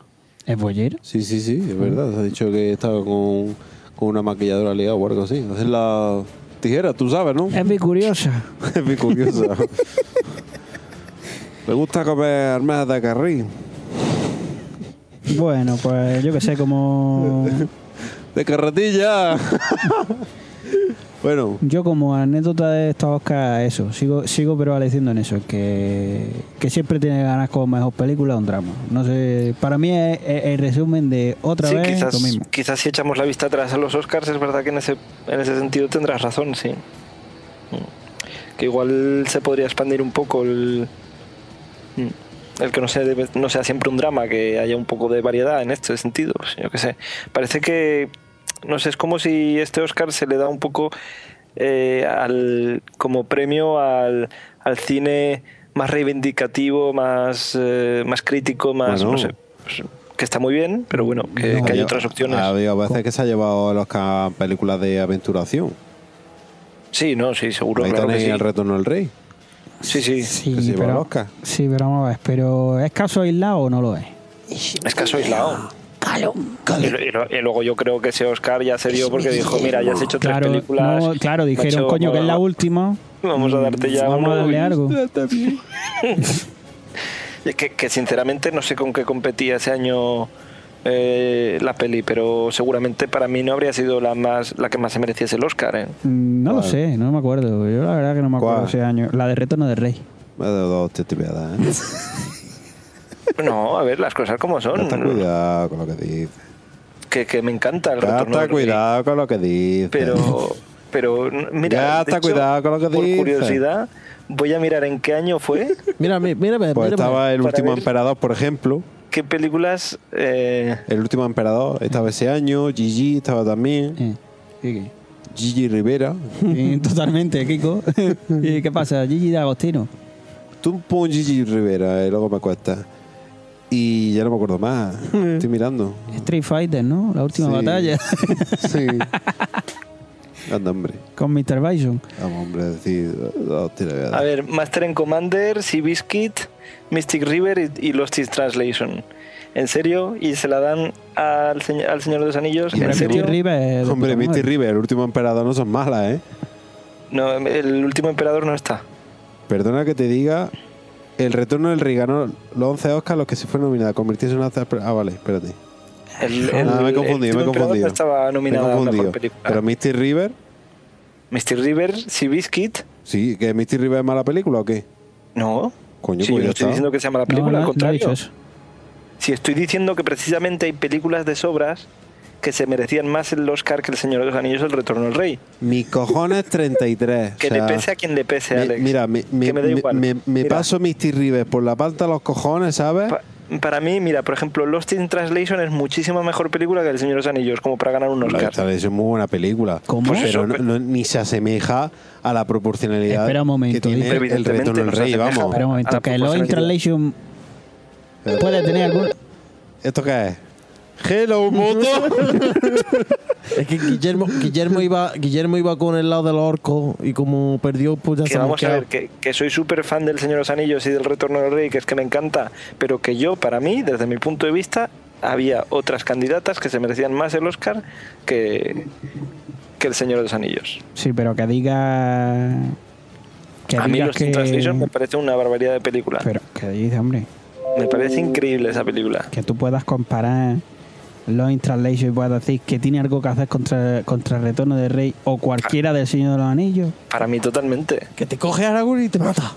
S1: ¿Es bollera?
S2: Sí, sí, sí, es verdad. Ha dicho que estaba con, con una maquilladora liada o algo así. Hacer la tijera, tú sabes, ¿no?
S1: Es muy curiosa.
S2: Es muy curiosa. Me gusta comer armas de carril.
S1: Bueno, pues yo que sé, como...
S2: ¡De carretilla! bueno,
S1: Yo como anécdota de esta Oscar, eso, sigo, sigo prevaleciendo en eso, que, que siempre tiene ganas con mejor película un drama. No sé, para mí es, es el resumen de otra
S3: Sí,
S1: vez
S3: quizás,
S1: lo mismo.
S3: quizás si echamos la vista atrás a los Oscars, es verdad que en ese, en ese sentido tendrás razón, sí. Mm. Que igual se podría expandir un poco el. mm, El que no sea, de- no sea siempre un drama, que haya un poco de variedad en este sentido, sí, yo qué sé. Parece que. No sé, es como si este Oscar se le da un poco eh, al, como premio al, al cine más reivindicativo, más, eh, más crítico, más.
S2: Bueno.
S3: No sé. pues, que está muy bien, pero bueno, que,
S1: No,
S3: que hay
S2: había-
S3: otras opciones.
S2: Ha habido veces Ah, que se ha llevado los ca- películas de aventuración.
S3: Sí, no, sí, seguro,
S2: Ahí
S3: claro que
S2: tenéis
S3: sí.
S2: el retorno del rey.
S3: Sí, sí.
S2: que se llevó el Oscar.
S1: sí, pero vamos a ver, pero ¿es caso aislado o no lo es?
S3: Es caso aislado. Y, lo- y lo- y luego yo creo que ese Oscar ya se dio porque dijo, mira, ya has hecho tres
S1: Claro,
S3: películas.
S1: no, claro, dijeron,
S3: macho,
S1: coño, que es la
S3: vamos-
S1: última.
S3: Vamos a darte ya
S1: Vamos a
S3: uno".
S1: darle algo.
S3: Y Que, que sinceramente no sé con qué competía ese año eh, la peli, pero seguramente para mí no habría sido la más la que más se mereciese el Oscar. ¿eh?
S1: Mm, No lo
S2: ¿Cuál?
S1: sé, no me acuerdo. Yo la verdad que no me acuerdo
S2: ¿Cuál?
S1: ese año. La de Retorno del Rey.
S2: Me ha dado dos tetipeadas, ¿eh?
S3: No, a ver, las cosas como son.
S2: Está cuidado con lo que dices.
S3: Que, que me encanta el retorno.
S2: Está
S3: del Rey.
S2: cuidado con lo que dices.
S3: Pero, pero n- mira,
S2: Ya
S3: de
S2: está, cuidado con lo que
S3: por
S2: dices.
S3: curiosidad, voy a mirar en qué año fue,
S4: Mira, mi- mira, mira.
S2: Pues estaba el
S3: para
S2: último
S3: ver.
S2: emperador, por ejemplo.
S3: qué películas. eh,
S2: El último emperador estaba ese año. Gigi estaba también.
S1: Eh, ¿y qué?
S2: Gigi Rivera.
S1: Eh, totalmente, Kiko. ¿Y qué pasa? Gigi de Agostino.
S2: Tú pon Gigi Rivera y luego me cuesta. Y ya no me acuerdo más. Estoy mirando.
S1: Street Fighter, ¿no? La última
S2: Sí.
S1: batalla
S2: Sí. Anda, hombre.
S1: con Mr. Bison.
S2: Vamos, hombre, decir "Oh, dos tetipeadas.
S3: a ver, Master and Commander, Sea Biscuit, Mystic River y, y Lost in Translation. ¿En serio? ¿Y se la dan al, señ- al Señor de los Anillos?
S2: Hombre,
S3: ¿En
S1: Pero Mitty
S3: serio?
S1: River es Eh, de
S2: Hombre,
S1: puta
S2: Misty
S1: madre.
S2: River, el último emperador no son malas, ¿eh?
S3: No, el último emperador no está.
S2: Perdona que te diga, el retorno del rey ganó los 11 Oscars los que se fue nominada, convertirse en una... Ah, vale, espérate.
S3: El, el-
S2: Ah, me he
S3: el
S2: confundido,
S3: último
S2: me he
S3: emperador
S2: confundido.
S3: No estaba nominada
S2: me he
S3: a
S2: confundido.
S3: mejor película.
S2: Pero Misty River,
S3: Mystic River, Sea Biscuit,
S2: sí, que Misty River es mala película o qué?
S3: no.
S2: Coño,
S3: Sí, yo
S2: pues
S3: no
S2: ya
S3: estoy
S2: está.
S3: diciendo que sea mala
S1: No,
S3: película,
S1: no,
S3: al
S1: no ha
S3: contrario.
S1: dicho eso.
S3: Si estoy diciendo que precisamente hay películas de sobras que se merecían más el Oscar que El Señor de los Anillos o El Retorno del Rey.
S2: Mi cojones 33.
S3: Que
S2: o sea,
S3: le pese a quien le pese,
S2: mi-
S3: Alex.
S2: Mira, me, me-
S3: que me da
S2: me-
S3: igual.
S2: me- me
S3: Mira,
S2: paso Misty River por la pata de los cojones, ¿sabes?
S3: pa- para mí, mira, por ejemplo, Lost in Translation es muchísimo mejor película que El Señor de los Anillos, como para ganar un
S2: La
S3: Oscar.
S2: verdad, es muy buena película.
S1: ¿Cómo?
S2: Pero
S1: Pues
S3: eso,
S2: no-
S3: pero-
S2: no- ni se asemeja a la proporcionalidad
S1: Espera un momento,
S2: que tiene
S1: dice.
S2: el- el
S3: Evidentemente
S2: retorno del
S3: no se
S2: rey,
S3: asemeja,
S2: vamos.
S1: Espera un
S3: A
S1: momento,
S3: la
S1: que Law in
S3: proporcionalidad.
S1: Translation puede tener algún.
S2: ¿Esto qué
S3: Eh,
S2: es? Hello, moto.
S4: Es que Guillermo, Guillermo, iba, Guillermo iba con el lado del orco y como perdió, pues ya
S3: Que
S4: se ha
S3: vamos a
S4: mosqueado.
S3: ver, que, que soy súper fan del Señor de los Anillos y del Retorno del Rey, que es que me encanta, pero que yo, para mí, desde mi punto de vista, había otras candidatas que se merecían más el Oscar que, que El Señor de los Anillos.
S1: Sí, pero que diga. Que
S3: a mí
S1: diga
S3: Lost
S1: que.
S3: in Translation me parece una barbaridad de película.
S1: Pero, que dice, hombre?
S3: Me parece increíble esa película.
S1: Que tú puedas comparar Law in Translation y puedas decir que tiene algo que hacer contra, contra el Retorno del Rey o cualquiera del Señor de los Anillos.
S3: Para mí totalmente.
S4: Que te coge Aragorn y te mata.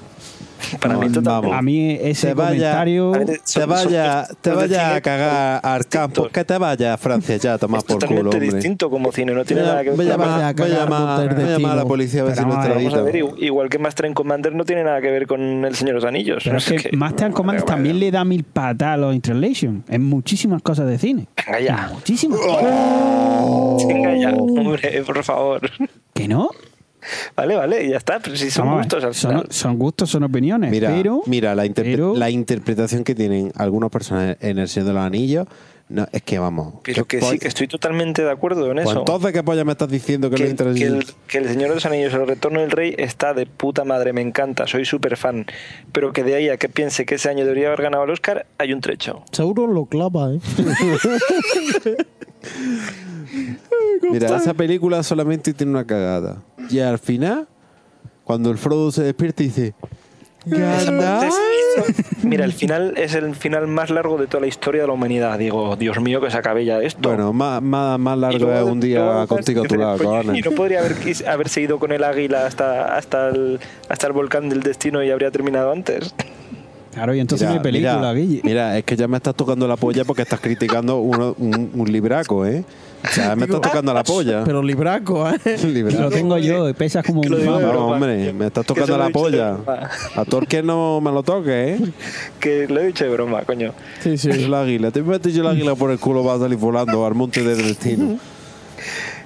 S3: Para mí, totalmente.
S1: A mí ese
S2: Te vaya,
S1: comentario...
S2: te vaya, te
S3: Son- son-
S2: vaya a cagar al
S3: distintos.
S2: campo, que te vaya a Francia ya a tomar
S3: es
S2: por culo,
S3: totalmente
S2: hombre.
S3: distinto como cine, no tiene
S2: Voy a,
S3: nada que
S2: voy a
S3: ver.
S4: Vaya a
S2: llamar, voy a
S4: cagar
S2: llamar-
S4: por
S2: voy a llamar a la
S4: destino.
S2: policía a ver si
S1: Pero
S2: no está
S1: vamos a ver,
S3: Vamos a ver,
S2: ahí.
S3: i- igual que Master and Commander no tiene nada que ver con El Señor de los Anillos.
S1: Pero
S3: no
S1: es
S3: sé
S1: que
S3: qué.
S1: Master and Commander
S3: Vale,
S1: también
S3: vale.
S1: le da mil patas a los Interlation. En muchísimas cosas de cine.
S3: Venga ya. Oh.
S1: En Muchísimas.
S3: Venga ya,
S1: Oh.
S3: hombre, por favor.
S1: ¿Que no?
S3: Vale, vale, y ya está. Pero si son
S1: Vamos a ver,
S3: gustos al
S1: son,
S3: final.
S1: son gustos, son opiniones.
S2: Mira,
S1: pero,
S2: mira la, interpre-
S1: pero-
S2: la interpretación que tienen algunos personajes en El Señor de los Anillos, no, es que vamos.
S3: Pero que sí,
S2: polla-
S3: que estoy totalmente de acuerdo en
S2: Pues
S3: eso.
S2: entonces, ¿qué polla me estás diciendo que,
S3: que,
S2: lo
S3: el, que,
S2: interesa?
S3: el, que el Señor de los Anillos, el retorno del rey, está de puta madre, me encanta, soy súper fan. Pero que de ahí a que piense que ese año debería haber ganado el Oscar, hay un trecho.
S4: Seguro lo clava, ¿eh?
S2: Mira, esa película solamente tiene una cagada. Y al final, cuando el Frodo se despierta y dice.
S3: Entonces, Mira, el final es el final más largo de toda la historia de la humanidad. Digo, Dios mío, que se acabe ya esto.
S2: Bueno, más, más, más
S3: Y
S2: largo
S3: luego-
S2: es un día
S3: luego-
S2: contigo a tu lado,
S3: Coño,
S2: cabrones.
S3: Y no podría haber, quis- haberse ido con el águila hasta, hasta, el, hasta el volcán del destino y habría terminado antes.
S1: Claro, y entonces no hay película,
S2: mira,
S1: Guille.
S2: mira, es que ya me estás tocando la polla porque estás criticando uno- un, un libraco, ¿eh? O sea, me estás tocando la polla.
S4: Pero libraco, ¿eh?
S1: Lo
S2: Libraco.
S1: tengo yo y pesa como
S3: Que lo
S1: un
S3: digo
S2: No,
S3: de
S1: mamá.
S3: broma.
S2: hombre, me estás
S3: Que se
S2: tocando
S3: lo he
S2: la
S3: dicho de
S2: polla.
S3: broma.
S2: A Torque no me lo toques, ¿eh?
S3: Que lo he dicho de broma, coño.
S4: Sí,
S2: Es
S4: sí.
S2: el águila. Te metes yo el águila por el culo, vas a salir volando al monte del destino.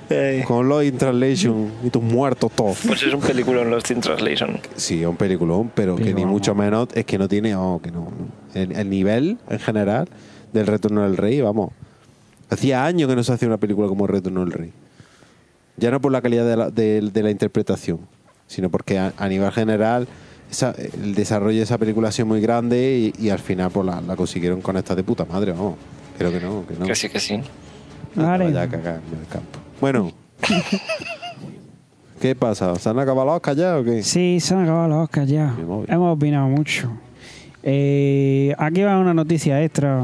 S3: Eh,
S2: Con los in translation y tus muertos todos.
S3: pues es un película en Lost in Translation.
S2: Sí, es un peliculón, pero que
S1: Pero
S2: ni
S1: vamos.
S2: mucho menos es que no tiene, oh, que no, no. El, el nivel en general del Retorno del Rey, vamos. Hacía años que no se hacía una película como Retorno del Rey. Ya no por la calidad de la, de- de la interpretación, sino porque a, a nivel general esa- el desarrollo de esa película ha sido muy grande y, y al final pues, la, la consiguieron con esta de puta madre, vamos. Creo que no, que no.
S3: Que sí, que sí.
S2: No te
S1: Vale.
S2: vayas Ah, a cagar en el campo. Bueno. ¿Qué pasa? ¿Se han acabado los Oscars ya o qué?
S1: Sí, se han acabado los Oscars ya.
S2: Mi móvil.
S1: Hemos opinado mucho. Eh, aquí va una noticia extra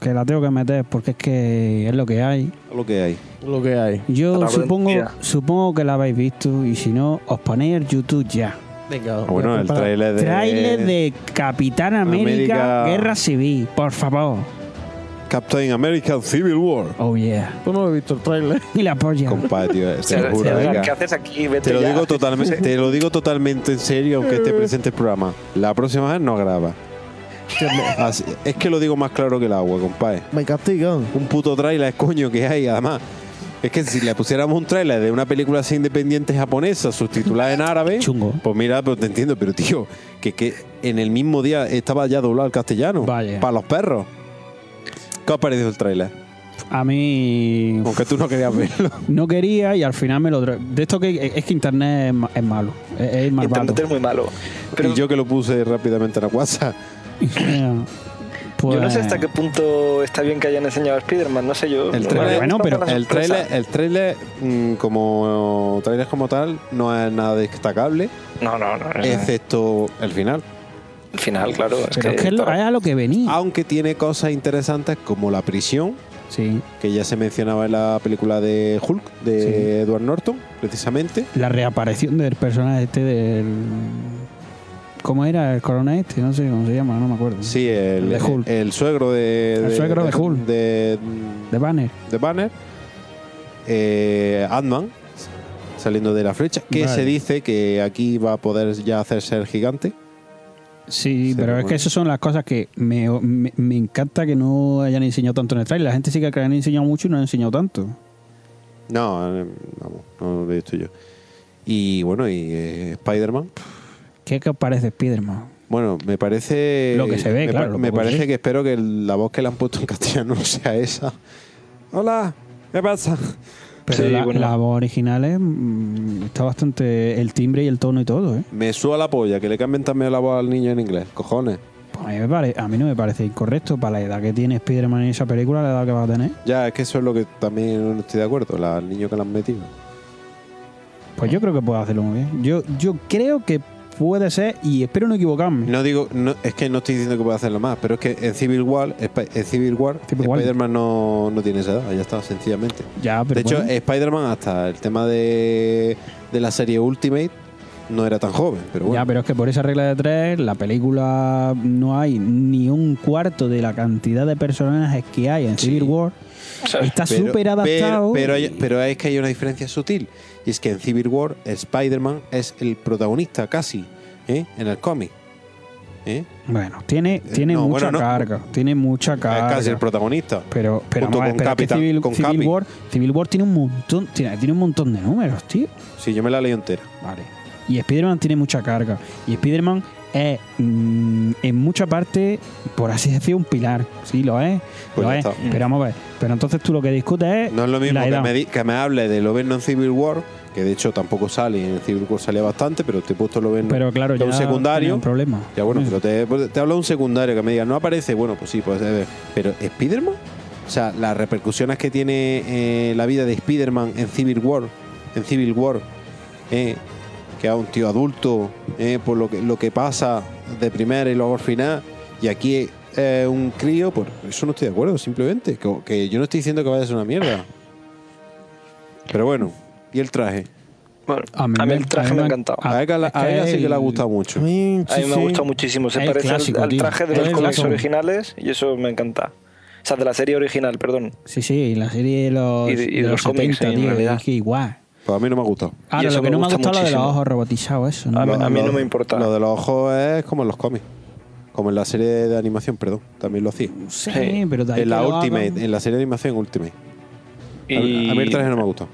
S1: que la tengo que meter porque es que es lo que hay.
S2: Lo que hay.
S4: Lo que hay.
S1: Yo
S3: Para la
S1: supongo,
S3: noticia.
S1: supongo que la habéis visto y si no, os ponéis el YouTube ya.
S4: Venga.
S2: Ah, bueno, el trailer de...
S1: Trailer de Capitán América,
S2: América.
S1: Guerra Civil, por favor.
S2: Captain America Civil War.
S1: Oh yeah.
S4: Tú no has visto el trailer.
S1: Y la polla.
S2: Compadre, tío, te lo
S3: Se-
S2: juro,
S3: se-
S2: venga.
S3: ¿Qué haces aquí? Vete
S2: Te lo,
S3: ya.
S2: digo totalmente, te lo digo totalmente en serio, aunque esté presente el programa. La próxima vez no graba. Así- es que lo digo más claro que el agua, eh. compadre.
S4: Me castigan.
S2: Un puto trailer, coño, que hay, además. Es que si le pusiéramos un trailer de una película así independiente japonesa, subtitulada en árabe,
S1: Chungo.
S2: pues mira, pero te entiendo, pero tío, que, que en el mismo día estaba ya doblado al castellano.
S1: Vaya.
S2: Para los perros. ¿Qué os pareció el trailer?
S1: A mí uf,
S2: Aunque tú no querías verlo.
S1: no quería y al final me lo... tra- De esto que es que Internet es, ma- es malo. Es, es malvado.
S3: Internet es muy malo. Pero
S2: y yo que lo puse rápidamente en la WhatsApp.
S1: Pues-
S3: Yo no sé hasta qué punto está bien que hayan enseñado a Spider-Man, no sé yo.
S2: El
S3: No,
S2: trailer-
S1: Bueno, pero
S3: para la
S2: El
S3: sorpresa.
S2: trailer, el trailer mm, como trailer como tal, no es nada destacable,
S3: No, no, no. no.
S2: excepto el final.
S3: Al final, claro. Es
S1: Pero
S3: que,
S1: es que es lo- es a lo que venía.
S2: Aunque tiene cosas interesantes como la prisión,
S1: Sí.
S2: que ya se mencionaba en la película de Hulk, de
S1: Sí.
S2: Edward Norton, precisamente.
S1: La reaparición del personaje este del... ¿Cómo era? El coronel este, no sé cómo se llama, no me acuerdo.
S2: Sí, el,
S1: El de Hulk.
S2: el suegro de...
S1: El suegro de Hulk.
S2: De,
S1: De Banner.
S2: de Banner. Eh, Ant-Man, saliendo de la flecha, que
S1: Vale.
S2: se dice que aquí va a poder ya hacerse el gigante.
S1: Sí,
S2: Sí,
S1: pero es
S2: bueno.
S1: que esas son las cosas que me, me- me encanta que no hayan enseñado tanto en el trailer. La gente sí que han enseñado mucho y no han enseñado tanto.
S2: No, eh, vamos, no lo he visto yo. Y bueno, y eh, Spider-Man.
S1: ¿Qué que os parece Spider-Man?
S2: Bueno, me parece.
S1: Lo que se ve,
S2: me
S1: claro, lo
S2: me
S1: poco que
S2: parece
S1: se ve.
S2: que espero que el- la voz que le han puesto en castellano no sea esa. Hola, ¿qué pasa?
S1: Pero
S3: Sí,
S1: la,
S3: bueno.
S1: la voz original es, mm, está bastante... El timbre y el tono y todo, ¿eh?
S2: Me suba la polla, que le cambien también la voz al niño en inglés. Cojones.
S1: Pues a, mí me pare- a mí no me parece incorrecto para la edad que tiene Spider-Man en esa película, la edad que va a tener.
S2: Ya, es que eso es lo que también no estoy de acuerdo, la- el niño que le han metido.
S1: Pues yo creo que puede hacerlo muy bien. Yo, yo creo que puede ser, y espero no equivocarme.
S2: No digo, no, es que no estoy diciendo que pueda hacerlo más, pero es que en Civil War, Spi- en Civil War,
S1: Civil War.
S2: Spider-Man no, no tiene esa edad, ya está, sencillamente.
S1: Ya, pero
S2: de hecho,
S1: bueno.
S2: Spider-Man hasta el tema de, de la serie Ultimate no era tan joven, pero bueno.
S1: Ya, pero es que por esa regla de tres, la película no hay ni un cuarto de la cantidad de personajes que hay en Civil War. Está
S2: Pero-
S1: súper adaptado.
S2: Pero, pero, hay-
S1: y-
S2: pero es que hay una diferencia sutil. Y es que en Civil War, Spider-Man es el protagonista casi ¿eh? en el cómic. ¿eh?
S1: Bueno, tiene, tiene
S2: no,
S1: mucha
S2: bueno, no.
S1: carga. Tiene mucha carga.
S2: Es casi el protagonista.
S1: Pero, pero,
S2: Junto
S1: vamos a ver,
S2: con
S1: pero es que
S2: Capital-
S1: Civil,
S2: con
S1: Civil
S2: Capi.
S1: War, Civil War tiene un montón, tiene, tiene un montón de números, tío.
S2: Sí, yo me la leí entera.
S1: Vale. Y Spider-Man tiene mucha carga. Y Spider-Man es, mm, en mucha parte, por así decir, un pilar. Sí, lo es.
S2: Pues
S1: lo
S2: ya
S1: es.
S2: está.
S1: Pero vamos a ver. Pero entonces tú lo que discutes es.
S2: No es lo mismo
S1: la
S2: que
S1: edad.
S2: me, di- que me hable de Lobezno en Civil War, que de hecho tampoco sale, en Civil War salía bastante, pero te he puesto Lobezno
S1: Pero claro,
S2: de
S1: ya
S2: un
S1: tiene
S2: secundario.
S1: un problema.
S2: Ya bueno,
S1: Sí.
S2: pero te, pues, te habla un secundario que me diga, no aparece, bueno, pues sí, pues eh, pero Spider-Man, o sea, las repercusiones que tiene eh, la vida de Spider-Man en Civil War, en Civil War, eh, que a un tío adulto, eh, por lo que, lo que pasa de primera y luego al final, y aquí eh, un crío, por eso no estoy de acuerdo, simplemente, que, que yo no estoy diciendo que vaya a ser una mierda. Pero bueno, y el traje.
S3: Bueno,
S1: A
S3: a
S1: mí
S3: mí,
S1: me-
S3: el
S1: a
S3: traje
S1: mí
S3: me
S1: me-
S3: ha encantado.
S1: Ah,
S2: A ella, la-
S1: es que
S2: a ella sí que le ha
S1: el-
S2: gustado mucho.
S3: A mí me gusta muchísimo. Se
S1: Es el
S3: parece al-
S1: clásico,
S3: al,
S1: tío.
S3: traje de
S1: Es
S3: los
S1: el
S3: cómics
S1: clásico.
S3: originales y eso me encanta. O sea, de la serie original, perdón.
S1: Sí, sí, y la serie de los,
S3: Y de- y
S1: de
S3: de
S1: los
S3: los cómics,
S1: 70,
S3: en
S1: tío.
S3: realidad.
S1: Es que igual.
S2: Pues a mí no me ha gustado.
S1: Ahora,
S3: eso
S1: lo que
S3: me
S1: no me ha
S3: gusta
S1: gustado es lo de los
S3: muchísimo.
S1: ojos robotizados, eso. ¿no?
S3: A mí-
S2: Lo-
S3: a mí
S2: lo-
S3: no me importa.
S2: Lo de los ojos es como en los cómics. Como en la serie de animación, perdón. También lo hacía.
S1: Sí,
S3: Sí.
S1: pero de ahí
S2: En la
S1: que lo
S2: Ultimate,
S1: hagan,
S2: en la serie de animación Ultimate. A-
S3: Y
S2: A mí el traje no me gustó.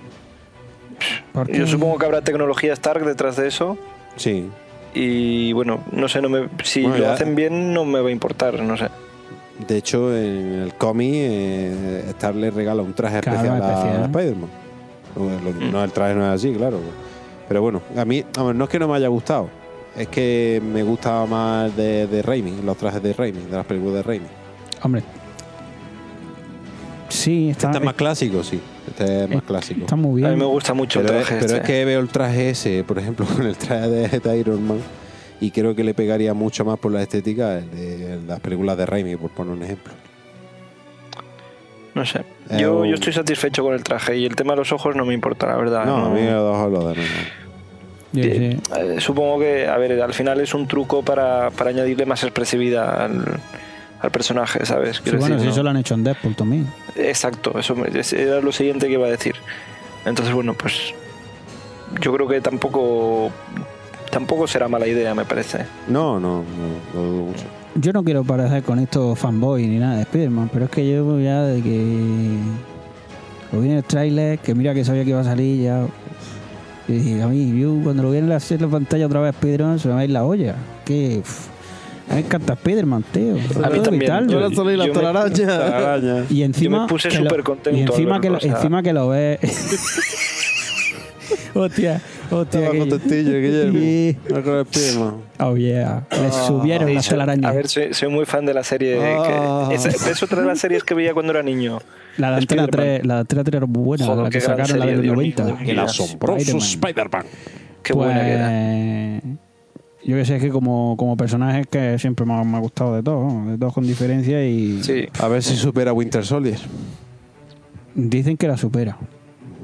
S1: porque-
S3: yo supongo que habrá tecnología Stark detrás de eso.
S2: Sí.
S3: Y bueno, no sé, no me, si
S2: Bueno,
S3: lo
S2: ya-
S3: hacen bien no me va a importar, no sé.
S2: De hecho, en el cómic, eh, Star le regala un traje
S1: Claro,
S2: especial, a-
S1: especial.
S2: a Spider-Man. Lo- lo-
S3: Mm.
S2: No, el traje no es así, claro. Pero bueno, a mí, vamos, no es que no me haya gustado. Es que me gustaba más de, de Raimi, los trajes de Raimi, de las películas de Raimi.
S1: Hombre. Sí, está,
S2: Este es más clásico, sí. Este
S1: eh,
S2: es más clásico.
S1: está muy bien.
S3: A mí me gusta mucho
S2: pero
S3: el
S2: es,
S3: traje.
S2: pero es
S3: este.
S2: que veo el traje ese, por ejemplo, con el traje de, de Iron Man, y creo que le pegaría mucho más por la estética el de las películas de Raimi, por poner un ejemplo.
S3: No sé.
S2: Eh,
S3: Yo,
S2: un-
S3: yo estoy satisfecho con el traje y el tema de los ojos no me importa, la verdad.
S2: no, a
S3: no.
S2: mí me da lo de menos.
S1: Yo
S3: Eh,
S1: sí.
S3: eh, Supongo que, a ver, al final es un truco para, para añadirle más expresividad al, al personaje, ¿sabes?
S1: Sí,
S3: Quiero
S1: bueno, si
S3: decir, no-
S1: eso lo han hecho en Deadpool también.
S3: Exacto, eso me- es- era lo siguiente que iba a decir. Entonces, bueno, pues yo creo que tampoco tampoco será mala idea, me parece.
S2: No, no, no, lo dudo mucho.
S1: Yo no quiero parecer con estos fanboys ni nada de Spider-Man, pero es que yo ya de que. Lo vi en el tráiler, que mira que sabía que iba a salir ya. Y dije, a mí, yo cuando lo vi en la, en la pantalla otra vez Spider-Man, se me va a ir la olla. Que. pff, a mí me encanta Spider-Man, tío. No puedo
S3: también,
S1: evitarlo.
S4: Yo la sola y la
S3: Yo me-
S4: telaraña.
S1: Y encima.
S3: Yo me puse
S1: que lo-
S3: supercontento
S1: Y
S3: al
S1: encima que, lo,
S3: verlo, o sea.
S1: encima que lo ves. hostia, hostia.
S2: Estaba
S1: que-
S2: contentillo, Guillermo.
S1: Sí.
S2: No creo que Spiderman.
S1: Oh, yeah. Le subieron
S3: Sí,
S1: las
S3: soy-
S1: telarañas.
S3: Ah, A ver, soy, soy muy fan de la serie.
S2: Ah.
S3: Que, esa- es otra de las series que veía cuando era niño.
S1: La de Antena
S3: Spider-Man.
S1: 3, la de Antena 3 era muy buena,
S3: Joder,
S1: la que
S3: qué gran
S1: sacaron la
S3: serie,
S1: del
S3: Dios mío,
S1: 90.
S3: Dios mío.
S2: El
S3: Mira,
S2: asombroso
S1: Spider-Man.
S2: Spider-Man.
S3: Qué buena que era.
S1: Pues, Yo que sé, es que como, como personaje es que siempre me ha, me ha gustado de todo, ¿no? de todos con diferencia
S2: Pues,
S1: y
S3: Sí.
S2: A ver si supera Winter Soldier.
S1: dicen que la supera.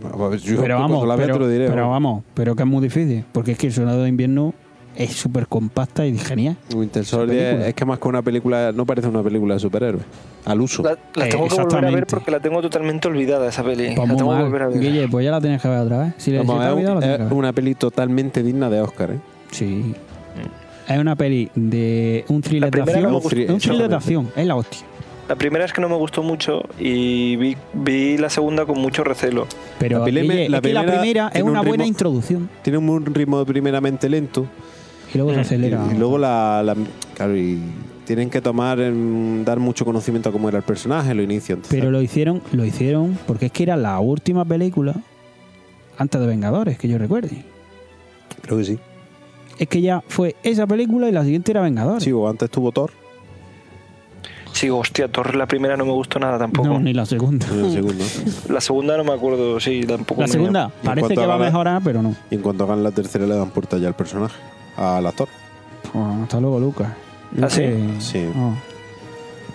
S2: A ver, yo
S1: pero
S2: cuando
S1: vamos,
S2: la vea
S1: pero,
S2: te lo diré.
S1: pero
S2: vamos.
S1: vamos, pero que es muy difícil, porque es que el sonado de invierno es súper compacta y genial.
S2: Winter Soldier
S1: película.
S2: es que más que una película, no parece una película de superhéroes. Al uso.
S3: La, la
S1: Eh,
S3: tengo que volver a ver
S1: exactamente.
S3: porque la tengo totalmente olvidada esa peli.
S1: Pues
S3: Eh, la
S1: muy
S3: tengo que
S1: mal.
S3: volver a ver.
S1: Guille, pues ya la tienes que ver otra vez. Si le
S2: Vamos,
S1: si te ha
S2: es,
S1: olvidado, la
S2: un-
S3: eh,
S1: tienes
S2: es
S1: que ver.
S2: una peli totalmente digna de Oscar, ¿eh?
S1: Sí. Es una peli de un thriller de
S3: primera
S1: acción.
S3: no me
S1: Un
S3: gustó
S1: thriller de
S2: mucho.
S1: acción, es la hostia.
S3: La primera es que no me gustó mucho y vi, vi la segunda con mucho recelo.
S1: Pero
S2: La peli-
S1: Guille, es
S2: la
S1: que la
S2: primera
S1: primera es
S2: tiene un
S1: una buena
S2: ritmo-
S1: introducción.
S2: Tiene un ritmo primeramente lento
S1: Y luego se
S2: y,
S1: acelera.
S2: Mm. y luego la, la- claro, y tienen que tomar em, dar mucho conocimiento a cómo era el personaje, lo inicio. entonces-
S1: Pero lo hicieron, lo hicieron porque es que era la última película antes de Vengadores, que yo recuerde.
S2: Ah, creo que sí.
S1: Es que ya fue esa película y la siguiente era Vengadores.
S2: Sí, o antes tuvo Thor.
S3: Sí, hostia, Torre la primera no me gustó nada tampoco.
S1: no, ni la segunda.
S2: en el segundo.
S3: La segunda no me acuerdo, sí, tampoco.
S1: La
S3: me-
S1: segunda
S2: en
S1: parece
S2: cuanto
S1: que va a
S2: haga la-
S1: mejorar, pero no.
S2: Y en cuanto hagan la tercera le dan puerta ya al personaje, al actor.
S1: Bueno, hasta luego, Lucas.
S3: ¿Ah, sí?
S1: Eh,
S2: Sí.
S1: no.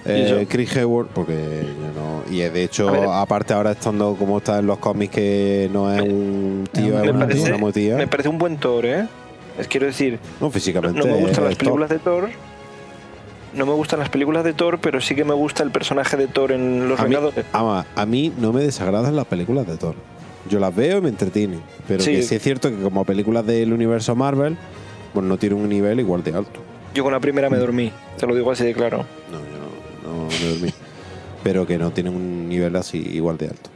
S2: Eh,
S3: eso?
S2: Chris Hayward, porque ya no- y de hecho,
S3: A ver.
S2: aparte ahora estando como está en los cómics que no es un tío,
S1: me
S2: es una,
S1: parece-
S2: una motilla.
S3: Me parece un buen Thor, ¿eh? Es quiero decir,
S2: No,
S3: no,
S2: físicamente.
S3: no me gustan las
S2: es
S3: películas
S2: top.
S3: de Thor. No me gustan las películas de Thor, pero sí que me gusta el personaje de Thor en Los
S2: A mí,
S3: Vengadores.
S2: ama, a mí no me desagradan las películas de Thor. Yo las veo y me entretienen. Pero
S3: Sí.
S2: que sí es cierto que como películas del universo Marvel, pues no tiene un nivel igual de alto.
S3: Yo con la primera me dormí, te lo digo así de claro.
S2: No, yo no, no me dormí. pero que no tiene un nivel así igual de alto.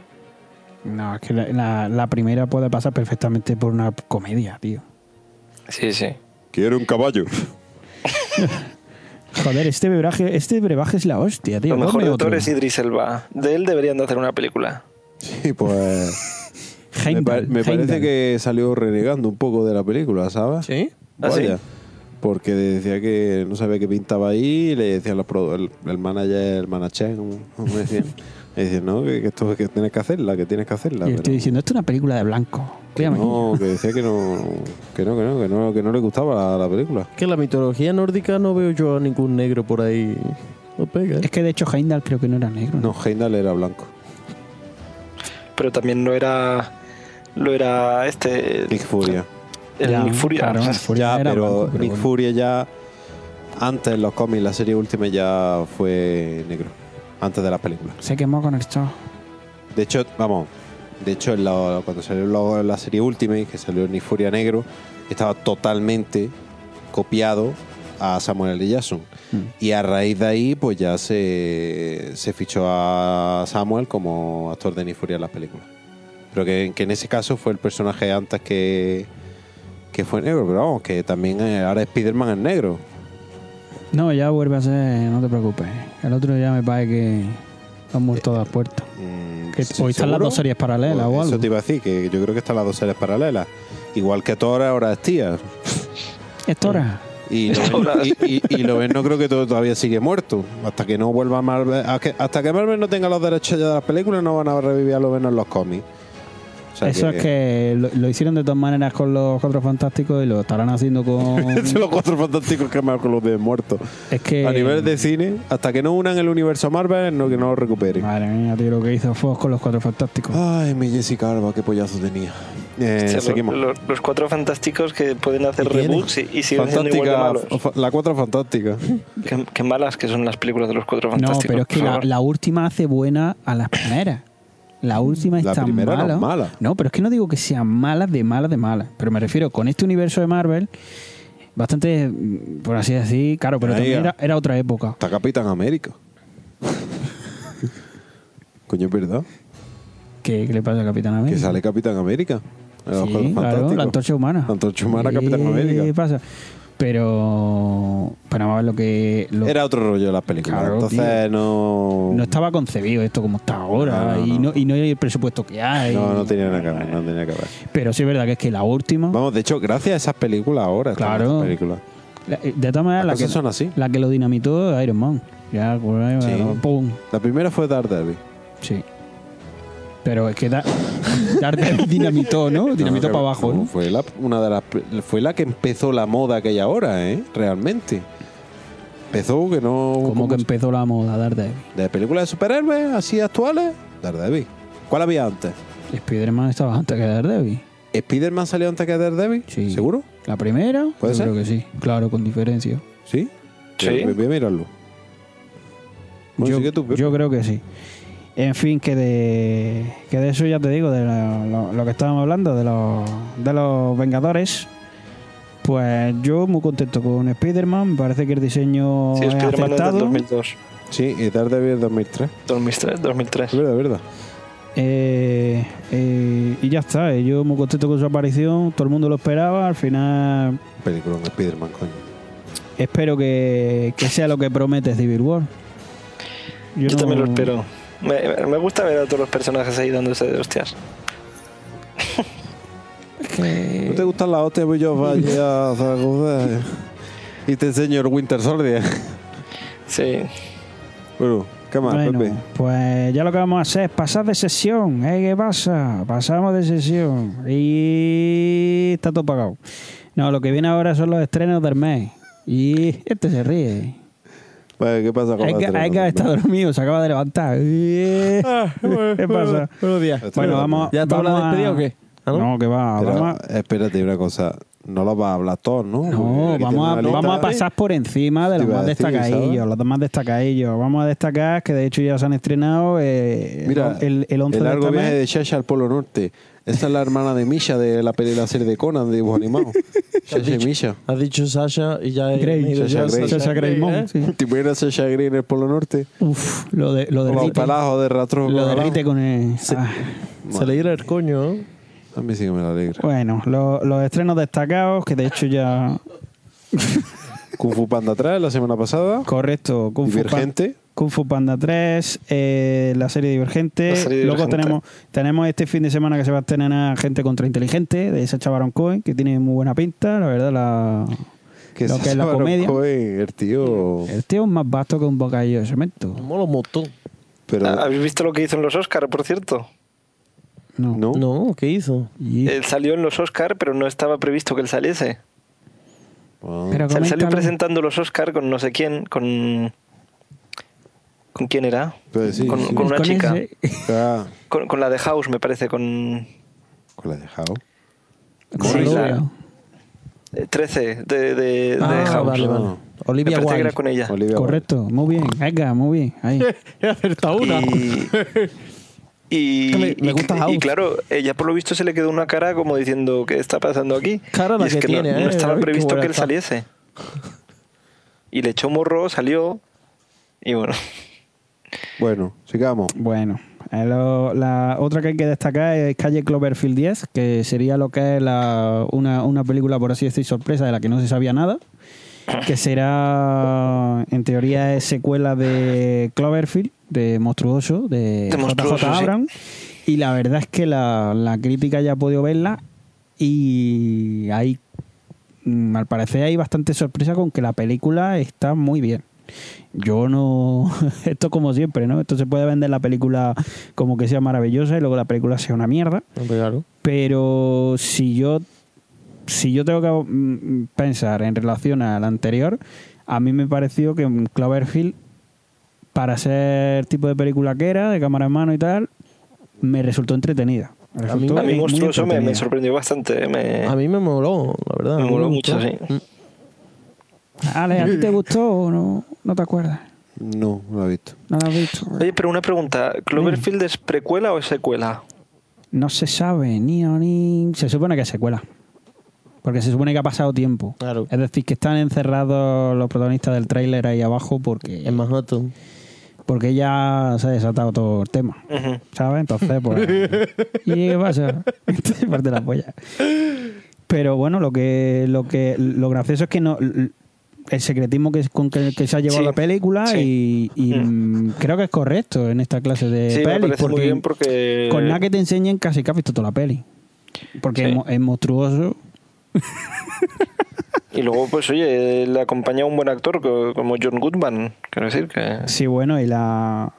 S1: No, es que la, la- la primera puede pasar perfectamente por una comedia, tío.
S3: Sí, sí.
S2: Quiero un caballo.
S1: Joder, este brebaje, este brebaje es la hostia, tío.
S3: Lo mejor
S1: Ponme
S3: de
S1: otro.
S3: Thor es Idris Elba. De él deberían de hacer una película.
S2: Sí, pues. me,
S1: Heimdall,
S2: pa- me parece
S1: Heimdall.
S2: que salió renegando un poco de la película, ¿sabes?
S4: ¿Sí?
S3: ¿Ah, sí?
S2: Vaya. Porque decía que no sabía qué pintaba ahí, y le decían los produ- el, el manager, el manager, como, como decían. Le decían, no, que, que esto es que tienes que hacerla, que tienes que hacerla.
S1: Y
S2: pero-
S1: estoy diciendo, esto es una película de blanco. Cuídame.
S2: no, que decía que no, que no, que no, que no, que no le gustaba la, la película.
S4: Que en la mitología nórdica no veo yo a ningún negro por ahí. No pega. ¿eh?
S1: Es que de hecho Heimdall creo que no era negro.
S2: No, Heindal era blanco.
S3: Pero también no era. Lo era este.
S2: Nick Furia.
S3: el
S1: Ya,
S3: Nick Fury.
S1: claro, Nick Fury
S2: ya,
S1: Pues era
S2: pero
S1: blanco,
S2: Nick
S1: bueno.
S2: Furia ya. Antes en los cómics, la serie última ya fue negro. Antes de las películas.
S1: Se quemó con esto.
S2: De hecho, vamos, de hecho en la- cuando salió la, la serie Ultimate, que salió Ni Furia Negro, estaba totalmente copiado a Samuel L. Jackson.
S1: Mm.
S2: Y a raíz de ahí, pues ya se, se fichó a Samuel como actor de Ni Furia en las películas. Pero que, que en ese caso fue el personaje antes que, que fue negro, pero vamos, que también eh, ahora Spider-Man es negro.
S1: No, ya vuelve a ser, no te preocupes. El otro ya me parece que han muerto
S2: Eh,
S1: todas las puertas.
S2: Mm,
S1: Que
S2: sí,
S1: hoy están las
S2: ¿seguro?
S1: dos series paralelas
S2: Pues
S1: o algo.
S2: Eso te iba a decir, que yo creo que están las dos series paralelas. Igual que Thor ahora es tía.
S1: Esto
S2: eh,
S1: ahora.
S2: Y lo, ven, y, y- y lo ven, no creo que todo- todavía sigue muerto. Hasta que no vuelva Marvel. a que- Hasta que Marvel no tenga los derechos ya de las películas, no van a revivir a lo menos los cómics. O sea
S1: Eso es que lo, lo hicieron de todas maneras con los Cuatro Fantásticos y lo estarán haciendo con...
S2: Son los cuatro fantásticos que más con los de muertos.
S1: es que...
S2: A nivel de cine, hasta que no unan el universo Marvel, no que no lo recuperen.
S1: Madre mía, tío, lo que hizo Fox con los Cuatro Fantásticos.
S2: Ay, mi Jessica Alba, qué pollazo tenía. Eh,
S3: O sea, lo-
S2: seguimos.
S3: lo- los cuatro fantásticos que pueden hacer
S2: ¿Y quién es?
S3: reboots y, y siguen siendo igual de
S2: Fantástica,
S3: malos.
S2: fa- la cuatro fantástica.
S3: Qué, qué malas que son las películas de los cuatro
S1: No,
S3: fantásticos.
S1: pero es que
S3: por
S1: la,
S3: favor.
S1: la última hace buena a las primeras. La última es
S2: La
S1: tan
S2: primera no es
S1: mala.
S2: mala.
S1: No, pero es que no digo que sean malas de malas de malas. Pero me refiero con este universo de Marvel, bastante, mm, por así decir, claro, pero
S2: Ahí
S1: también
S2: ya.
S1: era, era otra época.
S2: Está Capitán América. Coño, es verdad.
S1: ¿Qué, qué le pasa a Capitán América?
S2: Que sale Capitán América. Los
S1: Sí,
S2: Cuatro
S1: claro,
S2: Fantásticos.
S1: la antorcha humana. Eh,
S2: La antorcha humana,
S1: Sí,
S2: Capitán América.
S1: pasa? Pero, pero vamos a ver lo que... lo-
S2: Era otro rollo de las películas.
S1: Claro,
S2: Entonces no.
S1: No estaba concebido esto como está ahora
S2: No, no,
S1: y,
S2: no.
S1: no, y no hay el presupuesto que hay.
S2: No, no tenía nada que ver. No tenía que ver.
S1: Pero sí es verdad que es que la última...
S2: Vamos, de hecho, gracias a esas películas ahora. están
S1: Claro.
S2: estas películas.
S1: La- eh, de todas maneras,
S2: Las
S1: la que,
S2: cosas son así.
S1: la que lo dinamitó Iron Man. Ya, por ahí,
S2: Sí.
S1: bueno, pum,
S2: La primera fue Daredevil.
S1: sí. Pero es que da, Daredevil dinamitó, ¿no? Dinamitó para
S2: No, que-
S1: abajo,
S2: no,
S1: ¿no?
S2: Fue la, una de las, pri- fue la que empezó la moda que hay ahora, ¿eh? Realmente. Empezó que no.
S1: Como
S2: como-
S1: que em- empezó la moda Daredevil.
S2: de películas de superhéroes así actuales, Daredevil. ¿Cuál había antes?
S1: Spider-Man estaba antes que Daredevil.
S2: ¿Spider-Man salió antes que Daredevil?
S1: Sí.
S2: ¿Seguro?
S1: ¿La primera?
S2: ¿Puede
S1: Yo
S2: ser?
S1: creo que sí. Claro, con diferencia.
S2: ¿Sí?
S3: Sí.
S2: Voy- Voy a mirarlo. Bueno,
S1: yo,
S2: sí que tú-
S1: yo creo que sí. En fin, que de, que de eso ya te digo, de lo, lo- lo que estábamos hablando, de los, de los Vengadores. Pues yo muy contento con Spider-Man, me parece que el diseño
S3: Sí,
S1: es
S3: Spider-Man es del
S1: acertado.
S3: 2002.
S2: Sí, eh, y Daredevil es 2003.
S3: 2003, 2003.
S2: Es verdad, es verdad.
S1: Eh, eh, y ya está, eh, yo muy contento con su aparición, todo el mundo lo esperaba, al final
S2: Película de Spider-Man, coño.
S1: espero que, que sea lo que promete Civil War.
S3: Yo,
S1: no-
S3: también lo espero. Me, me gusta ver a todos los personajes ahí dándose de hostias.
S1: Eh.
S2: ¿No te gustan las hostias? Voy Pues yo vaya a Zaragoza eh. y te enseño el Winter Soldier.
S3: Sí.
S2: Bueno, ¿qué más,
S1: Bueno,
S2: Pepe?
S1: pues ya lo que vamos a hacer es pasar de sesión. ¿eh? ¿Qué pasa? Pasamos de sesión. Y está todo pagado. No, lo que viene ahora son los estrenos del mes. Y este se ríe.
S2: Vale, Pues, ¿Qué pasa con la
S1: Edgar,
S2: otra?
S1: Edgar está dormido, se acaba de levantar. Y-
S4: Ah,
S1: ¿Qué pasa?
S4: Buenos días.
S2: Está
S1: Bueno,
S2: bien.
S1: vamos.
S4: ¿Ya te
S1: vamos
S4: habrá
S1: a-
S4: despedido o qué? ¿Ah, no?
S1: No, que va.
S2: Pero,
S1: vamos a-
S2: espérate, una cosa. No los va a hablar todos, ¿no? Porque
S1: No,
S2: aquí
S1: vamos a,
S2: tenemos una
S1: vamos a
S2: lista.
S1: pasar por encima de
S2: Te
S1: los
S2: iba a
S1: más
S2: decir,
S1: destacadillos,
S2: ¿sabes?
S1: los más destacadillos. Vamos a destacar que de hecho ya se han estrenado eh,
S2: Mira,
S1: el, el 11 de
S2: largo
S1: este mes.
S2: viaje de Shasha al Polo Norte. Esa es la hermana de Misha de la peli de la serie de Conan, de dibujos animados. Shasha y Misha.
S4: Has dicho Sasha y ya he
S1: Grey.
S4: me he ido
S2: Sasha
S4: yo a
S2: Grey.
S1: Sasha Grey Monk,
S4: ¿eh?
S1: sí.
S2: ¿Te imaginas a Sasha Grey en el Polo Norte?
S1: Uf, lo de lo
S2: Con los
S1: derrite.
S2: pelajos de ratro.
S1: Lo derrite con el. ah.
S4: Se le irá el coño, ¿no?
S2: A mí sí que me lo alegra.
S1: Bueno, lo- los estrenos destacados, que de hecho ya.
S2: Kung Fu Panda 3 la semana pasada.
S1: Correcto, Kung Fu, Pan-
S2: Divergente.
S1: Kung Fu Panda 3, eh, la serie Divergente.
S3: La serie
S1: Luego
S3: Divergente.
S1: tenemos tenemos este fin de semana que se va a estrenar Gente contra Inteligente, de esa Baron Cohen, que tiene muy buena pinta, la verdad, la, lo
S2: se
S1: que es la
S2: llama
S1: comedia.
S2: Cohen, el tío.
S1: El tío es más vasto que un bocadillo de cemento.
S4: Mola un montón.
S2: Pero
S3: ¿Habéis visto lo que hizo en los Oscar, por cierto?
S1: No.
S2: no.
S4: No, ¿qué hizo?
S1: Y-
S3: Él salió en los Oscar, pero no estaba previsto que él saliese.
S2: Ah.
S1: Pero
S3: O sea, él salió
S1: coméntalo.
S3: presentando los Oscar con no sé quién, con... ¿Con quién era?
S2: Pues sí,
S3: con,
S2: sí.
S3: con una
S1: Con
S3: chica.
S1: ese-
S2: Ah,
S3: Con, con la de House, me parece, con
S2: ¿cuál la he dejado?
S1: con
S3: Sí,
S1: el
S3: claro.
S1: novio.
S3: eh, 13 de, de, de
S4: Ah,
S3: House.
S4: vale, vale.
S2: no.
S4: Olivia
S3: me parece que
S4: Wilde.
S3: era con ella.
S2: Olivia
S1: Correcto, muy bien, Edgar, muy bien. Ahí.
S4: He acertado una.
S3: Y, y,
S4: Me- me
S3: y-
S4: gusta
S3: y
S4: House.
S3: claro, ella por lo visto se le quedó una cara como diciendo, ¿qué está pasando aquí?
S4: Cara
S3: Y
S4: la
S3: es
S4: que
S3: no-
S4: tiene,
S3: no,
S4: ¿eh?
S3: estaba
S4: Qué
S3: previsto
S4: buena
S3: que él
S4: está.
S3: saliese. Y le echó morro, salió. Y bueno,
S2: Wilde. Bueno, sigamos.
S1: Bueno, eh, lo- la otra que hay que destacar es Calle Cloverfield 10, que sería lo que es la- una, una película, por así decir, sorpresa de la que no se sabía nada, que será, en teoría, es secuela de Cloverfield, de Monstruoso, de,
S3: De
S1: JJ
S3: Monstruoso, sí.
S1: Abrams, y la verdad es que la, la crítica ya ha podido verla y hay, mm, al parecer hay bastante sorpresa con que la película está muy bien. Yo no. Esto como siempre, ¿no? Esto se puede vender la película como que sea maravillosa y luego la película sea una mierda.
S4: Hombre, claro.
S1: Pero si yo. Si yo tengo que mm, pensar en relación a la anterior, a mí me pareció que mm, Cloverfield, para ser el tipo de película que era, de cámara en mano y tal, me resultó entretenida. Resultó
S4: Tú
S3: a mí
S1: muy
S3: monstruoso me, me
S1: entretenida.
S3: sorprendió bastante. Me,
S4: A mí me moló, la verdad.
S3: me
S4: A mí
S3: moló
S4: gustó.
S3: mucho, sí.
S4: Mm.
S1: Ale, ¿a ti te gustó o no? ¿No te acuerdas?
S2: No, no la he visto.
S1: ¿No la has visto?
S3: Oye, pero una pregunta, ¿Cloverfield es precuela o es secuela?
S1: No se sabe, ni o ni. Se supone que es secuela. Porque se supone que ha pasado tiempo.
S4: Claro.
S1: Es decir, que están encerrados los protagonistas del tráiler ahí abajo porque,
S4: En Manhattan.
S1: porque ya se ha desatado todo el tema.
S3: Ujú.
S1: ¿Sabes? Entonces, pues. ¿Y qué pasa? Entonces, parte la polla. Pero bueno, lo que, lo que. Lo gracioso es que no. El secretismo que, es- con que, que se ha llevado
S3: Sí,
S1: la película
S3: sí.
S1: y, y, mm, creo que es correcto en esta clase de
S3: Sí, me
S1: pelis,
S3: parece muy
S1: porque-
S3: bien porque...
S1: con nada que te enseñen casi que has visto toda la peli. Porque
S3: Sí.
S1: es, mo- es monstruoso.
S3: Y luego, pues oye, le acompaña un buen actor co- como John Goodman, quiero decir que...
S1: Sí, bueno, y la...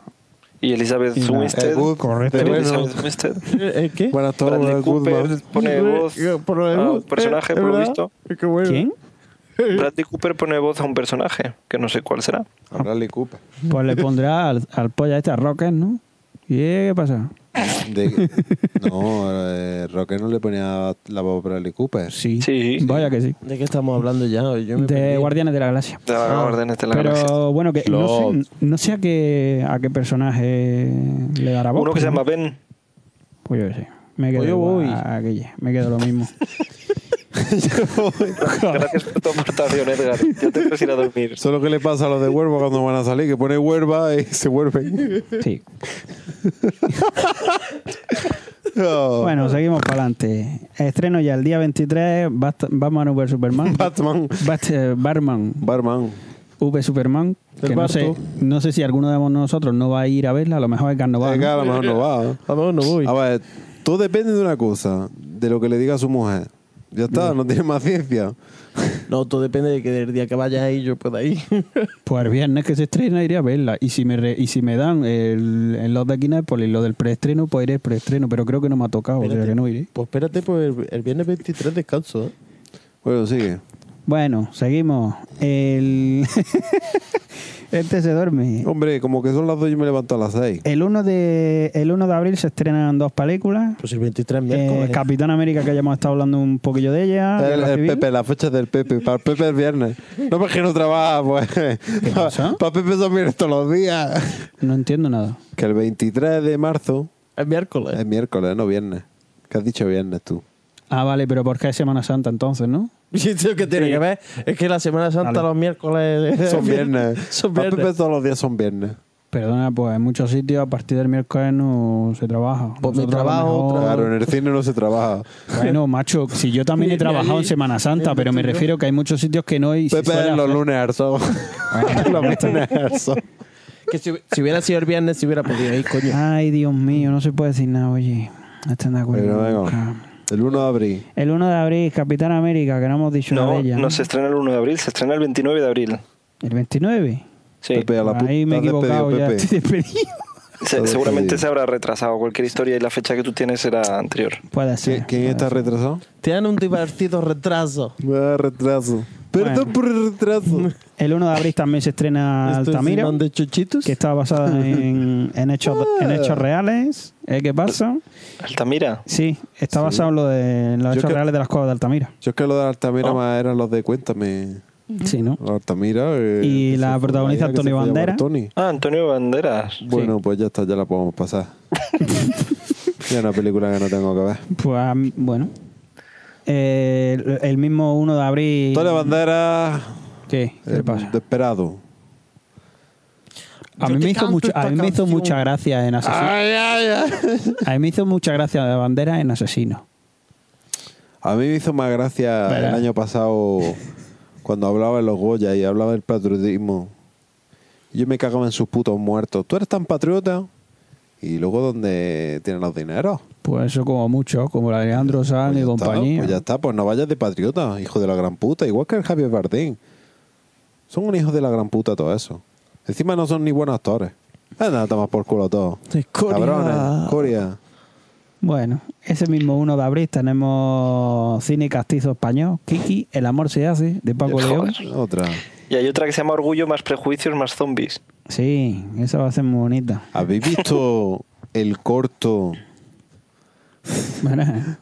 S3: Y Elizabeth
S1: Y la-
S3: Winstead.
S2: Eh, Good,
S1: correcto.
S2: de bueno.
S3: Elizabeth Winstead.
S4: ¿Eh, ¿Qué?
S2: Buenas tardes,
S3: Bradley Cooper
S2: Goodman.
S3: pone voz
S4: Eh, por lo de
S3: a un
S4: Ruth,
S3: personaje,
S4: eh,
S3: por lo
S4: ¿verdad?
S3: visto.
S4: Eh, Qué bueno.
S1: ¿Quién?
S3: Bradley Cooper pone voz a un personaje, que no sé cuál será.
S2: A Bradley Cooper.
S1: Pues le pondrá al, al polla este, a Rocket, ¿no? ¿Y qué pasa?
S2: De- No, eh, Roque no le ponía la voz a Bradley Cooper.
S1: Sí.
S3: Sí.
S1: Vaya que sí.
S4: ¿De qué estamos hablando ya? Yo me
S1: De
S4: perdí.
S1: Guardianes de la Galaxia.
S3: De la Guardianes de la Galaxia.
S1: Ah, Pero bueno, que no sé,
S2: Lot.
S1: no sé a qué, a qué personaje le dará voz.
S3: Uno que se
S1: pero-
S3: llama Ben.
S1: Pues yo qué sé. Me quedo,
S4: Pues yo voy.
S1: igual a aquella, me quedo lo mismo.
S3: Gracias por tu aportación, Edgar. Ya te puedes ir a dormir.
S2: Eso es lo que le pasa a los de Huerva cuando van a salir, que pone Huerva y se vuelven.
S1: Sí.
S2: Oh,
S1: Bueno, seguimos para adelante. Estreno ya el día 23, Bat- Batman vs Superman.
S2: Batman.
S1: Bat- eh, Barman,
S2: Barman.
S1: V Superman.
S4: El
S1: Que no, sé,
S4: Barto.
S1: no sé si alguno de nosotros no va a ir a verla, a lo mejor es Carnaval.
S2: Es que a
S1: ¿no?
S2: lo mejor no va. ¿eh?
S4: A lo mejor no voy.
S2: A ver, todo depende de una cosa, de lo que le diga a su mujer. Ya está, no tiene más ciencia.
S4: No, todo depende de que del día que vayas ahí yo pueda ir.
S1: Pues el viernes que se estrena iré a verla. Y si me, re- y si me dan el, el lot de Kinépolis, lo del preestreno, pues iré al preestreno, pero creo que no me ha tocado, o sea
S4: Espérate.
S1: que no iré.
S4: Pues espérate, pues el, el viernes 23 descanso. ¿eh?
S2: Bueno, sigue.
S1: Bueno, seguimos. El, Este se duerme.
S2: Hombre, como que son las dos y me levanto a las seis.
S1: El 1 de, el 1 de abril se estrenan dos películas.
S4: Pues el 23
S1: Eh,
S4: miércoles.
S1: Capitán América, que ya hemos estado hablando un poquillo de
S4: Ah,
S1: ella.
S2: El,
S1: Guerra
S2: el
S1: Civil.
S2: Pepe, la fecha del Pepe. Para el Pepe el viernes. No, porque no trabaja, pues.
S1: pasa?
S2: Para Pepe son viernes todos los días.
S1: No entiendo nada.
S2: Que el 23 de marzo
S4: es miércoles.
S2: es miércoles, no viernes. ¿Qué has dicho viernes tú?
S1: Ah, vale, pero porque es Semana Santa entonces, ¿no?
S4: ¿Y eso qué tiene que ver? Es que la Semana Santa,
S1: Dale.
S4: los miércoles.
S2: Son viernes.
S4: Son
S2: Pa' Pepe
S4: viernes. pues-
S2: todos los días son viernes.
S1: Perdona, pues en muchos sitios a partir del miércoles no se trabaja.
S4: Pues mi
S1: Nosotros a lo
S4: trabajo,
S1: mejor-
S4: trabajo.
S2: Claro, en el cine no se trabaja.
S1: Bueno, macho, si yo también he
S4: Mira,
S1: trabajado
S4: ahí,
S1: en Semana Santa, pero me refiero que hay muchos sitios que no hay. se
S2: Pepe
S1: suele
S2: es los
S1: hacer. Ah.
S2: lunes al sol. los lunes al sol.
S4: Que si, si hubiera sido el viernes, si hubiera podido ir, coño.
S1: Ay, Dios mío, no se puede decir nada, oye. Este No están de acuerdo.
S2: Pero venga.
S1: nunca.
S2: El 1 de abril.
S1: El 1 de abril, Capitán América, que no hemos dicho nada
S3: No,
S1: de ella.
S3: no se estrena el 1 de abril, se estrena el 29 de abril.
S1: El 29.
S3: Sí,
S2: Pepe, a la puta.
S1: Ahí me he
S2: has despedido,
S1: equivocado, ya
S2: Pepe.
S1: estoy despedido.
S3: Se-
S2: Todo
S3: seguramente
S2: decidido.
S3: se habrá retrasado cualquier historia y la fecha que tú tienes era anterior.
S1: Puede
S2: ¿Qui-
S1: ser.
S2: ¿Quién
S1: puede
S2: está
S1: ser.
S2: retrasado?
S4: Te dan un divertido retraso.
S2: Ah, retraso. Perdón
S1: Bueno.
S2: por el retraso.
S1: El 1 de abril también se estrena
S4: Esto es
S1: Altamira,
S4: Simón de chuchitos.
S1: que está basada en, en hechos, en hechos reales. ¿Eh? ¿Qué pasa?
S3: Altamira.
S1: Sí, está basado en, lo de, en los
S2: Yo
S1: hechos
S2: que-
S1: reales de las cuevas de Altamira.
S2: Yo es que lo de Altamira
S3: Ah.
S1: Oh.
S2: más eran los de Cuéntame.
S1: Sí, ¿no?
S2: Altamira. eh,
S1: Y
S2: que
S1: la
S2: se fue-
S1: protagonista
S2: hija que se
S1: Antonio
S2: fue a llamar
S1: Banderas.
S2: Tony.
S3: Ah, Antonio Banderas.
S2: Bueno, pues ya está, ya la podemos pasar. ya una película que no tengo que ver.
S1: Pues ah, bueno. Eh, el, el mismo 1 de abril.
S2: Antonio Banderas.
S1: ¿Qué? ¿Qué
S2: eh,
S1: le pasa?
S2: Desperado.
S1: A mí
S4: Yo
S1: me
S4: te
S1: hizo,
S4: canto
S1: mucho, a
S4: esta
S1: mí me hizo
S4: canción.
S1: mucha gracia en Asesino.
S2: Ay, ay, ay.
S1: A mí me hizo mucha gracia de bandera en Asesino.
S2: A mí me hizo más gracia
S1: Verás.
S2: el año pasado cuando hablaba de los Goya y hablaba del patriotismo. Yo me cagaba en sus putos muertos. ¿Tú eres tan patriota? Y luego, ¿dónde tienen los dineros?
S1: Pues eso como mucho, como la de Alejandro Sanz y
S2: Pues ya está,
S1: Ah, compañía.
S2: pues ya está, pues no vayas de patriota, hijo de la gran puta, igual que el Javier Bardem. Son un hijo de la gran puta todo eso. Encima no son ni buenos actores. Anda, toma por culo todo.
S4: Escoria.
S2: Cabrones, Coria.
S1: Bueno, ese mismo 1 de abril tenemos Cine Castizo Español, Kiki, El Amor se hace, de Paco
S3: Joder.
S1: León.
S2: Otra.
S3: Y hay otra que se llama Orgullo más prejuicios más zombies.
S1: Sí, esa va a ser muy bonita.
S2: ¿Habéis visto el corto
S1: Verás.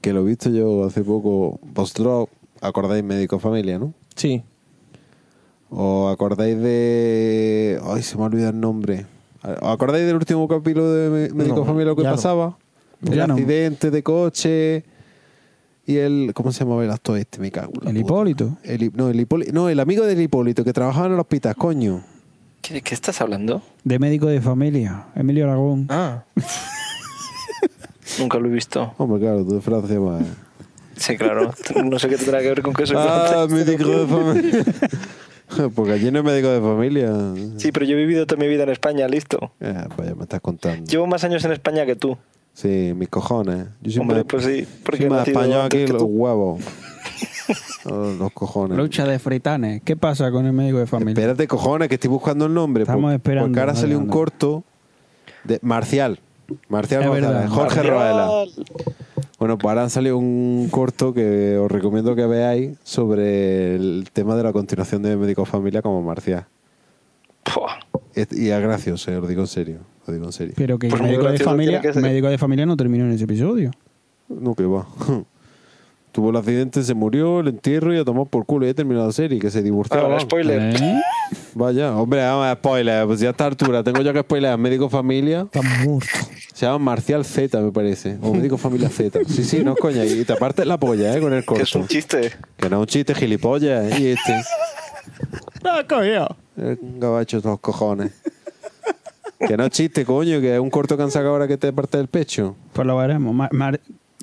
S2: que lo he visto yo hace poco? Vosotros acordáis Médico Familia, ¿no?
S4: Sí.
S2: ¿O acordáis de. Ay, se me ha olvidado el nombre. ¿Os acordáis del último capítulo de Mé- Médico
S4: No,
S2: Familia lo que
S4: ya no.
S2: pasaba? El
S1: Ya no.
S2: accidente de coche. Y el. ¿Cómo se llamaba el actor este? Me cago. en la
S1: El
S2: puta.
S1: Hipólito.
S2: El Hip- no, el Hipólito. No, el amigo del Hipólito que trabajaba en el hospital, coño.
S3: ¿Qué- ¿De qué estás hablando?
S1: De médico de familia, Emilio Aragón.
S3: Ah. Nunca lo he visto.
S2: Hombre, claro, tú de Francia más.
S3: Sí, claro. No sé qué tendrá que ver con que soy
S2: ah,
S3: francés.
S2: médico de familia. Porque allí no es médico de familia.
S3: Sí, pero yo he vivido toda mi vida en España, listo.
S2: Ah, vaya, me estás contando.
S3: Llevo más años en España que tú.
S2: Sí, mis cojones. Yo soy
S3: Hombre,
S2: más,
S3: pues sí, porque
S2: soy
S3: he
S2: más
S3: nacido
S2: español
S3: antes
S2: aquí
S3: que
S2: los
S3: tú.
S2: huevos. Oh, los cojones.
S1: Lucha de fritanes. ¿Qué pasa con el médico de familia?
S2: Espérate, cojones, que estoy buscando el nombre. pues,
S1: Estamos
S2: porque-
S1: esperando,
S2: Porque ahora
S1: vale,
S2: salió un
S1: vale.
S2: corto de Marcial. Marcial
S1: Es
S2: González,
S1: verdad,
S2: Jorge
S3: Marcial.
S2: Roela. Bueno, pues ahora han salido un corto que os recomiendo que veáis sobre el tema de la continuación de Médico Familia como Marcial.
S3: Pua.
S2: Es- Y es gracioso, eh, os digo en serio. Os digo en serio.
S1: Pero que
S3: Pues muy
S1: médico, de
S3: gracioso
S1: familia,
S3: tiene que ser.
S1: médico de familia no terminó en ese episodio.
S2: No, que va. Tuvo el accidente, se murió, el entierro y a tomar por culo. Ya terminó la serie, que se divorció.
S3: Ahora,
S2: vamos.
S3: Ah, spoiler.
S1: ¿Eh?
S2: Vaya, hombre, vamos a spoiler. Pues ya está altura. Tengo yo que spoiler. Médico Familia.
S4: Está muerto.
S2: Se llama Marcial Z, me parece. O Médico Familia Z. Sí, sí, no, coña. Y te apartes la polla, ¿eh? Con el
S3: Que es
S2: corto.
S3: un chiste.
S2: Que no es un chiste, gilipollas. ¿eh? Y este.
S4: No, cogido.
S2: El gabacho de los cojones. Que no es chiste, coño. Que es un corto que han sacado ahora que te parte del pecho.
S1: Pues lo veremos. Mar- Mar-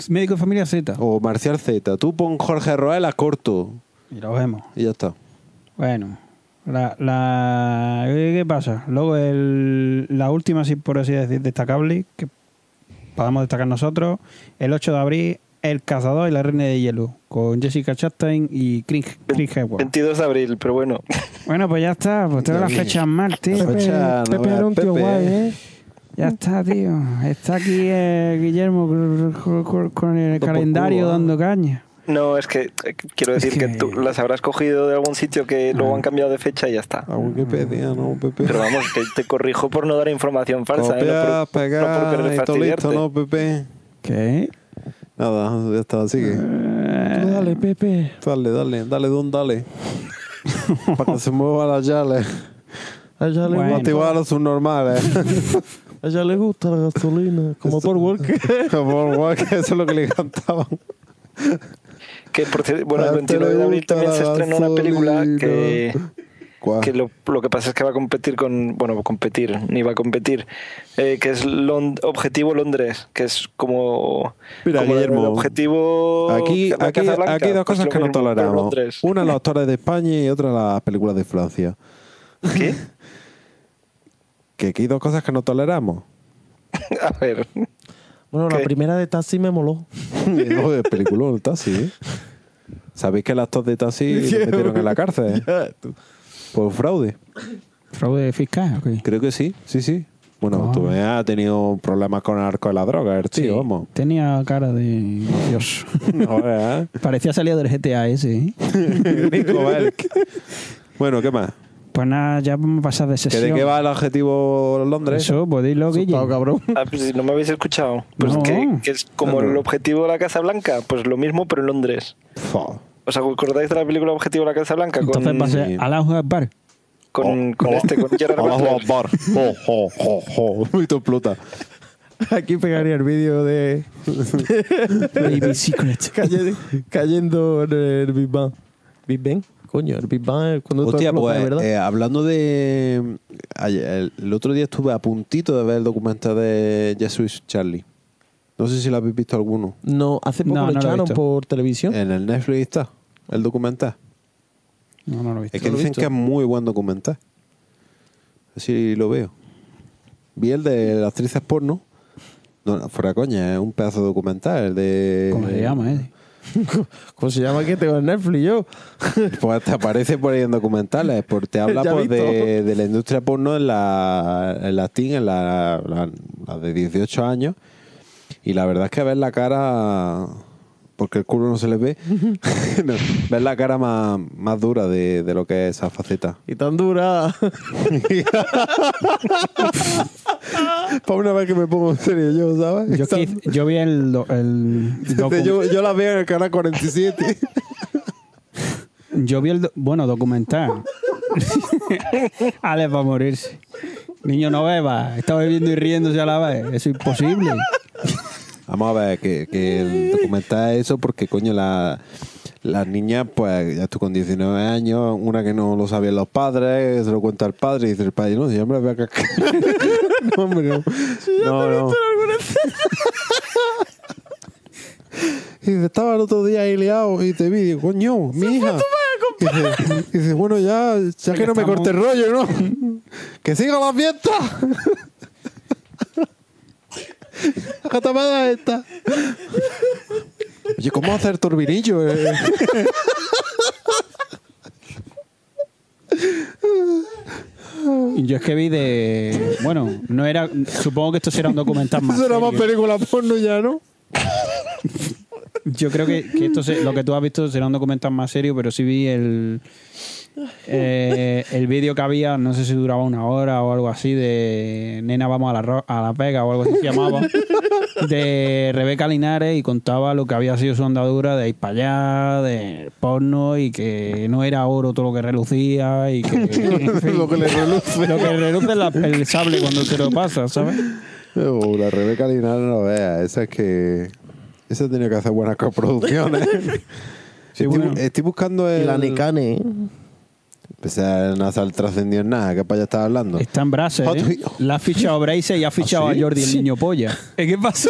S1: médico de familia Z.
S2: O Marcial Z. Tú pon Jorge Roela corto.
S1: Y lo vemos.
S2: Y ya está.
S1: Bueno, la, la- ¿qué qué pasa? Luego el, la última, sí, por así decir, destacable, que podamos destacar nosotros, el 8 de abril, El Cazador y la Reina de Hielo, con Jessica Chastain y Chris, Chris Hemsworth.
S3: 22 de abril, pero bueno.
S1: Bueno, pues ya está, pues tengo
S2: Ya
S1: las
S2: vi.
S1: fechas mal, tío.
S2: La
S1: Pepe.
S2: fecha, no
S4: Pepe
S2: veas,
S4: era un tío
S2: Pepe,
S4: guay,
S2: ¿eh?
S4: ¿eh?
S1: Ya está, tío. Está aquí eh, Guillermo con- con- con el
S2: por
S1: calendario
S2: culo, ¿eh?
S1: dando caña.
S3: No, es que eh, quiero decir que...
S1: que-
S3: tú las habrás cogido de algún sitio que luego han
S2: Ah.
S3: cambiado de fecha y ya está.
S2: A Wikipedia, no, Pepe.
S3: Pero vamos, te, te corrijo por no dar información falsa, ¿eh?
S2: Copiar,
S3: no por, no por
S2: pegar, y
S3: querer
S2: todo listo,
S3: fastidiarte.
S2: ¿no, Pepe?
S1: ¿Qué?
S2: Nada, ya está, sigue.
S4: Eh, Dale, Pepe.
S2: Dale, dale, dale, don, dale. Para que se mueva la yale.
S4: Allá le,
S1: Bueno.
S4: gusta,
S2: Motivar a los subnormales.
S4: allá le gusta la gasolina, como por Walker.
S2: Por igual que eso es lo que le cantaban.
S3: Que por cierto, bueno, el
S2: Date
S3: 29 de
S2: la
S3: abril también se
S2: vuelta a la
S3: estrenó una película que,
S2: gasolina. ¿Cuál?
S3: que lo, lo que pasa es que va a competir con. Bueno, competir, ni va a competir. eh, que es Lond- Objetivo Londres, que es como.
S2: Mira,
S3: como el
S2: Guillermo,
S3: objetivo.
S2: Aquí,
S3: la
S2: aquí,
S3: Casa Blanca,
S2: aquí hay dos
S3: pues
S2: cosas
S3: lo
S2: que no
S3: mismo, pero
S2: toleramos.
S3: Londres.
S2: Una los actores de España y otra las películas de Francia.
S3: ¿Qué?
S2: Que aquí hay dos cosas que no toleramos.
S3: A ver.
S4: Bueno, la
S3: ¿Qué?
S4: primera de taxi me moló.
S2: Oye, película el taxi, ¿eh? ¿Sabéis que el actor de taxi lo metieron en la cárcel?
S4: Ah,
S2: eh? Por fraude.
S1: ¿Fraude fiscal? o qué?
S2: Creo que sí, sí, sí. Bueno, tú ves, ha tenido problemas con el arco de la droga, el tío, vamos.
S1: Tenía cara de. Dios.
S2: No, ¿eh?
S1: Parecía salido del GTA ese. ¿eh?
S2: Nico Belk. Bueno, ¿qué más?
S1: Pues nada, ya vamos a pasar de
S2: ¿Que
S1: sesión.
S2: ¿De qué va el objetivo Londres?
S1: Eso, pues dilo, Guille.
S4: Asustado, cabrón.
S3: Ah, pues si no me habéis escuchado. Pues
S1: No.
S3: que, que es como el objetivo de la Casa Blanca. Pues lo mismo, pero en Londres.
S2: Fo.
S3: ¿Os acordáis de la película Objetivo de la Casa Blanca? Con,
S1: Entonces va a ser
S2: Sí.
S1: al Ajo Bar.
S2: Oh,
S3: con, con este, con Gerard
S2: Vamos a
S3: Butler.
S2: bar. Jo, jo, jo, jo. Y te explota.
S4: Aquí pegaría el vídeo de
S1: Baby Secret.
S4: calle- cayendo en el Big Bang. ¿Big Bang? Coño, el Big Bang es cuando todo
S2: Hostia,
S4: explota,
S2: pues
S4: de ¿verdad?
S2: eh, hablando de. mm, ayer- el, el otro día estuve a puntito de ver el documental de Jesus Charlie. No sé si lo habéis visto alguno.
S4: no, hace poco
S1: No,
S4: lo
S1: no lo he
S4: echaron
S1: visto.
S4: por televisión.
S2: En el Netflix está, el documental.
S1: No, no lo he visto.
S2: Es que
S4: lo he
S2: dicen
S4: visto.
S2: que es muy buen documental. Así lo veo. Vi el de las actrices porno. No, no, fuera coña, es un pedazo de documental. El de.
S1: ¿Cómo se llama, eh?
S4: ¿Cómo se llama que tengo en Netflix yo?
S2: Pues te aparece por ahí en documentales, porque te habla
S4: Ya
S2: pues,
S4: visto.
S2: de, de la industria porno en la, en la teen, en la, la- la de 18 años. Y la verdad es que ver la cara, porque el culo no se les ve, no, ver la cara más, más dura de, de lo que es esa faceta.
S4: Y tan dura.
S2: Para una vez que me pongo en serio yo, ¿sabes?
S1: Yo, que- yo vi el, do- el
S2: Este
S1: docu-
S2: la veo en el canal 47.
S1: yo vi el do- bueno documental. Alex va a morirse. Niño no beba, está bebiendo y riéndose a la vez, eso es imposible.
S2: Vamos a ver, que, que el documental es eso porque, coño, la, las niñas, pues, ya tú con 19 años, una que no lo sabían los padres, se lo cuenta el padre y dice el padre, no, si hombre, voy a cagar. no, hombre, no. no, no. Y dice, estaba el otro día ahí liado y te vi, digo, coño, mi hija. Dice, dice, bueno, ya, ya que no me
S1: estamos-
S2: corte el rollo, ¿no? que siga la fiesta. ¿Qué tapada es esta? Oye, ¿cómo hacer turbinillo? eh?
S1: Y Yo es que vi de bueno, no era supongo que esto será un documental más.
S2: Eso era más
S1: serio.
S2: película porno ya, ¿no?
S1: Yo creo que, que esto se- lo que tú has visto será un documental más serio, pero sí vi el eh, el vídeo que había, no sé si duraba una hora o algo así, de Nena vamos a la, ro- a la pega o algo así se llamaba, de Rebeca Linares y contaba lo que había sido su andadura de ir para allá, de porno y que no era oro todo lo que relucía y que... en fin,
S2: Lo que le reluce.
S1: lo que reluce la- el sable cuando se lo pasa, ¿sabes?
S2: Uh, la Rebeca Linares no vea, esa es que. Esa tenía que hacer buenas coproducciones.
S1: Sí,
S2: estoy,
S1: bueno.
S2: bu- estoy buscando
S4: Y
S2: el.
S4: la Necane, ¿eh?
S2: Pese a Nazar trascendió en nada, que para allá estaba hablando.
S1: Está en Bracer,
S2: Hot
S1: ¿eh?
S2: Wheels.
S1: La ha fichado Bracer y ha fichado
S2: ¿Ah, sí?
S1: a Jordi, el niño polla. Eh, ¿Qué pasa?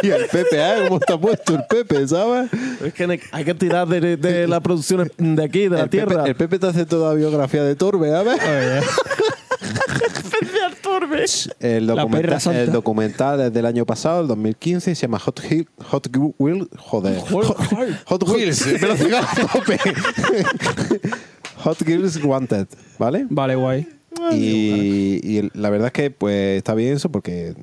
S2: Tío, el Pepe, ¿eh? ¿Cómo está puesto el Pepe, sabes?
S4: Es que ne- hay que tirar de, de la producción de aquí, de la
S2: el
S4: tierra.
S2: Pepe, el Pepe te hace toda biografía de Torbe, ¿eh? ¿sabes? El
S1: La
S2: documental,
S1: perra santa.
S2: el documental es del año pasado, el 2015, y se llama Hot, Hill- Hot Gu- Wheels. Joder. Hot, Hot Wheels. me lo digo a tope. Hot Girls Wanted, ¿vale?
S1: Vale, guay.
S2: Y, y el- la verdad es que pues está bien eso porque eh,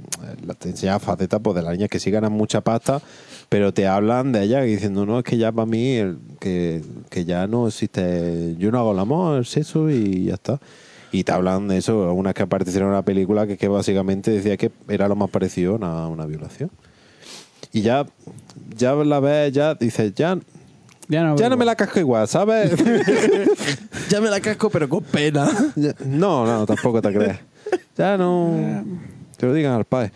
S2: la- te enseñaba facetas pues, de las niñas que sí ganan mucha pasta, pero te hablan de allá diciendo, no, es que ya para mí, el- que, que ya no existe, yo no hago el amor, el sexo y ya está. Y te hablan de eso, unas que aparecieron en una película que, que básicamente decía que era lo más parecido a una- una violación. Y ya, ya la ves, ya dices, ya,
S1: Ya no,
S2: ya no me la casco igual, ¿sabes?
S4: Ya me la casco, pero con pena.
S2: Ya- No, no, tampoco te creas. Ya no. Te lo digan al padre.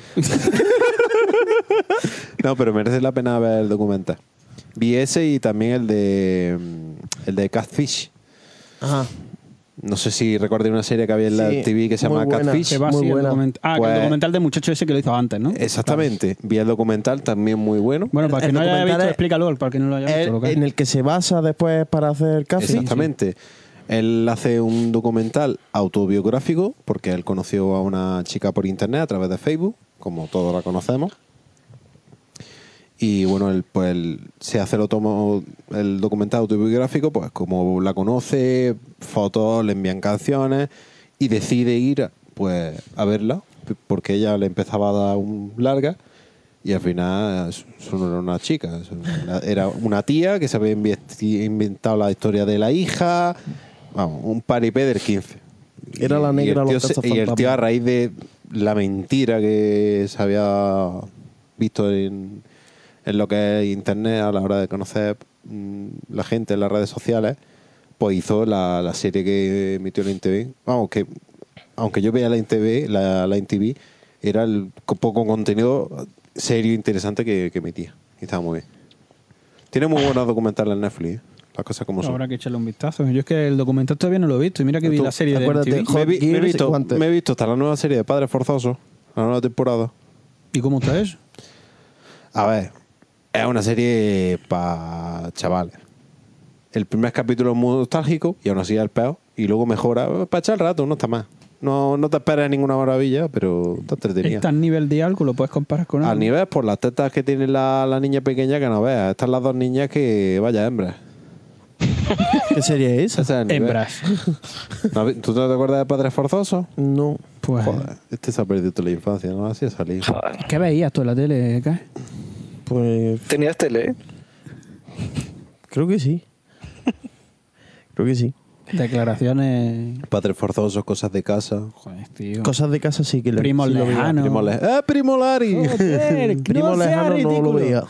S2: no, pero merece la pena ver el documental. Vi ese y también el de. mm, El de Catfish.
S4: Ajá.
S2: No sé si recuerdo una serie que había en la
S4: Sí,
S2: TV que se
S4: muy
S2: llama
S4: buena.
S1: Que
S2: Catfish.
S1: va
S4: Muy
S1: así el
S4: buena. Eh,
S1: document- Ah, que el
S2: Pues-
S1: documental de muchacho ese que lo hizo antes, ¿no?
S2: Exactamente. Vi el documental también muy bueno.
S1: Bueno, para
S4: El-
S1: que no
S4: el
S1: haya
S4: documental
S1: visto,
S4: es-
S1: explícalo, para que no lo haya visto. lo
S4: El-
S1: que es.
S4: en el que se basa después para hacer café.
S2: Exactamente. Él hace un documental autobiográfico porque él conoció a una chica por internet a través de Facebook, como todos la conocemos. Y bueno, él, pues él se hace el, automo- el documental autobiográfico, pues como la conoce, fotos, le envían canciones y decide ir pues a verla p- porque ella le empezaba a dar un larga y al final eso no era una chica, eso era- era una tía que se había investi- inventado la historia de la hija, vamos, un paripé del 15.
S4: Era la
S2: Y-
S4: negra
S2: y el, tío
S4: los
S2: se- y el tío
S4: cazafantasmas.
S2: a raíz de la mentira que se había visto en, en lo que es internet a la hora de conocer mm, la gente en las redes sociales, pues hizo la, la serie que emitió la INTV. Vamos, que aunque yo veía la INTV, la, la INTV era el co- poco contenido serio e interesante que, que emitía. Y estaba muy bien. Tiene muy buenos documentales en Netflix, ¿eh? las cosas como son.
S1: Pues Habrá que echarle un vistazo. Yo es que el documental todavía no lo he visto. Y mira que vi
S4: Tú,
S1: la serie de
S4: acuérdate,
S1: MTV.
S4: jo-
S2: Me, he vi- me he
S4: Gears y
S2: visto,
S4: guantes.
S2: me he visto hasta la nueva serie de Padres Forzosos, la nueva temporada.
S1: ¿Y cómo está eso?
S2: A ver, es una serie para chavales. El primer capítulo es muy nostálgico y aún así es el peor. Y luego mejora para echar el rato, no está mal. No, no te esperas ninguna maravilla, pero está entretenida.
S1: ¿Está al nivel de algo? ¿Lo puedes comparar con algo?
S2: Al nivel por las tetas que tiene la, la niña pequeña que no veas. Estas las dos niñas que, vaya, hembras.
S4: ¿Qué sería
S2: Ese
S4: esa?
S2: es el nivel.
S1: Hembras.
S2: ¿No has vi- ¿Tú no te acuerdas de Padres Forzosos?
S4: No.
S1: Pues,
S2: Joder, este se ha perdido toda la infancia, ¿no? Así ha salido.
S3: Joder.
S1: ¿Qué veías tú en la tele, Kai?
S4: Pues
S3: Tenías tele, ¿eh?
S4: creo que sí. creo que sí.
S1: Declaraciones.
S2: Padres Forzosos, cosas de casa.
S1: Joder, tío.
S4: Cosas de casa sí que le
S1: Primo
S4: sí lo veía.
S1: lejano.
S2: Primo Le- ¡Eh, Primo Lari!
S1: Oh. Joder, que
S4: Primo
S1: no sea
S4: lejano no
S1: ridículo.
S4: lo veía.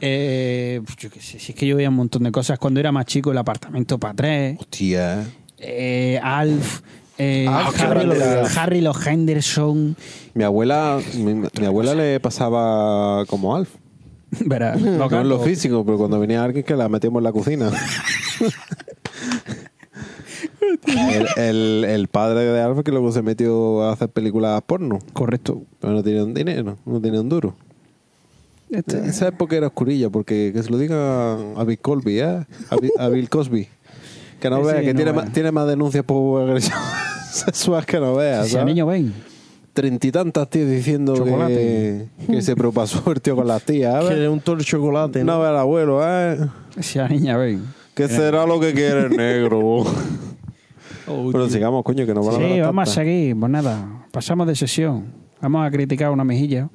S1: Eh, pues, yo qué sé, si es que yo veía un montón de cosas. Cuando era más chico, el apartamento para tres.
S2: Hostia, eh.
S1: eh, Alf. eh,
S4: Ah, qué
S1: Harry,
S4: grande
S1: los,
S4: Alf.
S1: Harry los Henderson.
S2: Mi abuela, mi, mi abuela le pasaba como Alf.
S1: Verá,
S2: No,
S1: los
S2: en lo
S1: gatos.
S2: físico, pero cuando venía alguien que la metíamos en la cocina. el, el- el padre de Alf que luego se metió a hacer películas porno.
S1: Correcto.
S2: Pero no tenía un dinero, no tenía un duro.
S1: Este-
S2: Esa época era oscurilla, porque que se lo diga a Bill Cosby, ¿eh? A, Bi- a Bill Cosby. Que no
S1: Ese
S2: vea, que
S1: no
S2: tiene,
S1: vea.
S2: más, tiene más denuncias por agresión sexual que no vea.
S1: Si el
S2: ¿sabes?
S1: niño ven.
S2: treinta y tantas tías diciendo que,
S4: Chocolate.
S2: que se propasó el tío con las tías. ¿eh? a ver.
S4: Que un toro de chocolate.
S2: No
S4: ¿no?
S2: ve al abuelo, ¿eh?
S1: Si la niña ven.
S2: ¿Qué será lo que quiere el negro? Pero sigamos, coño, que nos van a dar
S1: Sí,
S2: la
S1: vamos a
S2: tarta.
S1: seguir. Pues nada, pasamos de sesión. Vamos a criticar una mejilla.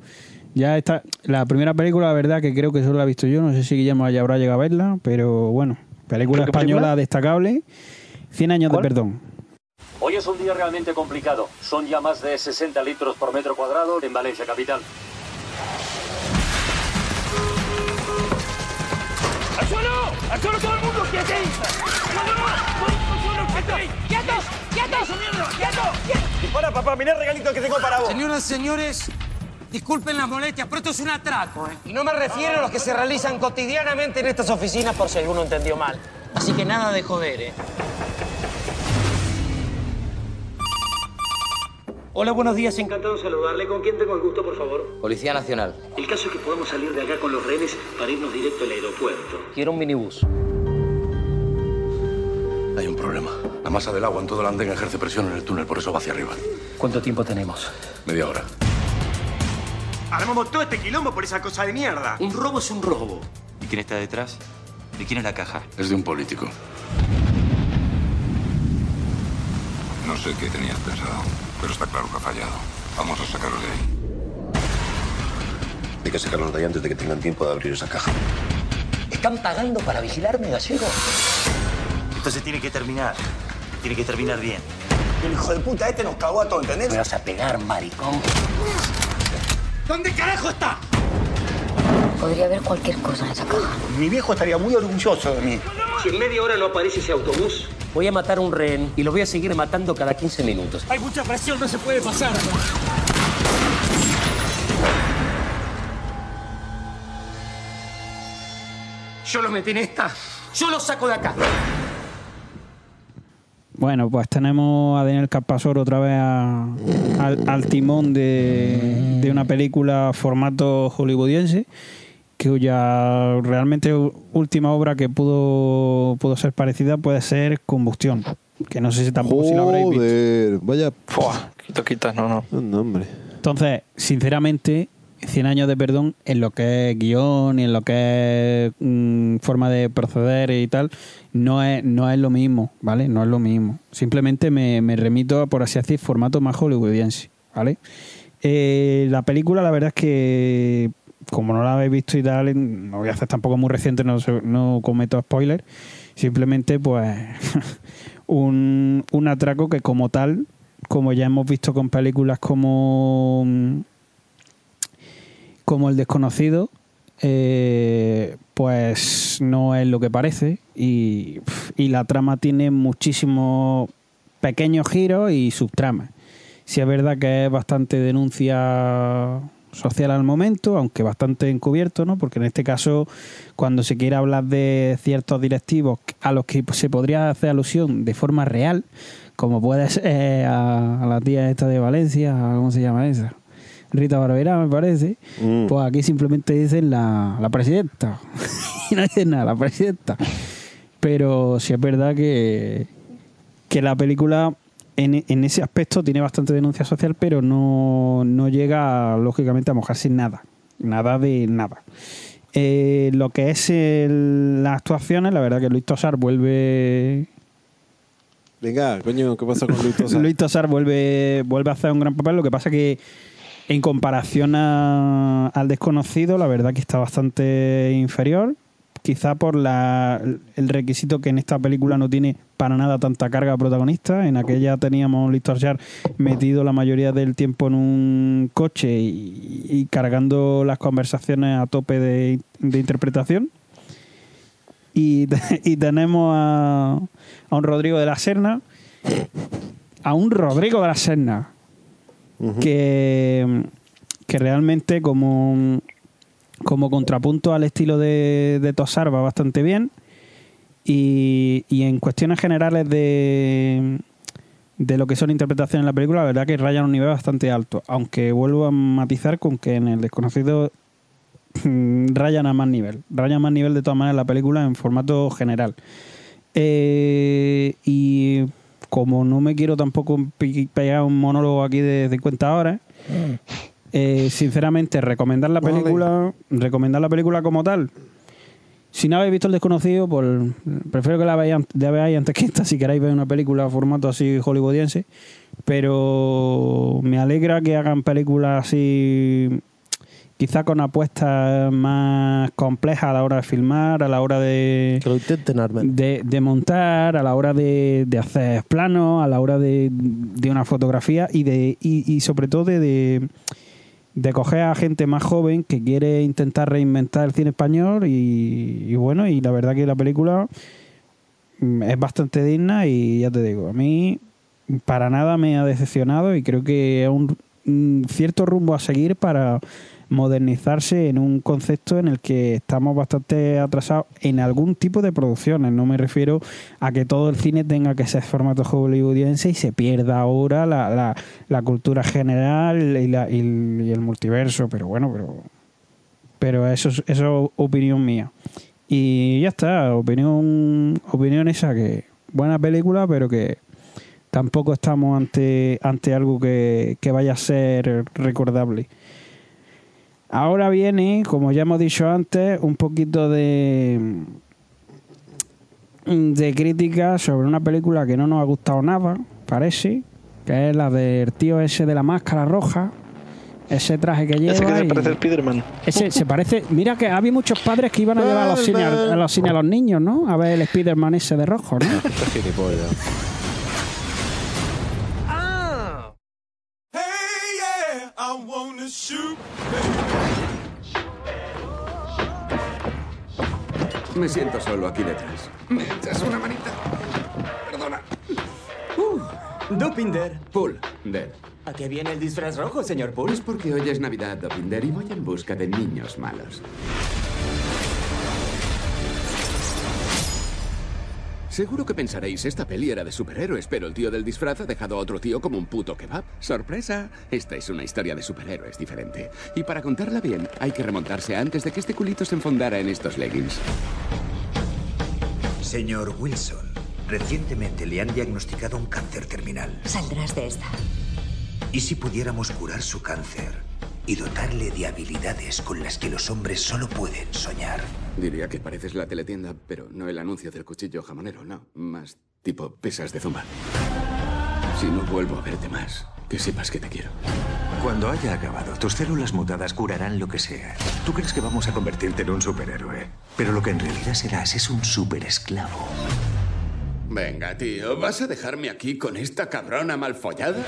S1: Ya está. La primera película, la verdad, que creo que solo la he visto yo. No sé si Guillermo ya habrá llegado a verla, pero bueno. Película
S3: ¿Pero qué película?
S1: española destacable. 100 años
S3: ¿Cuál?
S1: de perdón.
S5: Hoy es un día realmente complicado. Son ya más de 60 litros por metro cuadrado en Valencia capital.
S6: ¡Al suelo! ¡Al suelo todo el mundo! ¡Quietos! ¡Quietos! ¡Quietos! ¡Quietos!
S5: Dispara, papá, mirá el regalito que tengo para vos.
S7: Señoras, señores, disculpen las molestias, pero esto es un atraco, ¿eh? Y no me refiero a los que se realizan cotidianamente en estas oficinas, por si alguno entendió mal. Así que nada de joder, ¿eh?
S5: Hola, buenos días. Encantado de saludarle. ¿Con quién tengo el gusto, por favor?
S7: Policía Nacional,
S5: El caso es que podemos salir de acá con los rehenes para irnos directo al aeropuerto.
S7: quiero un minibús.
S8: Hay un problema. La masa del agua en todo el andén ejerce presión en el túnel, por eso va hacia arriba.
S5: ¿Cuánto tiempo tenemos?
S8: Media hora.
S9: Armamos todo este quilombo por esa cosa de mierda.
S5: Un robo es un robo.
S10: ¿Y quién está detrás? ¿De quién es la caja?
S8: Es de un político.
S10: No No sé qué tenías pensado, pero está claro que ha fallado. Vamos a sacarlos de ahí.
S8: Hay que sacarlos de ahí antes de que tengan tiempo de abrir esa caja.
S7: ¿Están pagando para vigilarme, gallego?
S9: Esto se tiene que terminar. Tiene que terminar bien.
S7: El hijo de puta este nos cagó a todos, ¿entendés? Me vas a pegar, maricón.
S9: ¿Dónde carajo está?
S11: Podría haber cualquier cosa en esa caja.
S7: Mi viejo estaría muy orgulloso de mí.
S9: Si en media hora no aparece ese autobús.
S7: Voy a matar a un rehén y lo voy a seguir matando cada 15 minutos.
S6: Hay mucha presión, no se puede pasar.
S7: Yo lo metí en esta. Yo lo saco de acá.
S1: Bueno, pues tenemos a Daniel Campasoro otra vez a- al, al timón de, de una película formato hollywoodiense, cuya realmente u- última obra que pudo, pudo ser parecida puede ser Combustión, que no sé si tampoco si la habréis visto.
S2: Joder, vaya.
S3: Quito, quitas, no, no.
S2: No, hombre.
S1: Entonces, sinceramente, 100 años de perdón en lo que es guión y en lo que es mm, forma de proceder y tal, no es, no es lo mismo, ¿vale? No es lo mismo. Simplemente me, me remito a, por así decir, formato más hollywoodiense, ¿vale? Eh, la película, la verdad es que, como no la habéis visto y tal, en- no voy a hacer tampoco muy reciente, no, se- no cometo spoiler. Simplemente, pues, un, un atraco que como tal, como ya hemos visto con películas como mm, como el desconocido, eh, pues no es lo que parece. Y, pf, y la trama tiene muchísimos pequeños giros y subtramas. Si es verdad que es bastante denuncia social al momento, aunque bastante encubierto, ¿no? Porque en este caso, cuando se quiere hablar de ciertos directivos a los que se podría hacer alusión de forma real, como puede ser eh, a, a la tía esta de Valencia, ¿cómo se llama esa? Rita Barberá, me parece.
S2: Mm.
S1: Pues aquí simplemente dicen la, la presidenta. y no dicen nada, la presidenta. Pero sí es verdad que, que la película en, en ese aspecto tiene bastante denuncia social, pero no, no llega, lógicamente, a mojarse en nada. Nada de nada. Eh, lo que es el- las actuaciones, la verdad que Luis Tosar vuelve
S2: Venga, coño, ¿qué pasa con Luis Tosar?
S1: Luis Tosar vuelve, vuelve a hacer un gran papel. Lo que pasa que en comparación a- al desconocido, la verdad que está bastante inferior. Quizá por la, el requisito que en esta película no tiene para nada tanta carga protagonista. En aquella teníamos a Luis Tosar metido la mayoría del tiempo en un coche y, y cargando las conversaciones a tope de- de interpretación. Y, te- y tenemos a, a un Rodrigo de la Serna. A un Rodrigo de la Serna. que, que realmente como, como contrapunto al estilo de, de Tosar va bastante bien. Y, y en cuestiones generales de, de lo que son interpretaciones en la película, la verdad que rayan un nivel bastante alto. Aunque vuelvo a matizar con que en el desconocido rayan a más nivel. Rayan a más nivel de todas maneras la película en formato general. Eh, y como no me quiero tampoco pe- pegar un monólogo aquí de 50 horas, eh, sinceramente, recomendar la película, recomendar la película como tal. Si no habéis visto El Desconocido, pues prefiero que la veáis, ant- la veáis antes que esta, si queréis ver una película formato así hollywoodiense. Pero me alegra que hagan películas así quizá con apuestas más complejas a la hora de filmar, a la hora de.
S2: Mm.
S1: De, de montar, a la hora de, de hacer planos, a la hora de, de una fotografía y de. y, y sobre todo de- de de coger a gente más joven que quiere intentar reinventar el cine español y, y bueno, y la verdad que la película mm, es bastante digna y ya te digo, a mí para nada me ha decepcionado y creo que es un, un cierto rumbo a seguir para modernizarse en un concepto en el que estamos bastante atrasados en algún tipo de producciones. No me refiero a que todo el cine tenga que ser formato hollywoodiense y se pierda ahora la, la- la cultura general y, la- y el- y el multiverso, pero bueno, pero pero eso es, eso es opinión mía. Y ya está, opinión, opinión esa que buena película, pero que tampoco estamos ante, ante algo que, que vaya a ser recordable. Ahora viene, como ya hemos dicho antes, un poquito de de crítica sobre una película que no nos ha gustado nada, parece, que es la del tío ese de la máscara roja. Ese traje que lleva.
S3: Ese que se
S1: y-
S3: parece a Spiderman.
S1: Ese se parece. Mira que había muchos padres que iban a llevar a los cines a, a los, cines a los niños, ¿no? A ver el Spider-Man ese de rojo, ¿no?
S12: Me siento solo aquí detrás.
S10: ¿Me echas una manita? Perdona.
S12: Dupinder. Pool. Dead. ¿A qué viene el disfraz rojo, señor Pool? Es Pues porque hoy es Navidad, Dupinder, y voy en busca de niños malos. Seguro que pensaréis, esta peli era de superhéroes, pero el tío del disfraz ha dejado a otro tío como un puto kebab. ¡Sorpresa! Esta es una historia de superhéroes diferente. Y para contarla bien, hay que remontarse a antes de que este culito se enfondara en estos leggings.
S13: Señor Wilson, recientemente le han diagnosticado un cáncer terminal.
S11: Saldrás de esta.
S13: ¿Y si pudiéramos curar su cáncer y dotarle de habilidades con las que los hombres solo pueden soñar?
S12: Diría que pareces la teletienda, pero no el anuncio del cuchillo jamonero, no. Más tipo pesas de zumba. Si no vuelvo a verte más, que sepas que te quiero.
S13: Cuando haya acabado, tus células mutadas curarán lo que sea. Tú crees que vamos a convertirte en un superhéroe, pero lo que en realidad serás es un superesclavo.
S12: Venga, tío, ¿vas a dejarme aquí con esta cabrona malfollada?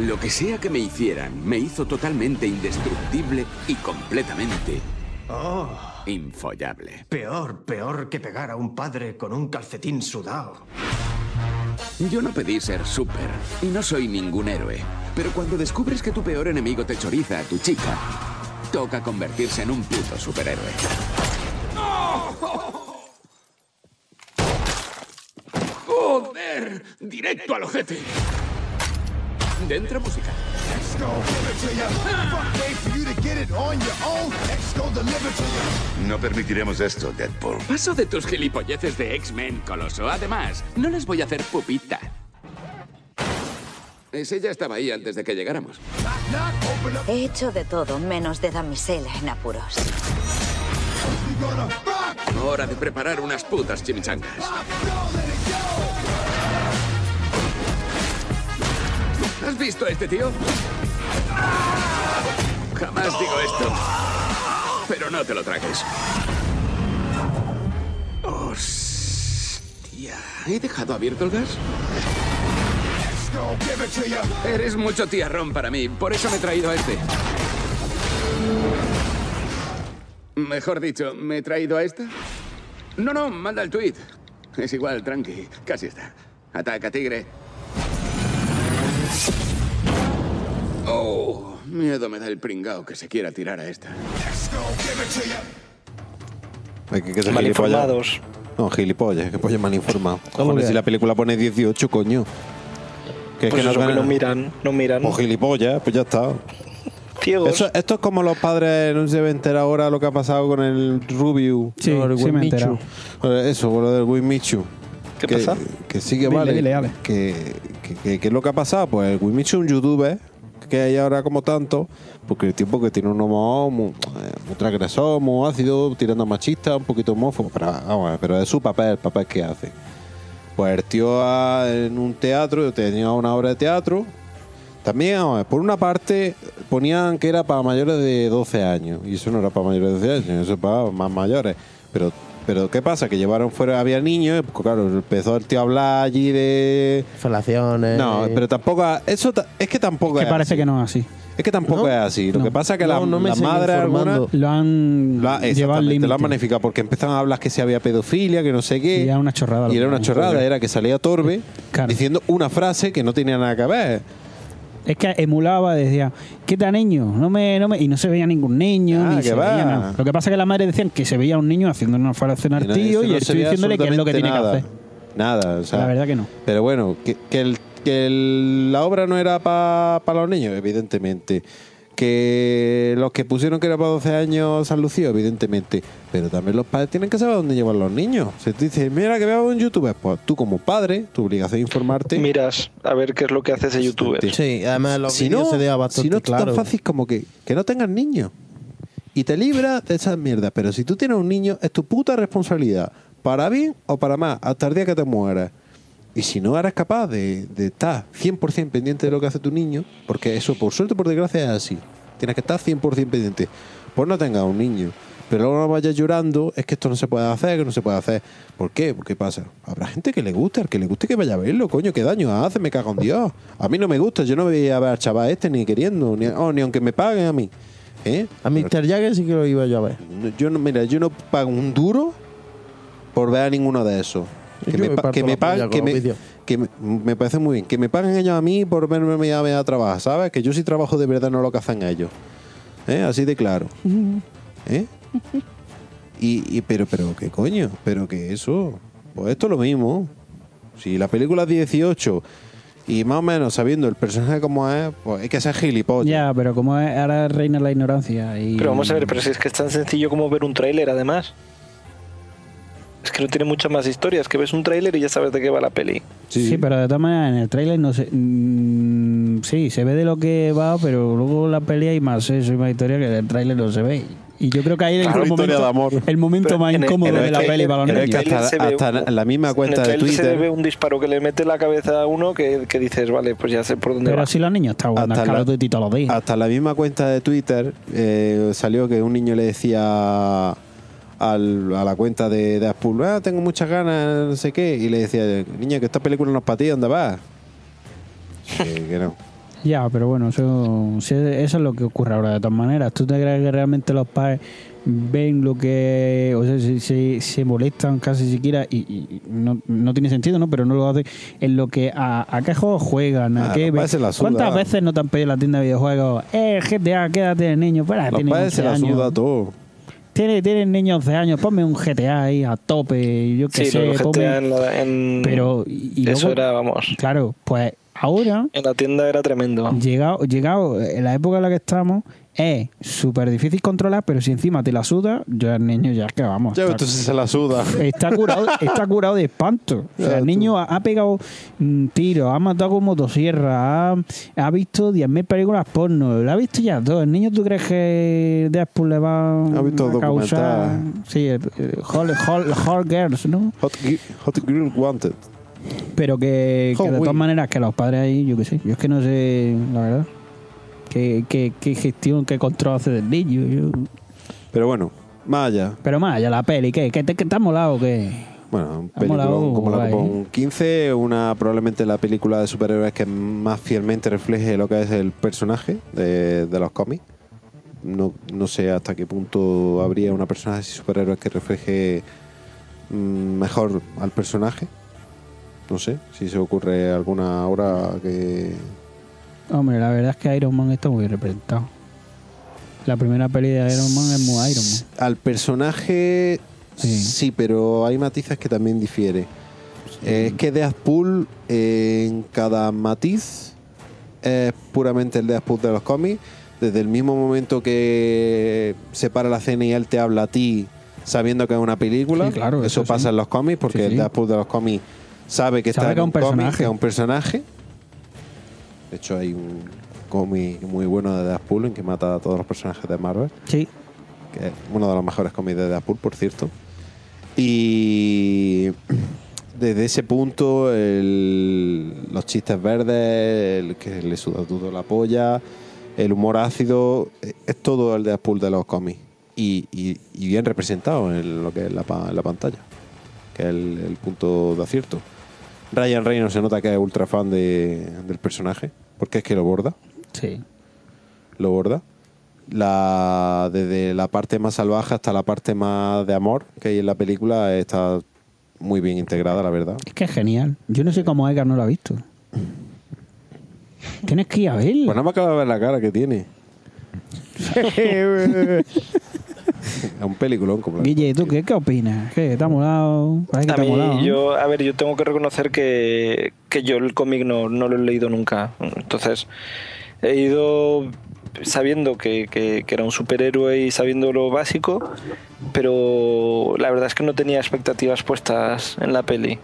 S12: Lo que sea que me hicieran, me hizo totalmente indestructible y completamente
S9: Oh,
S12: infollable.
S9: peor, peor que pegar a un padre con un calcetín sudado.
S12: Yo no pedí ser súper y no soy ningún héroe, pero cuando descubres que tu peor enemigo te choriza a tu chica, toca convertirse en un puto superhéroe. ¡Oh! ¡Joder! ¡Directo al ojete! Dentro música.
S10: No permitiremos esto, Deadpool.
S12: Paso de tus gilipolleces de X-Men, Coloso. Además, no les voy a hacer pupita. Ese ya estaba ahí antes de que llegáramos.
S11: He hecho de todo menos de damisela en apuros.
S12: Hora de preparar unas putas chimichangas. ¿Has visto a este tío? Jamás digo esto. Pero no te lo tragues. Hostia. ¿He dejado abierto el gas? Eres mucho tiarrón para mí, por eso me he traído a este. Mejor dicho, ¿me he traído a esta? No, no, manda el tweet. Es igual, tranqui, casi está. Ataca, tigre. Oh, miedo me da el pringao que se quiera tirar a esta.
S2: Hay que, que ser
S3: Mal
S2: gilipollas.
S3: informados.
S2: No, gilipollas, que pollo mal informado. Cojones,
S3: que-
S2: si la película pone 18, coño.
S3: Pues eso, que no miran, no miran.
S2: Pues gilipollas, pues ya está.
S3: Ciegos.
S2: Eso- esto es como los padres no se deben enterar ahora lo que ha pasado con el Rubius.
S1: Sí,
S2: No, el
S1: sí me he
S2: Winmichu.
S1: enterado.
S2: Eh, Eso, con lo del Winmichu.
S3: ¿Qué
S2: que,
S3: pasa?
S2: Que sí que
S1: Dile,
S2: vale.
S1: dile, Ale.
S2: que, que, que- que es lo que ha pasado. Pues el Winmichu es un youtuber que hay ahora como tanto, porque el tipo que tiene un humor muy, eh, muy transgresor, muy ácido, tirando a machista, un poquito homófobo, pero, vamos, a ver, pero es su papel, el papel que hace. Pues el tío ha- en un teatro, tenía una obra de teatro, también, vamos a ver, por una parte, ponían que era para mayores de 12 años. Y eso no era para mayores de 12 años, eso para más mayores. Pero, pero ¿qué pasa? Que llevaron fuera, había niños, y, pues, claro, empezó el tío a hablar allí de.
S4: Felaciones.
S2: No, pero tampoco. ha- Eso ta- es que tampoco
S1: Que
S2: es
S1: parece
S2: así.
S1: que no Eh. es así.
S2: Es que tampoco es así. Lo
S1: No.
S2: que pasa es que
S1: No,
S2: la,
S1: no me
S2: la
S1: sigue
S2: madre
S1: informando.
S2: alguna.
S1: Lo han llevado
S2: La,
S1: al
S2: exactamente,
S1: límite.
S2: la han magnificado porque empezaban a hablar que si había pedofilia, que no sé qué.
S1: Y era una chorrada. lo
S2: Y era
S1: que
S2: una
S1: han
S2: chorrada,
S1: hecho.
S2: era que salía Torbe
S1: Claro.
S2: diciendo una frase que no tenía nada que ver.
S1: Es que emulaba, decía, ¿qué tal niño? No me, no me... Y no se veía ningún niño,
S2: Ah,
S1: ni
S2: que
S1: se
S2: va.
S1: veía nada. Lo que pasa es que la madre decían que se veía un niño haciendo una falación al
S2: Y no-
S1: tío
S2: eso
S1: y
S2: no se
S1: estoy
S2: ve
S1: diciéndole qué es lo que tiene que
S2: absolutamente
S1: hacer.
S2: nada. Nada, o sea.
S1: La verdad que no.
S2: Pero bueno, que, que el- que el- la obra no era para los niños, evidentemente. Que los que pusieron que era para 12 años se han lucido, evidentemente. Pero también los padres tienen que saber dónde llevan los niños. Si te dicen, mira que veo un youtuber, pues tú como padre, tu obligación es informarte.
S3: Miras a ver qué es lo que hace ese youtuber.
S4: Sí, además los
S2: si
S4: vídeos
S2: no,
S4: se deja bastante
S2: si no es
S4: claro.
S2: tan fácil como que, que no tengas niños. Y te libras de esas mierdas. Pero si tú tienes un niño, es tu puta responsabilidad. Para bien o para más, hasta el día que te mueras. Y si no eres capaz de, de estar 100% pendiente de lo que hace tu niño, porque eso, por suerte o por desgracia, es así. Tienes que estar 100% pendiente. Pues no tengas un niño. Pero luego no vayas llorando, es que esto no se puede hacer, que no se puede hacer. ¿Por qué? ¿Por qué pasa? Habrá gente que le gusta, al que le guste que vaya a verlo, coño, qué daño hace, me cago en Dios. A mí no me gusta, yo no voy a ver al chaval este ni queriendo, ni, oh, ni aunque me paguen a mí. ¿Eh?
S4: A Mr. Jagger sí que lo iba yo a ver.
S2: No, Yo no, mira, yo no pago un duro por ver a ninguno de esos. Que
S4: Yo
S2: me,
S4: me
S2: pa-
S4: parto
S2: que me
S4: la polla
S2: paguen,
S4: con
S2: que
S4: los
S2: me,
S4: vídeos.
S2: que me, me parece muy bien. Que me paguen ellos a mí por verme a, a trabajar, ¿sabes? Que yo sí trabajo de verdad, no lo que hacen ellos. ¿Eh? Así de claro. ¿Eh? Y, y- pero, pero, ¿qué coño? Pero que eso. Pues esto es lo mismo. Si la película es 18 y más o menos sabiendo el personaje como es, pues hay que ser gilipollas.
S1: Ya, pero como es- ahora reina la ignorancia y...
S3: Pero vamos a ver, pero si es que es tan sencillo como ver un tráiler, además. Es que no tiene muchas más historias, que ves un tráiler y ya sabes de qué va la peli.
S1: Sí. pero de todas maneras en el tráiler no sé... mm, sí, se ve de lo que va, pero luego la pelea hay más eso y más historia que en el tráiler no se ve. Y yo creo que ahí es
S2: Claro,
S1: el
S2: historia
S1: momento,
S2: de amor.
S1: el momento
S3: Pero
S1: más
S3: en el-
S1: incómodo
S3: en el
S1: de la
S3: tráiler-
S1: peli para los
S2: Pero
S1: niños.
S2: es que hasta,
S3: se ve
S2: hasta la- la misma cuenta
S3: en
S2: de
S3: el tráiler se ve
S2: Twitter.
S3: un disparo que le mete la cabeza a uno que, que dices, vale, pues ya sé por dónde
S1: Pero
S3: va.
S1: así los niños están jugando al
S2: Hasta
S1: Call
S2: la-
S1: of Duty todos los días.
S2: Hasta la misma cuenta de Twitter eh, salió que un niño le decía al- a la cuenta de, de Aspul, "Ah, tengo muchas ganas, no sé qué, y le decía, niña, que esta película no es para ti, ¿dónde vas? Que- que no.
S1: Ya, pero bueno, eso, sí, eso es lo que ocurre ahora de todas maneras. ¿Tú te crees que realmente los padres ven lo que... O sea, se, se- se molestan casi siquiera y, y- y no, no tiene sentido, ¿no? Pero no lo hacen en lo que... ¿A, a qué juegos juegan? ¿A
S2: Ah,
S1: qué
S2: los
S1: ve-
S2: padres se la suda.
S1: ¿Cuántas veces no te han pedido en la tienda de videojuegos? Eh, GTA, quédate, niño. Para,
S2: Los
S1: tiene
S2: padres se
S1: 11
S2: la suda
S1: años.
S2: todo.
S1: Tiene, tienen niños de 11 años, ponme un GTA ahí a tope, yo qué
S3: Sí,
S1: sé,
S3: lo
S1: ponme-
S3: GTA en la- en-
S1: Pero, y- y
S3: eso
S1: luego-
S3: era, vamos.
S1: Claro, pues ahora
S3: En la tienda era tremendo.
S2: Ah.
S1: llegado, llegado en eh, la época en la que estamos, es súper difícil controlar, pero si encima te la suda, yo al niño ya es que vamos.
S2: Ya,
S1: está-
S2: entonces se la suda.
S1: Está curado, está curado de espanto. O sea, el niño ha, ha pegado mm, tiros, ha matado con motosierra, ha, ha visto 10.000 películas porno, lo ha visto ya todo. ¿El niño tú crees que después le va
S2: Ha visto
S1: a causar...
S2: documentales.
S1: Sí, el- el Hot, Hot- Hot Girls, ¿no?
S2: Hot, gi- hot Girl Wanted.
S1: Pero que, que de
S2: Halloween.
S1: todas maneras, que los padres ahí, yo qué sé, yo es que no sé, la verdad, qué, qué- qué gestión, qué control hace del niño. yo-
S2: Pero bueno, más allá.
S1: Pero más allá, la peli, ¿qué? ¿Qué te, qué te ha molado? ¿Qué?
S2: Bueno, un
S1: Ha molado,
S2: peliculón como la
S1: guay.
S2: Copa un 15, una probablemente la película de superhéroes que más fielmente refleje lo que es el personaje de, de los cómics. No, no sé hasta qué punto habría una persona de superhéroes que refleje mm, mejor al personaje. No sé si se ocurre alguna obra que.
S1: Hombre, la verdad es que Iron Man está muy representado. La primera peli de Iron Man es muy Iron Man.
S2: Al personaje. Sí. pero hay matices que también difiere. Eh, es que Deadpool eh, en cada matiz es puramente el Deadpool de los cómics. Desde el mismo momento que se para la cena y él te habla a ti sabiendo que es una película,
S1: Sí, claro,
S2: eso,
S1: eso sí.
S2: pasa en los cómics porque
S1: Sí, sí.
S2: el Deadpool de los cómics sabe que
S1: Sabe
S2: está
S1: que es
S2: en un
S1: un
S2: cómic,
S1: personaje.
S2: que es un personaje. De hecho hay un cómic muy bueno de Deadpool en que mata a todos los personajes de Marvel
S1: Sí.
S2: que es uno de los mejores cómics de Deadpool, por cierto. Y desde ese punto, el- los chistes verdes, el que le suda todo la polla, el humor ácido, eh, es todo el Deadpool de los cómics. Y, y- y bien representado en lo que es la, pa- la pantalla, que es el, el punto de acierto. Ryan Reynolds se nota que es ultra fan de- del personaje, porque es que lo borda
S1: Sí.
S2: lo borda. La, desde la parte más salvaje hasta la parte más de amor que hay en la película está muy bien integrada, la verdad.
S1: Es que es genial. Yo no sé cómo Edgar no lo ha visto. Tienes que ir a verla.
S2: Pues nada más que ver la cara que tiene. Es un peliculón como la-
S1: Guille, ¿tú qué, qué opinas? ¿Qué? ¿Te ha molado? Parece que
S3: A
S1: te ha
S3: mí,
S1: molado. ¿no?
S3: yo, a ver, yo tengo que reconocer que, que yo el cómic no, no lo he leído nunca. Entonces, he ido sabiendo que, que- que era un superhéroe y sabiendo lo básico, pero la verdad es que no tenía expectativas puestas en la peli.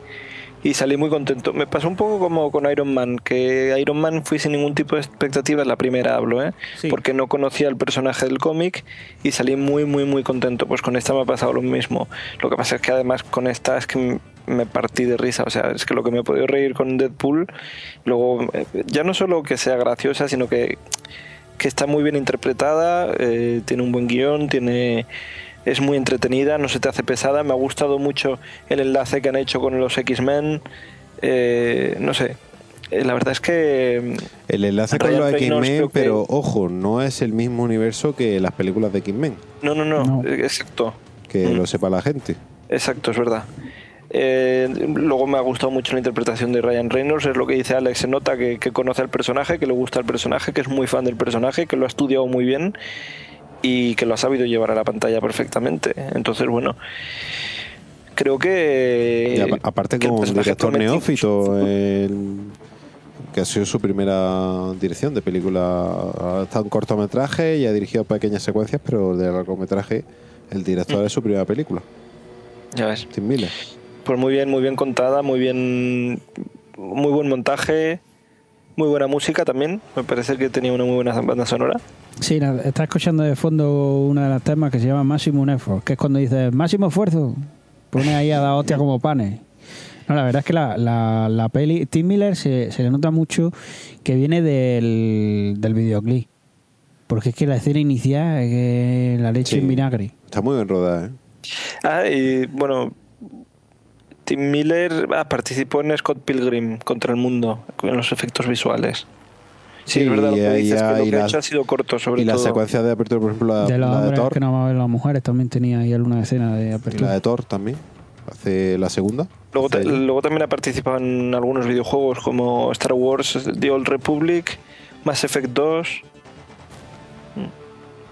S3: Y salí muy contento. Me pasó un poco como con Iron Man, que Iron Man fui sin ningún tipo de expectativas, la primera hablo, ¿eh? porque no conocía el personaje del cómic y salí muy, muy, muy contento. Pues con esta me ha pasado lo mismo. Lo que pasa es que además con esta es que m- me partí de risa. O sea, es que lo que me he podido reír con Deadpool, luego, eh, ya no solo que sea graciosa, sino que, que está muy bien interpretada, eh, tiene un buen guión, tiene, es muy entretenida, no se te hace pesada. Me ha gustado mucho el enlace que han hecho con los X-Men. eh, no sé, Eh, la verdad es que. mm,
S2: El enlace con
S3: Ryan
S2: los
S3: Reynolds
S2: X-Men,
S3: creo que-
S2: pero ojo, no es el mismo universo que las películas de X-Men,
S3: No, no, no, exacto.
S2: que
S3: Mm.
S2: lo sepa la gente.
S3: Exacto, es verdad. Eh, luego me ha gustado mucho la interpretación de Ryan Reynolds, es lo que dice Alex, se nota que, que conoce al personaje, que le gusta el personaje, que es muy fan del personaje, que lo ha estudiado muy bien y que lo ha sabido llevar a la pantalla perfectamente. Entonces, bueno, creo que...
S2: Y apa- aparte
S3: Eh, que el
S2: como un
S3: personaje
S2: director
S3: promete-
S2: neófito, el- que ha sido su primera dirección de película. Ha estado en cortometraje y ha dirigido pequeñas secuencias, pero de largometraje el
S3: Mm.
S2: director es su primera película.
S3: Ya ves.
S2: Tim Miller.
S3: Pues muy bien, muy bien contada, muy bien, muy buen montaje, muy buena música también. Me parece que tenía una muy buena banda sonora.
S1: Sí, la- está escuchando de fondo uno de los temas que se llama Máximo Effort, que es cuando dices máximo esfuerzo, pone ahí a dar hostia como panes. No, la verdad es que la, la, la peli, Tim Miller se, se le nota mucho que viene del, del videoclip. Porque es que la escena inicial es que la leche en vinagre.
S2: Está muy bien rodada, ¿eh?
S3: Ah, y bueno, Tim Miller ah, participó en Scott Pilgrim contra el mundo, con los efectos visuales. Sí, es verdad lo que
S2: ahí
S3: dices, que
S2: ya-
S3: lo
S2: y
S3: que ha
S2: la-
S3: hecho ha sido corto, sobre
S2: Y las
S3: todo.
S2: secuencias de apertura, por ejemplo, la
S1: de
S2: de,
S1: los
S2: la de
S1: hombres
S2: Thor.
S1: que no vamos a ver las mujeres también tenía ahí alguna escena de
S2: Y
S1: apertura.
S2: la de Thor también. Hace la segunda.
S3: Luego, ta- luego también ha participado en algunos videojuegos como Star Wars The Old Republic, Mass Effect 2.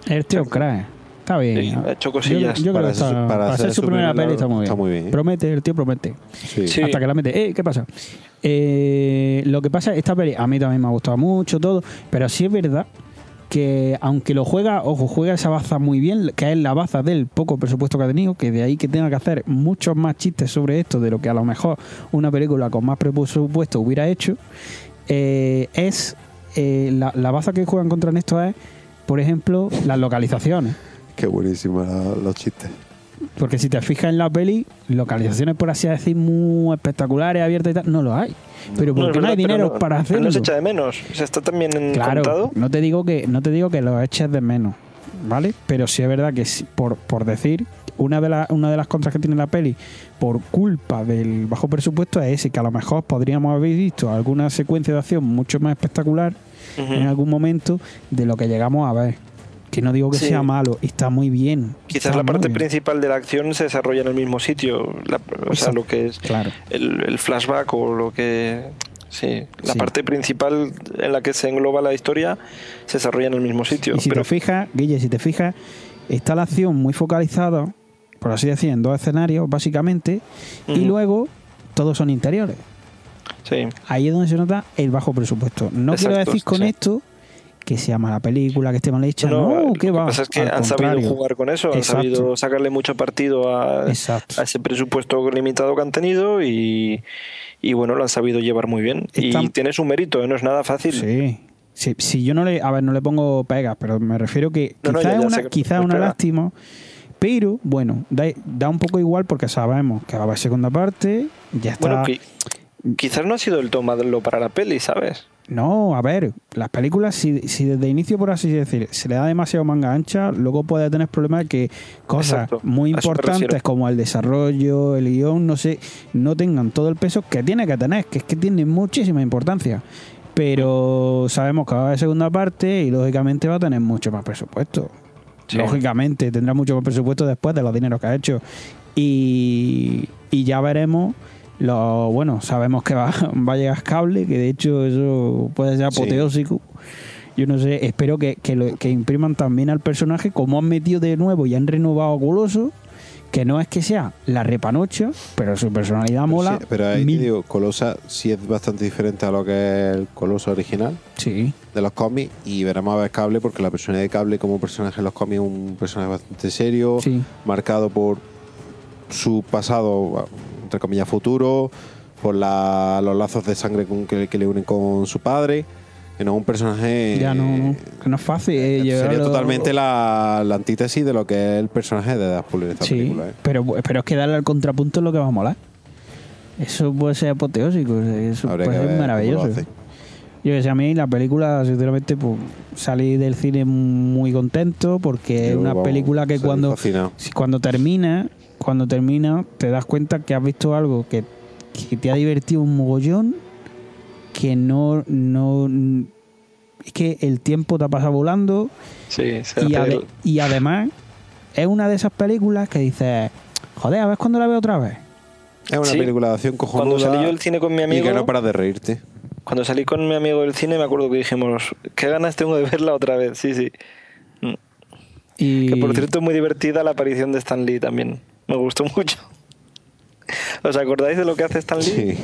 S1: El tío crae. Está bien.
S3: Sí, ha hecho cosillas.
S1: Yo, yo creo
S3: Para
S1: que
S3: ser
S1: está-
S3: su-
S1: para,
S3: para
S1: ser
S3: ser
S1: su
S3: su
S1: primera
S3: primera
S1: peli está muy bien.
S3: está muy bien.
S1: Promete, el tío promete.
S3: Sí.
S1: Hasta que la mete. Eh, ¿Qué pasa? Eh, lo que pasa, esta peli a mí también me ha gustado mucho todo, pero sí es verdad que aunque lo juega, ojo, juega esa baza muy bien, que es la baza del poco presupuesto que ha tenido, que de ahí que tenga que hacer muchos más chistes sobre esto de lo que a lo mejor una película con más presupuesto hubiera hecho, eh, es eh, la, la baza que juegan contra en esto es, por ejemplo, las localizaciones.
S2: Qué buenísima la- los chistes.
S1: Porque si te fijas en la peli, localizaciones por así decir muy espectaculares, abiertas y tal, no lo hay. Pero
S3: No, es
S1: porque no,
S3: verdad,
S1: hay
S3: pero
S1: dinero
S3: no-
S1: para
S3: pero
S1: hacerlo.
S3: No se echa de menos. O sea, está también en
S1: Claro,
S3: contado.
S1: no te digo que no te digo que lo eches de menos, ¿vale? Pero sí es verdad que sí, por, por decir una de las una de las contras que tiene la peli por culpa del bajo presupuesto es ese que a lo mejor podríamos haber visto alguna secuencia de acción mucho más espectacular
S3: Ujú.
S1: en algún momento de lo que llegamos a ver. Que no digo que
S3: Sí.
S1: sea malo, está muy bien.
S3: Quizás
S1: está
S3: la
S1: muy
S3: parte
S1: bien.
S3: principal de la acción se desarrolla en el mismo sitio. la- o sea, lo que es el, el flashback o lo que. Sí, la
S1: Sí.
S3: parte principal en la que se engloba la historia se desarrolla en el mismo sitio.
S1: Y si
S3: pero
S1: te fijas, Guille, si te fijas, está la acción muy focalizada, por así decir, en dos escenarios, básicamente, y luego todos son interiores.
S3: sí,
S1: Ahí es donde se nota el bajo presupuesto. No quiero
S3: Exacto,
S1: decir con
S3: sí.
S1: esto que sea mala película, que esté mal hecha.
S3: No,
S1: No,
S3: lo
S1: ¿qué
S3: que
S1: va?
S3: pasa es que
S1: Al
S3: han
S1: contrario.
S3: sabido jugar con eso, han
S1: Exacto.
S3: sabido sacarle mucho partido a, a ese presupuesto limitado que han tenido y, y bueno, lo han sabido llevar muy bien. Y
S1: Están-
S3: tiene su mérito, ¿eh? no es nada fácil.
S1: Sí. Si, si yo no le, a ver, no le pongo pegas, pero me refiero que
S3: No, no,
S1: quizá
S3: ya-
S1: es
S3: ya
S1: una,
S3: sé que
S1: quizá es
S3: no
S1: una
S3: pega.
S1: lástima, pero bueno, da, da un poco igual porque sabemos que va a haber segunda parte, ya está.
S3: Bueno, qui- quizás no ha sido el toma de lo para la peli, ¿sabes?
S1: No, a ver, las películas, si, si desde inicio, por así decir, se le da demasiado manga ancha, luego puede tener problemas que cosas
S3: Exacto,
S1: muy
S3: a eso me
S1: importantes
S3: refiero.
S1: como el desarrollo, el guión, no sé, no tengan todo el peso que tiene que tener, que es que tiene muchísima importancia. Pero sabemos que va a haber segunda parte y lógicamente va a tener mucho más presupuesto.
S3: Sí.
S1: Lógicamente tendrá mucho más presupuesto después de los dineros que ha hecho. Y, y ya veremos. Lo, bueno, sabemos que va, va a llegar cable, que de hecho eso puede ser
S2: Sí.
S1: apoteósico. Yo no sé, espero que, que, lo- que impriman también al personaje, como han metido de nuevo y han renovado a Goloso, que no es que sea la repanocha, pero su personalidad mola.
S2: Sí, pero ahí
S1: mil.
S2: te digo, Colosa sí es bastante diferente a lo que es el Coloso original.
S1: Sí.
S2: De los cómics. Y veremos a ver Cable, porque la persona de Cable como personaje en los cómics es un personaje bastante serio, marcado por su pasado, entre comillas, futuro, por la- los lazos de sangre con- que, que le unen con su padre. Que no es un personaje.
S1: ya no, no, que no es fácil. eh,
S2: Sería
S1: llevarlo-
S2: totalmente la, la antítesis de lo que es el personaje de Deadpool en esta
S1: Sí,
S2: película. ¿eh?
S1: pero, pero es que darle al contrapunto es lo que va a molar. Eso puede ser apoteósico, o sea, eso
S2: Habría
S1: puede
S2: que
S1: ser
S2: ver cómo
S1: maravilloso.
S2: lo hace.
S1: Yo que sé, a mí la película, sinceramente, pues, salí del cine muy contento porque es
S2: Yo,
S1: una
S2: vamos,
S1: película que
S2: salí
S1: cuando,
S2: fascinado.
S1: si- cuando termina, cuando termina, te das cuenta que has visto algo que, que te ha divertido un mogollón, que no, no, es que el tiempo te ha pasado volando,
S3: Sí, se
S1: y,
S3: hace
S1: ade-
S3: el-
S1: y además, es una de esas películas que dices, joder, a ver cuando la veo otra vez.
S2: Es una
S3: Sí.
S2: película de acción cojonuda.
S3: Cuando salí yo del cine con mi
S2: Y que
S3: amigo-
S2: no paras de reírte.
S3: Cuando salí con mi amigo del cine me acuerdo que dijimos, qué ganas tengo de verla otra vez, sí, sí. Mm.
S1: Y...
S3: Que por cierto es muy divertida la aparición de Stan Lee también. Me gustó mucho. ¿Os acordáis de lo que hace Stan Lee?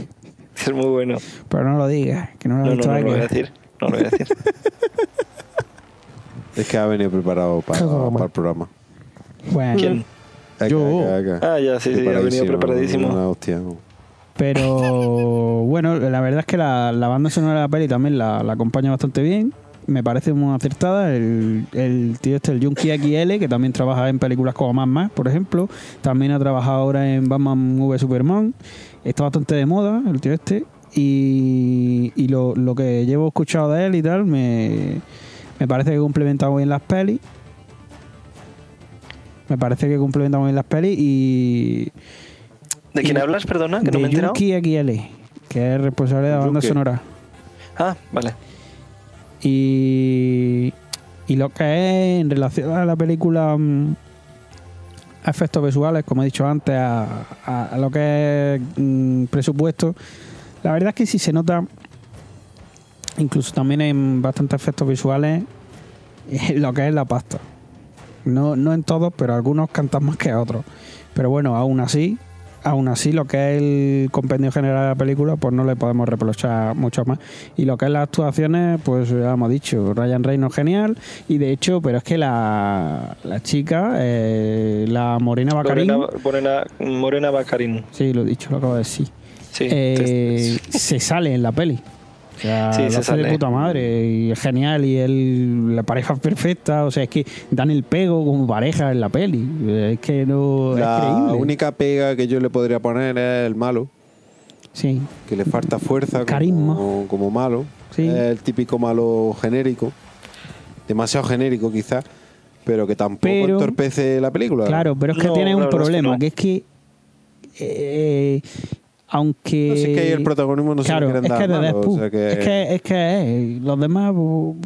S3: Es muy bueno.
S1: Pero no lo digas, que no lo has
S3: No, no,
S1: visto
S3: no
S1: hay
S3: lo
S1: que
S3: voy a
S1: ver.
S3: decir. No lo voy a decir.
S2: Es que ha venido preparado para, para el programa.
S1: Bueno,
S2: Yo.
S3: Ah, ya, sí, sí, ha venido preparadísimo.
S2: hostia.
S1: pero bueno, la verdad es que la, la banda sonora de la peli también la, la acompaña bastante bien. Me parece muy acertada. El, el tío este, el Junkie XL, que también trabaja en películas como Más Más, por ejemplo. También ha trabajado ahora en Batman V Superman. Está bastante de moda el tío este. Y, y lo, lo que llevo escuchado de él y tal, me, me parece que complementa muy bien las pelis. Me parece que complementa muy bien las pelis y,
S3: ¿De quién
S1: Y-
S3: hablas, perdona? Que no
S1: de
S3: me he enterado.
S1: Yunki Akiele, que es responsable de la banda
S3: Yunki.
S1: sonora.
S3: Ah, vale.
S1: Y, y lo que es en relación a la película, mm, a efectos visuales, como he dicho antes, a, a- a lo que es mm, presupuesto, la verdad es que sí se nota, incluso también en bastantes efectos visuales, eh, lo que es la pasta. No, no en todos, pero algunos cantan más que otros. Pero bueno, aún así, aún así lo que es el compendio general de la película, pues no le podemos reprochar mucho más. Y lo que es las actuaciones, pues ya hemos dicho, Ryan Reynolds genial. Y de hecho, pero es que la, la chica, eh, la Morena Bacarín,
S3: Morena, Morena, Morena Bacarín.
S1: sí, lo he dicho, lo acabo de decir,
S3: Sí,
S1: eh, se sale en la peli. O sea,
S3: Sí,
S1: lo
S3: se
S1: hace de
S3: sale.
S1: puta madre y es genial y él la pareja es perfecta o sea es que dan el pego como pareja en la peli es que no es
S2: La
S1: creíble
S2: única pega que yo le podría poner es el malo.
S1: Sí.
S2: Que le falta fuerza.
S1: Carisma.
S2: Como, como malo.
S1: Sí.
S2: Es el típico malo genérico. Demasiado genérico, quizás. Pero que tampoco
S1: Pero-
S2: entorpece la película.
S1: Claro, pero es que tiene un problema, que es que eh, aunque
S2: No, si es que ahí el protagonismo no se
S1: claro,
S2: lo quieren
S1: es
S2: dar
S1: que de
S2: malo,
S1: Deadpool.
S2: o sea que-
S1: es que es que es, los demás uf,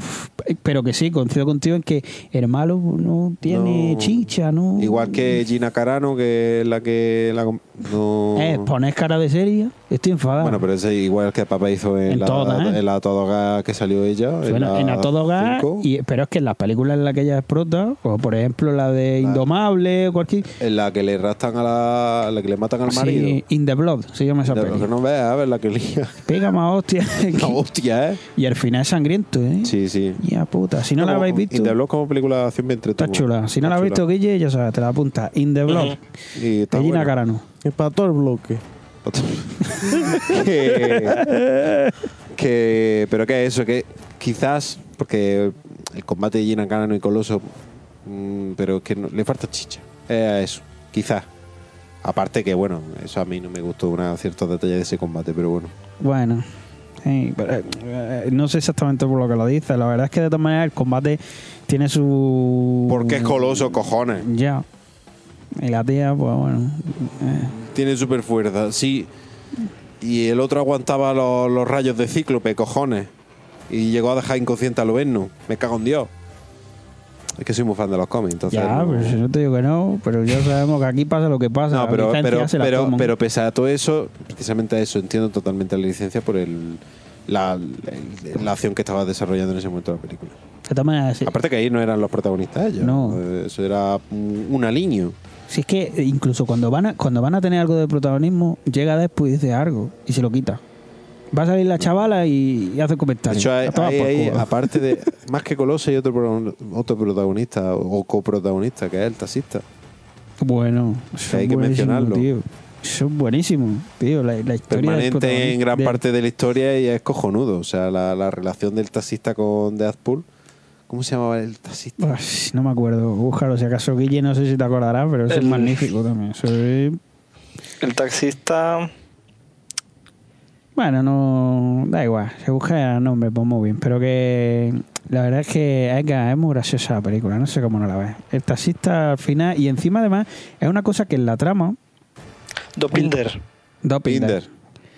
S1: pero que sí, coincido contigo en que el malo no tiene
S2: No.
S1: chicha, no
S2: Igual que Gina Carano, que es la que. La, com- no.
S1: Eh, pones cara de seria, estoy enfadado.
S2: Bueno, pero ese igual que el papá hizo en,
S1: En
S2: la,
S1: todas, ¿eh?
S2: en la Todoga que salió ella.
S1: Bueno, en A todo gas, y- pero es que en las películas en las que ella es prota, como por ejemplo la de Indomable o cualquier
S2: En la que le rastan a la, la que le matan al
S1: Sí,
S2: marido.
S1: In the Blood se llama esa
S2: De lo
S1: peli.
S2: que no veas, a ver la que lía.
S1: Pega más hostia.
S2: hostia, ¿eh?
S1: Y al final es sangriento, ¿eh?
S2: Sí, sí.
S1: Ya puta, si no la
S2: Como-
S1: habéis visto.
S2: In the Block como película de acción me entretuvo.
S1: Está chula. Si no la has visto, Guille, ya sabes, te la apunta. In the blog.
S2: Y está
S1: de Gina
S2: buena.
S1: Carano.
S4: Es para todo el bloque.
S2: que, que- pero que eso, que quizás, porque el combate de Gina Carano y Coloso, mm, pero que no- le falta chicha. Eh, eso, quizás. Aparte que, bueno, eso a mí no me gustó una, ciertos detalles de ese combate, pero bueno.
S1: Bueno. Sí, pero, eh, eh, no sé exactamente por lo que lo dice. La verdad es que de todas maneras el combate tiene su.
S2: Porque es Coloso, cojones.
S1: Ya. Y la tía, pues bueno. eh,
S2: Tiene super fuerza, sí. Y el otro aguantaba lo- los, rayos de cíclope, cojones. Y llegó a dejar inconsciente al Oberno. Me cago en Dios. Es que soy muy fan de los cómics, entonces.
S1: ya,
S2: no-
S1: pero si no te digo que no, pero ya sabemos que aquí pasa lo que pasa.
S2: No,
S1: Las
S2: pero,
S1: licencias
S2: pero,
S1: se las
S2: pero,
S1: toman.
S2: pero pese a todo eso, precisamente a eso, entiendo totalmente la licencia por el, la, el- la acción que estaba desarrollando en ese momento la película.
S1: De todas maneras, sí.
S2: Aparte que ahí no eran los protagonistas ellos.
S1: No.
S2: Eh, Eso era un un aliño.
S1: Si es que eh, incluso cuando van a, cuando van a tener algo de protagonismo, llega después y dice algo y se lo quita. Va a salir la chavala y, y hace
S2: De
S1: comentarios.
S2: hecho, ah, hay-
S1: A tomar
S2: hay-
S1: por
S2: hay,
S1: culo.
S2: aparte de. Más que Coloso, hay otro, pro- otro protagonista o coprotagonista, que es el taxista.
S1: Bueno, eso
S2: hay
S1: es
S2: que
S1: buenísimo,
S2: mencionarlo.
S1: Tío. Eso es buenísimo, tío. La, la historia del
S2: Permanente en
S1: protagonista-
S2: gran
S1: de-
S2: parte de la historia y es cojonudo. O sea, la, la relación del taxista con Deadpool. ¿Cómo se llamaba el taxista?
S1: Ay, no me acuerdo, búscalo. Si acaso Guille, no sé si te acordarás, pero eso es
S3: El-
S1: magnífico también. Eso es-
S3: El taxista.
S1: Bueno, no. Da igual, se busca el nombre, pues muy bien. Pero que. La verdad es que es, que es muy graciosa la película, no sé cómo no la ves. El taxista al final, y encima además, es una cosa que en la trama.
S3: Dopinder.
S1: Dopinder.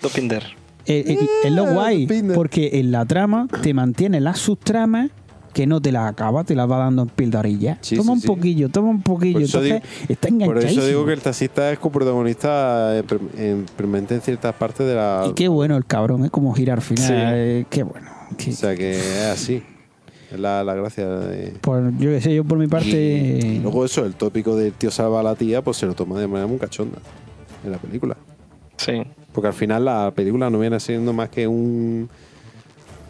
S3: Dopinder.
S1: Eh, eh, es
S2: Ah,
S1: lo guay,
S3: Dopinder.
S1: porque en la trama te mantiene las subtramas que no te las acaba, te las va dando en pildarillas.
S2: Sí,
S1: toma
S2: sí,
S1: un
S2: sí.
S1: poquillo, toma un poquillo.
S2: Por eso
S1: Entonces,
S2: digo-
S1: está
S2: Por
S1: enganchadísimo.
S2: eso digo que el taxista es coprotagonista eh, pre- en, premente en ciertas partes de la.
S1: Y qué bueno el cabrón, es como girar al final.
S2: Sí.
S1: eh, qué bueno.
S2: O sea que es así. Es la, la gracia de.
S1: Por, yo qué sé, yo por mi parte.
S2: Y luego eso, el tópico del tío salva a la tía, pues se lo toma de manera muy cachonda en la película.
S3: Sí.
S2: Porque al final la película no viene siendo más que un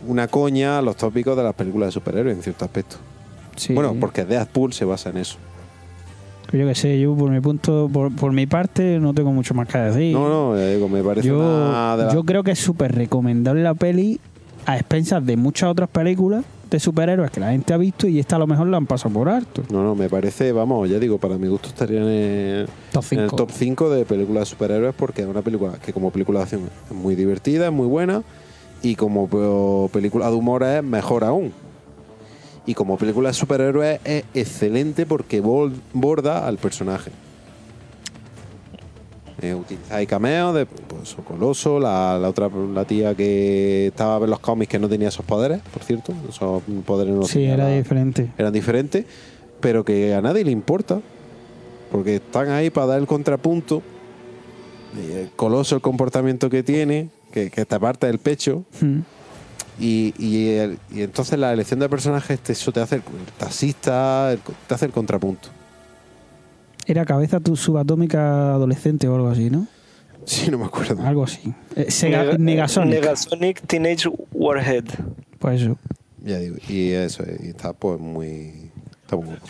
S2: una coña a los tópicos de las películas de superhéroes en cierto aspecto. Bueno, porque Deadpool se basa en eso.
S1: Pues Yo qué sé, yo por mi punto, por, por mi parte, no tengo mucho más que decir.
S2: No, no, ya digo, me parece
S1: yo,
S2: una de las-
S1: yo creo que es súper recomendable la peli a expensas de muchas otras películas de superhéroes que la gente ha visto y esta a lo mejor la han pasado por alto.
S2: No, no, me parece, vamos, ya digo, para mi gusto estaría en el
S1: Top
S2: en el
S1: cinco.
S2: top 5 de películas de superhéroes porque es una película que como película de acción es muy divertida, es muy buena y como pe- película de humor es mejor aún. Y como película de superhéroes es excelente porque bol- borda al personaje. Eh, utilizáis cameos de pues, Coloso, la, la otra la tía que estaba a ver los cómics que no tenía esos poderes, por cierto. Esos poderes no
S1: sí,
S2: tenía
S1: era
S2: la-
S1: diferente.
S2: eran diferentes, pero que a nadie le importa, porque están ahí para dar el contrapunto. Y el coloso el comportamiento que tiene, que, que te aparta del pecho,
S1: Hmm.
S2: y, y el- y entonces la elección de personajes, te, eso te hace el, el taxista, el co- te hace el contrapunto.
S1: Era cabeza tu subatómica adolescente o algo así, ¿no?
S2: Sí, no me acuerdo.
S1: Algo así. Eh, Sega-
S3: Nega-
S1: Negasonic.
S3: Negasonic Teenage Warhead.
S1: Pues eso.
S2: Ya digo, y eso, y está pues muy. Está muy bueno.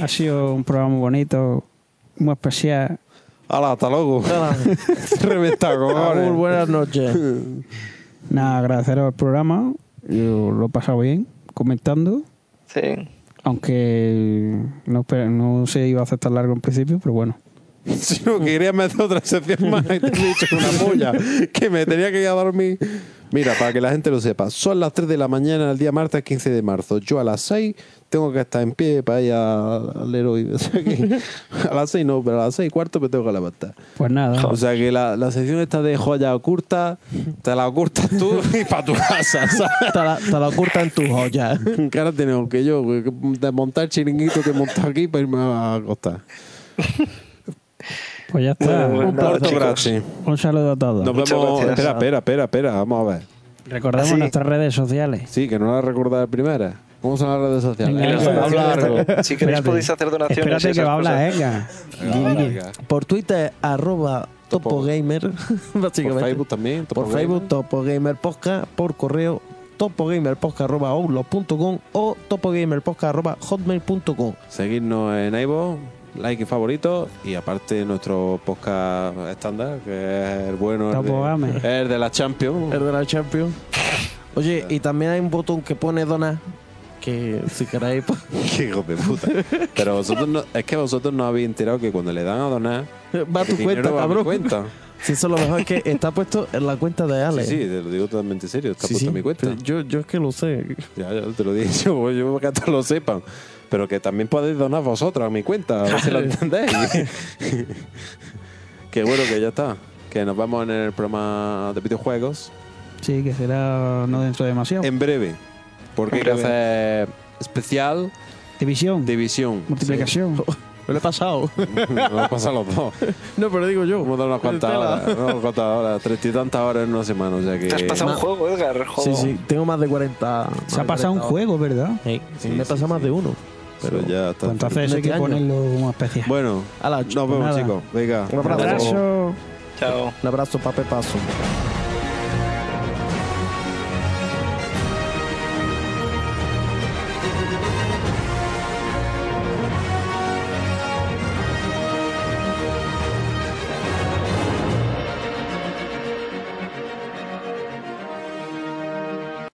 S1: Ha sido un programa muy bonito, muy especial.
S2: ¡Hala, hasta luego! Reventado, cojones.
S1: Abur, buenas noches. Nada, agradeceros el programa. Yo lo he pasado bien comentando.
S3: Sí.
S1: Aunque no, esper- no se iba a hacer tan largo en principio, pero bueno.
S2: Si no quería meter otra sección más, te he dicho una polla, que me tenía que ir a dormir. Mira, para que la gente lo sepa, son las 3 de la mañana el día martes 15 de marzo. Yo a las 6 tengo que estar en pie para ir a- al héroe. O sea que a las 6 no, pero a las 6 y cuarto me tengo que levantar.
S1: Pues nada.
S2: O sea que la, la sección esta de joya oculta, te la ocultas tú y para tu casa, ¿sabes?
S4: Te la, te la ocultan tus joyas.
S2: Que ahora tenemos que yo, güey, que desmontar el chiringuito que he montado aquí para irme a acostar.
S1: Pues ya está.
S2: Bueno,
S1: un,
S2: nada,
S1: placer.
S2: chicos.
S1: Un saludo a todos.
S2: Nos vemos. Espera, espera, espera, espera, vamos a ver.
S1: Recordamos
S2: Ah, sí.
S1: nuestras redes sociales.
S2: Sí, que no la recordaba primera. ¿Cómo son las redes sociales?
S1: Venga,
S2: Eso
S1: venga,
S2: es
S1: venga.
S2: largo.
S3: Si queréis podéis hacer donaciones.
S1: Espérate que
S3: y esas
S1: va a hablar,
S3: cosas.
S1: venga.
S2: Venga,
S4: Dime.
S2: venga.
S4: Por Twitter, arroba topogamer, básicamente.
S2: Por Facebook también. Topo
S4: Por
S2: Gamer.
S4: Facebook, topogamer podcast, por correo, topogamerpodcast arroba outlook.com o topogamerpodcast arroba hotmail.com.
S2: Seguidnos en iVoox, like y favorito. Y aparte nuestro podcast estándar, que es el bueno. el de-
S4: Topo Gamer.
S2: el de la Champions.
S4: El de la Champions. Oye, y también hay un botón que pone donar, que si queréis... pues,
S2: Qué hijo de puta. Pero vosotros no, es que vosotros no habéis enterado que cuando le dan a donar.
S4: Va a
S2: el
S4: tu
S2: dinero
S4: cuenta,
S2: va a mi
S4: cabrón.
S2: cuenta.
S4: Si eso es lo mejor que está puesto en la cuenta de
S2: Sí,
S4: Ale.
S2: sí, te lo digo totalmente serio. Está
S4: Sí,
S2: puesto
S4: sí.
S2: a mi cuenta.
S4: Yo, yo es que lo sé.
S2: Ya, ya te lo dije yo, yo que hasta lo sepan. Pero que también podéis donar vosotros a mi cuenta, a ver si lo entendéis. que bueno, que ya está. Que nos vamos en el programa de videojuegos.
S1: Sí, que será no dentro de demasiado.
S2: En breve. Porque hay que hacer especial.
S1: División.
S2: División.
S1: Multiplicación.
S4: Me lo he pasado.
S2: Nos lo pasan los dos.
S4: No, pero digo yo.
S2: Hemos dado unas cuantas
S4: Tela.
S2: horas. unas cuantas horas. Treinta y tantas horas en una semana. O sea que.
S3: Te has
S1: Eh,
S3: pasado un juego, Edgar.
S4: Sí,
S3: joder.
S4: sí, tengo más de 40.
S1: Se ha pasado un juego, ¿verdad? Pues
S4: Sí,
S2: Sí,
S4: me he
S2: sí,
S4: pasado más de uno.
S2: Pero ya está.
S1: Entonces hay que
S4: Este año.
S1: ponerlo como especial.
S2: Bueno,
S4: A la
S2: nos vemos,
S1: nada.
S2: chicos. Venga.
S4: Un abrazo.
S1: Abrazo.
S3: Chao.
S4: Un abrazo, pape paso.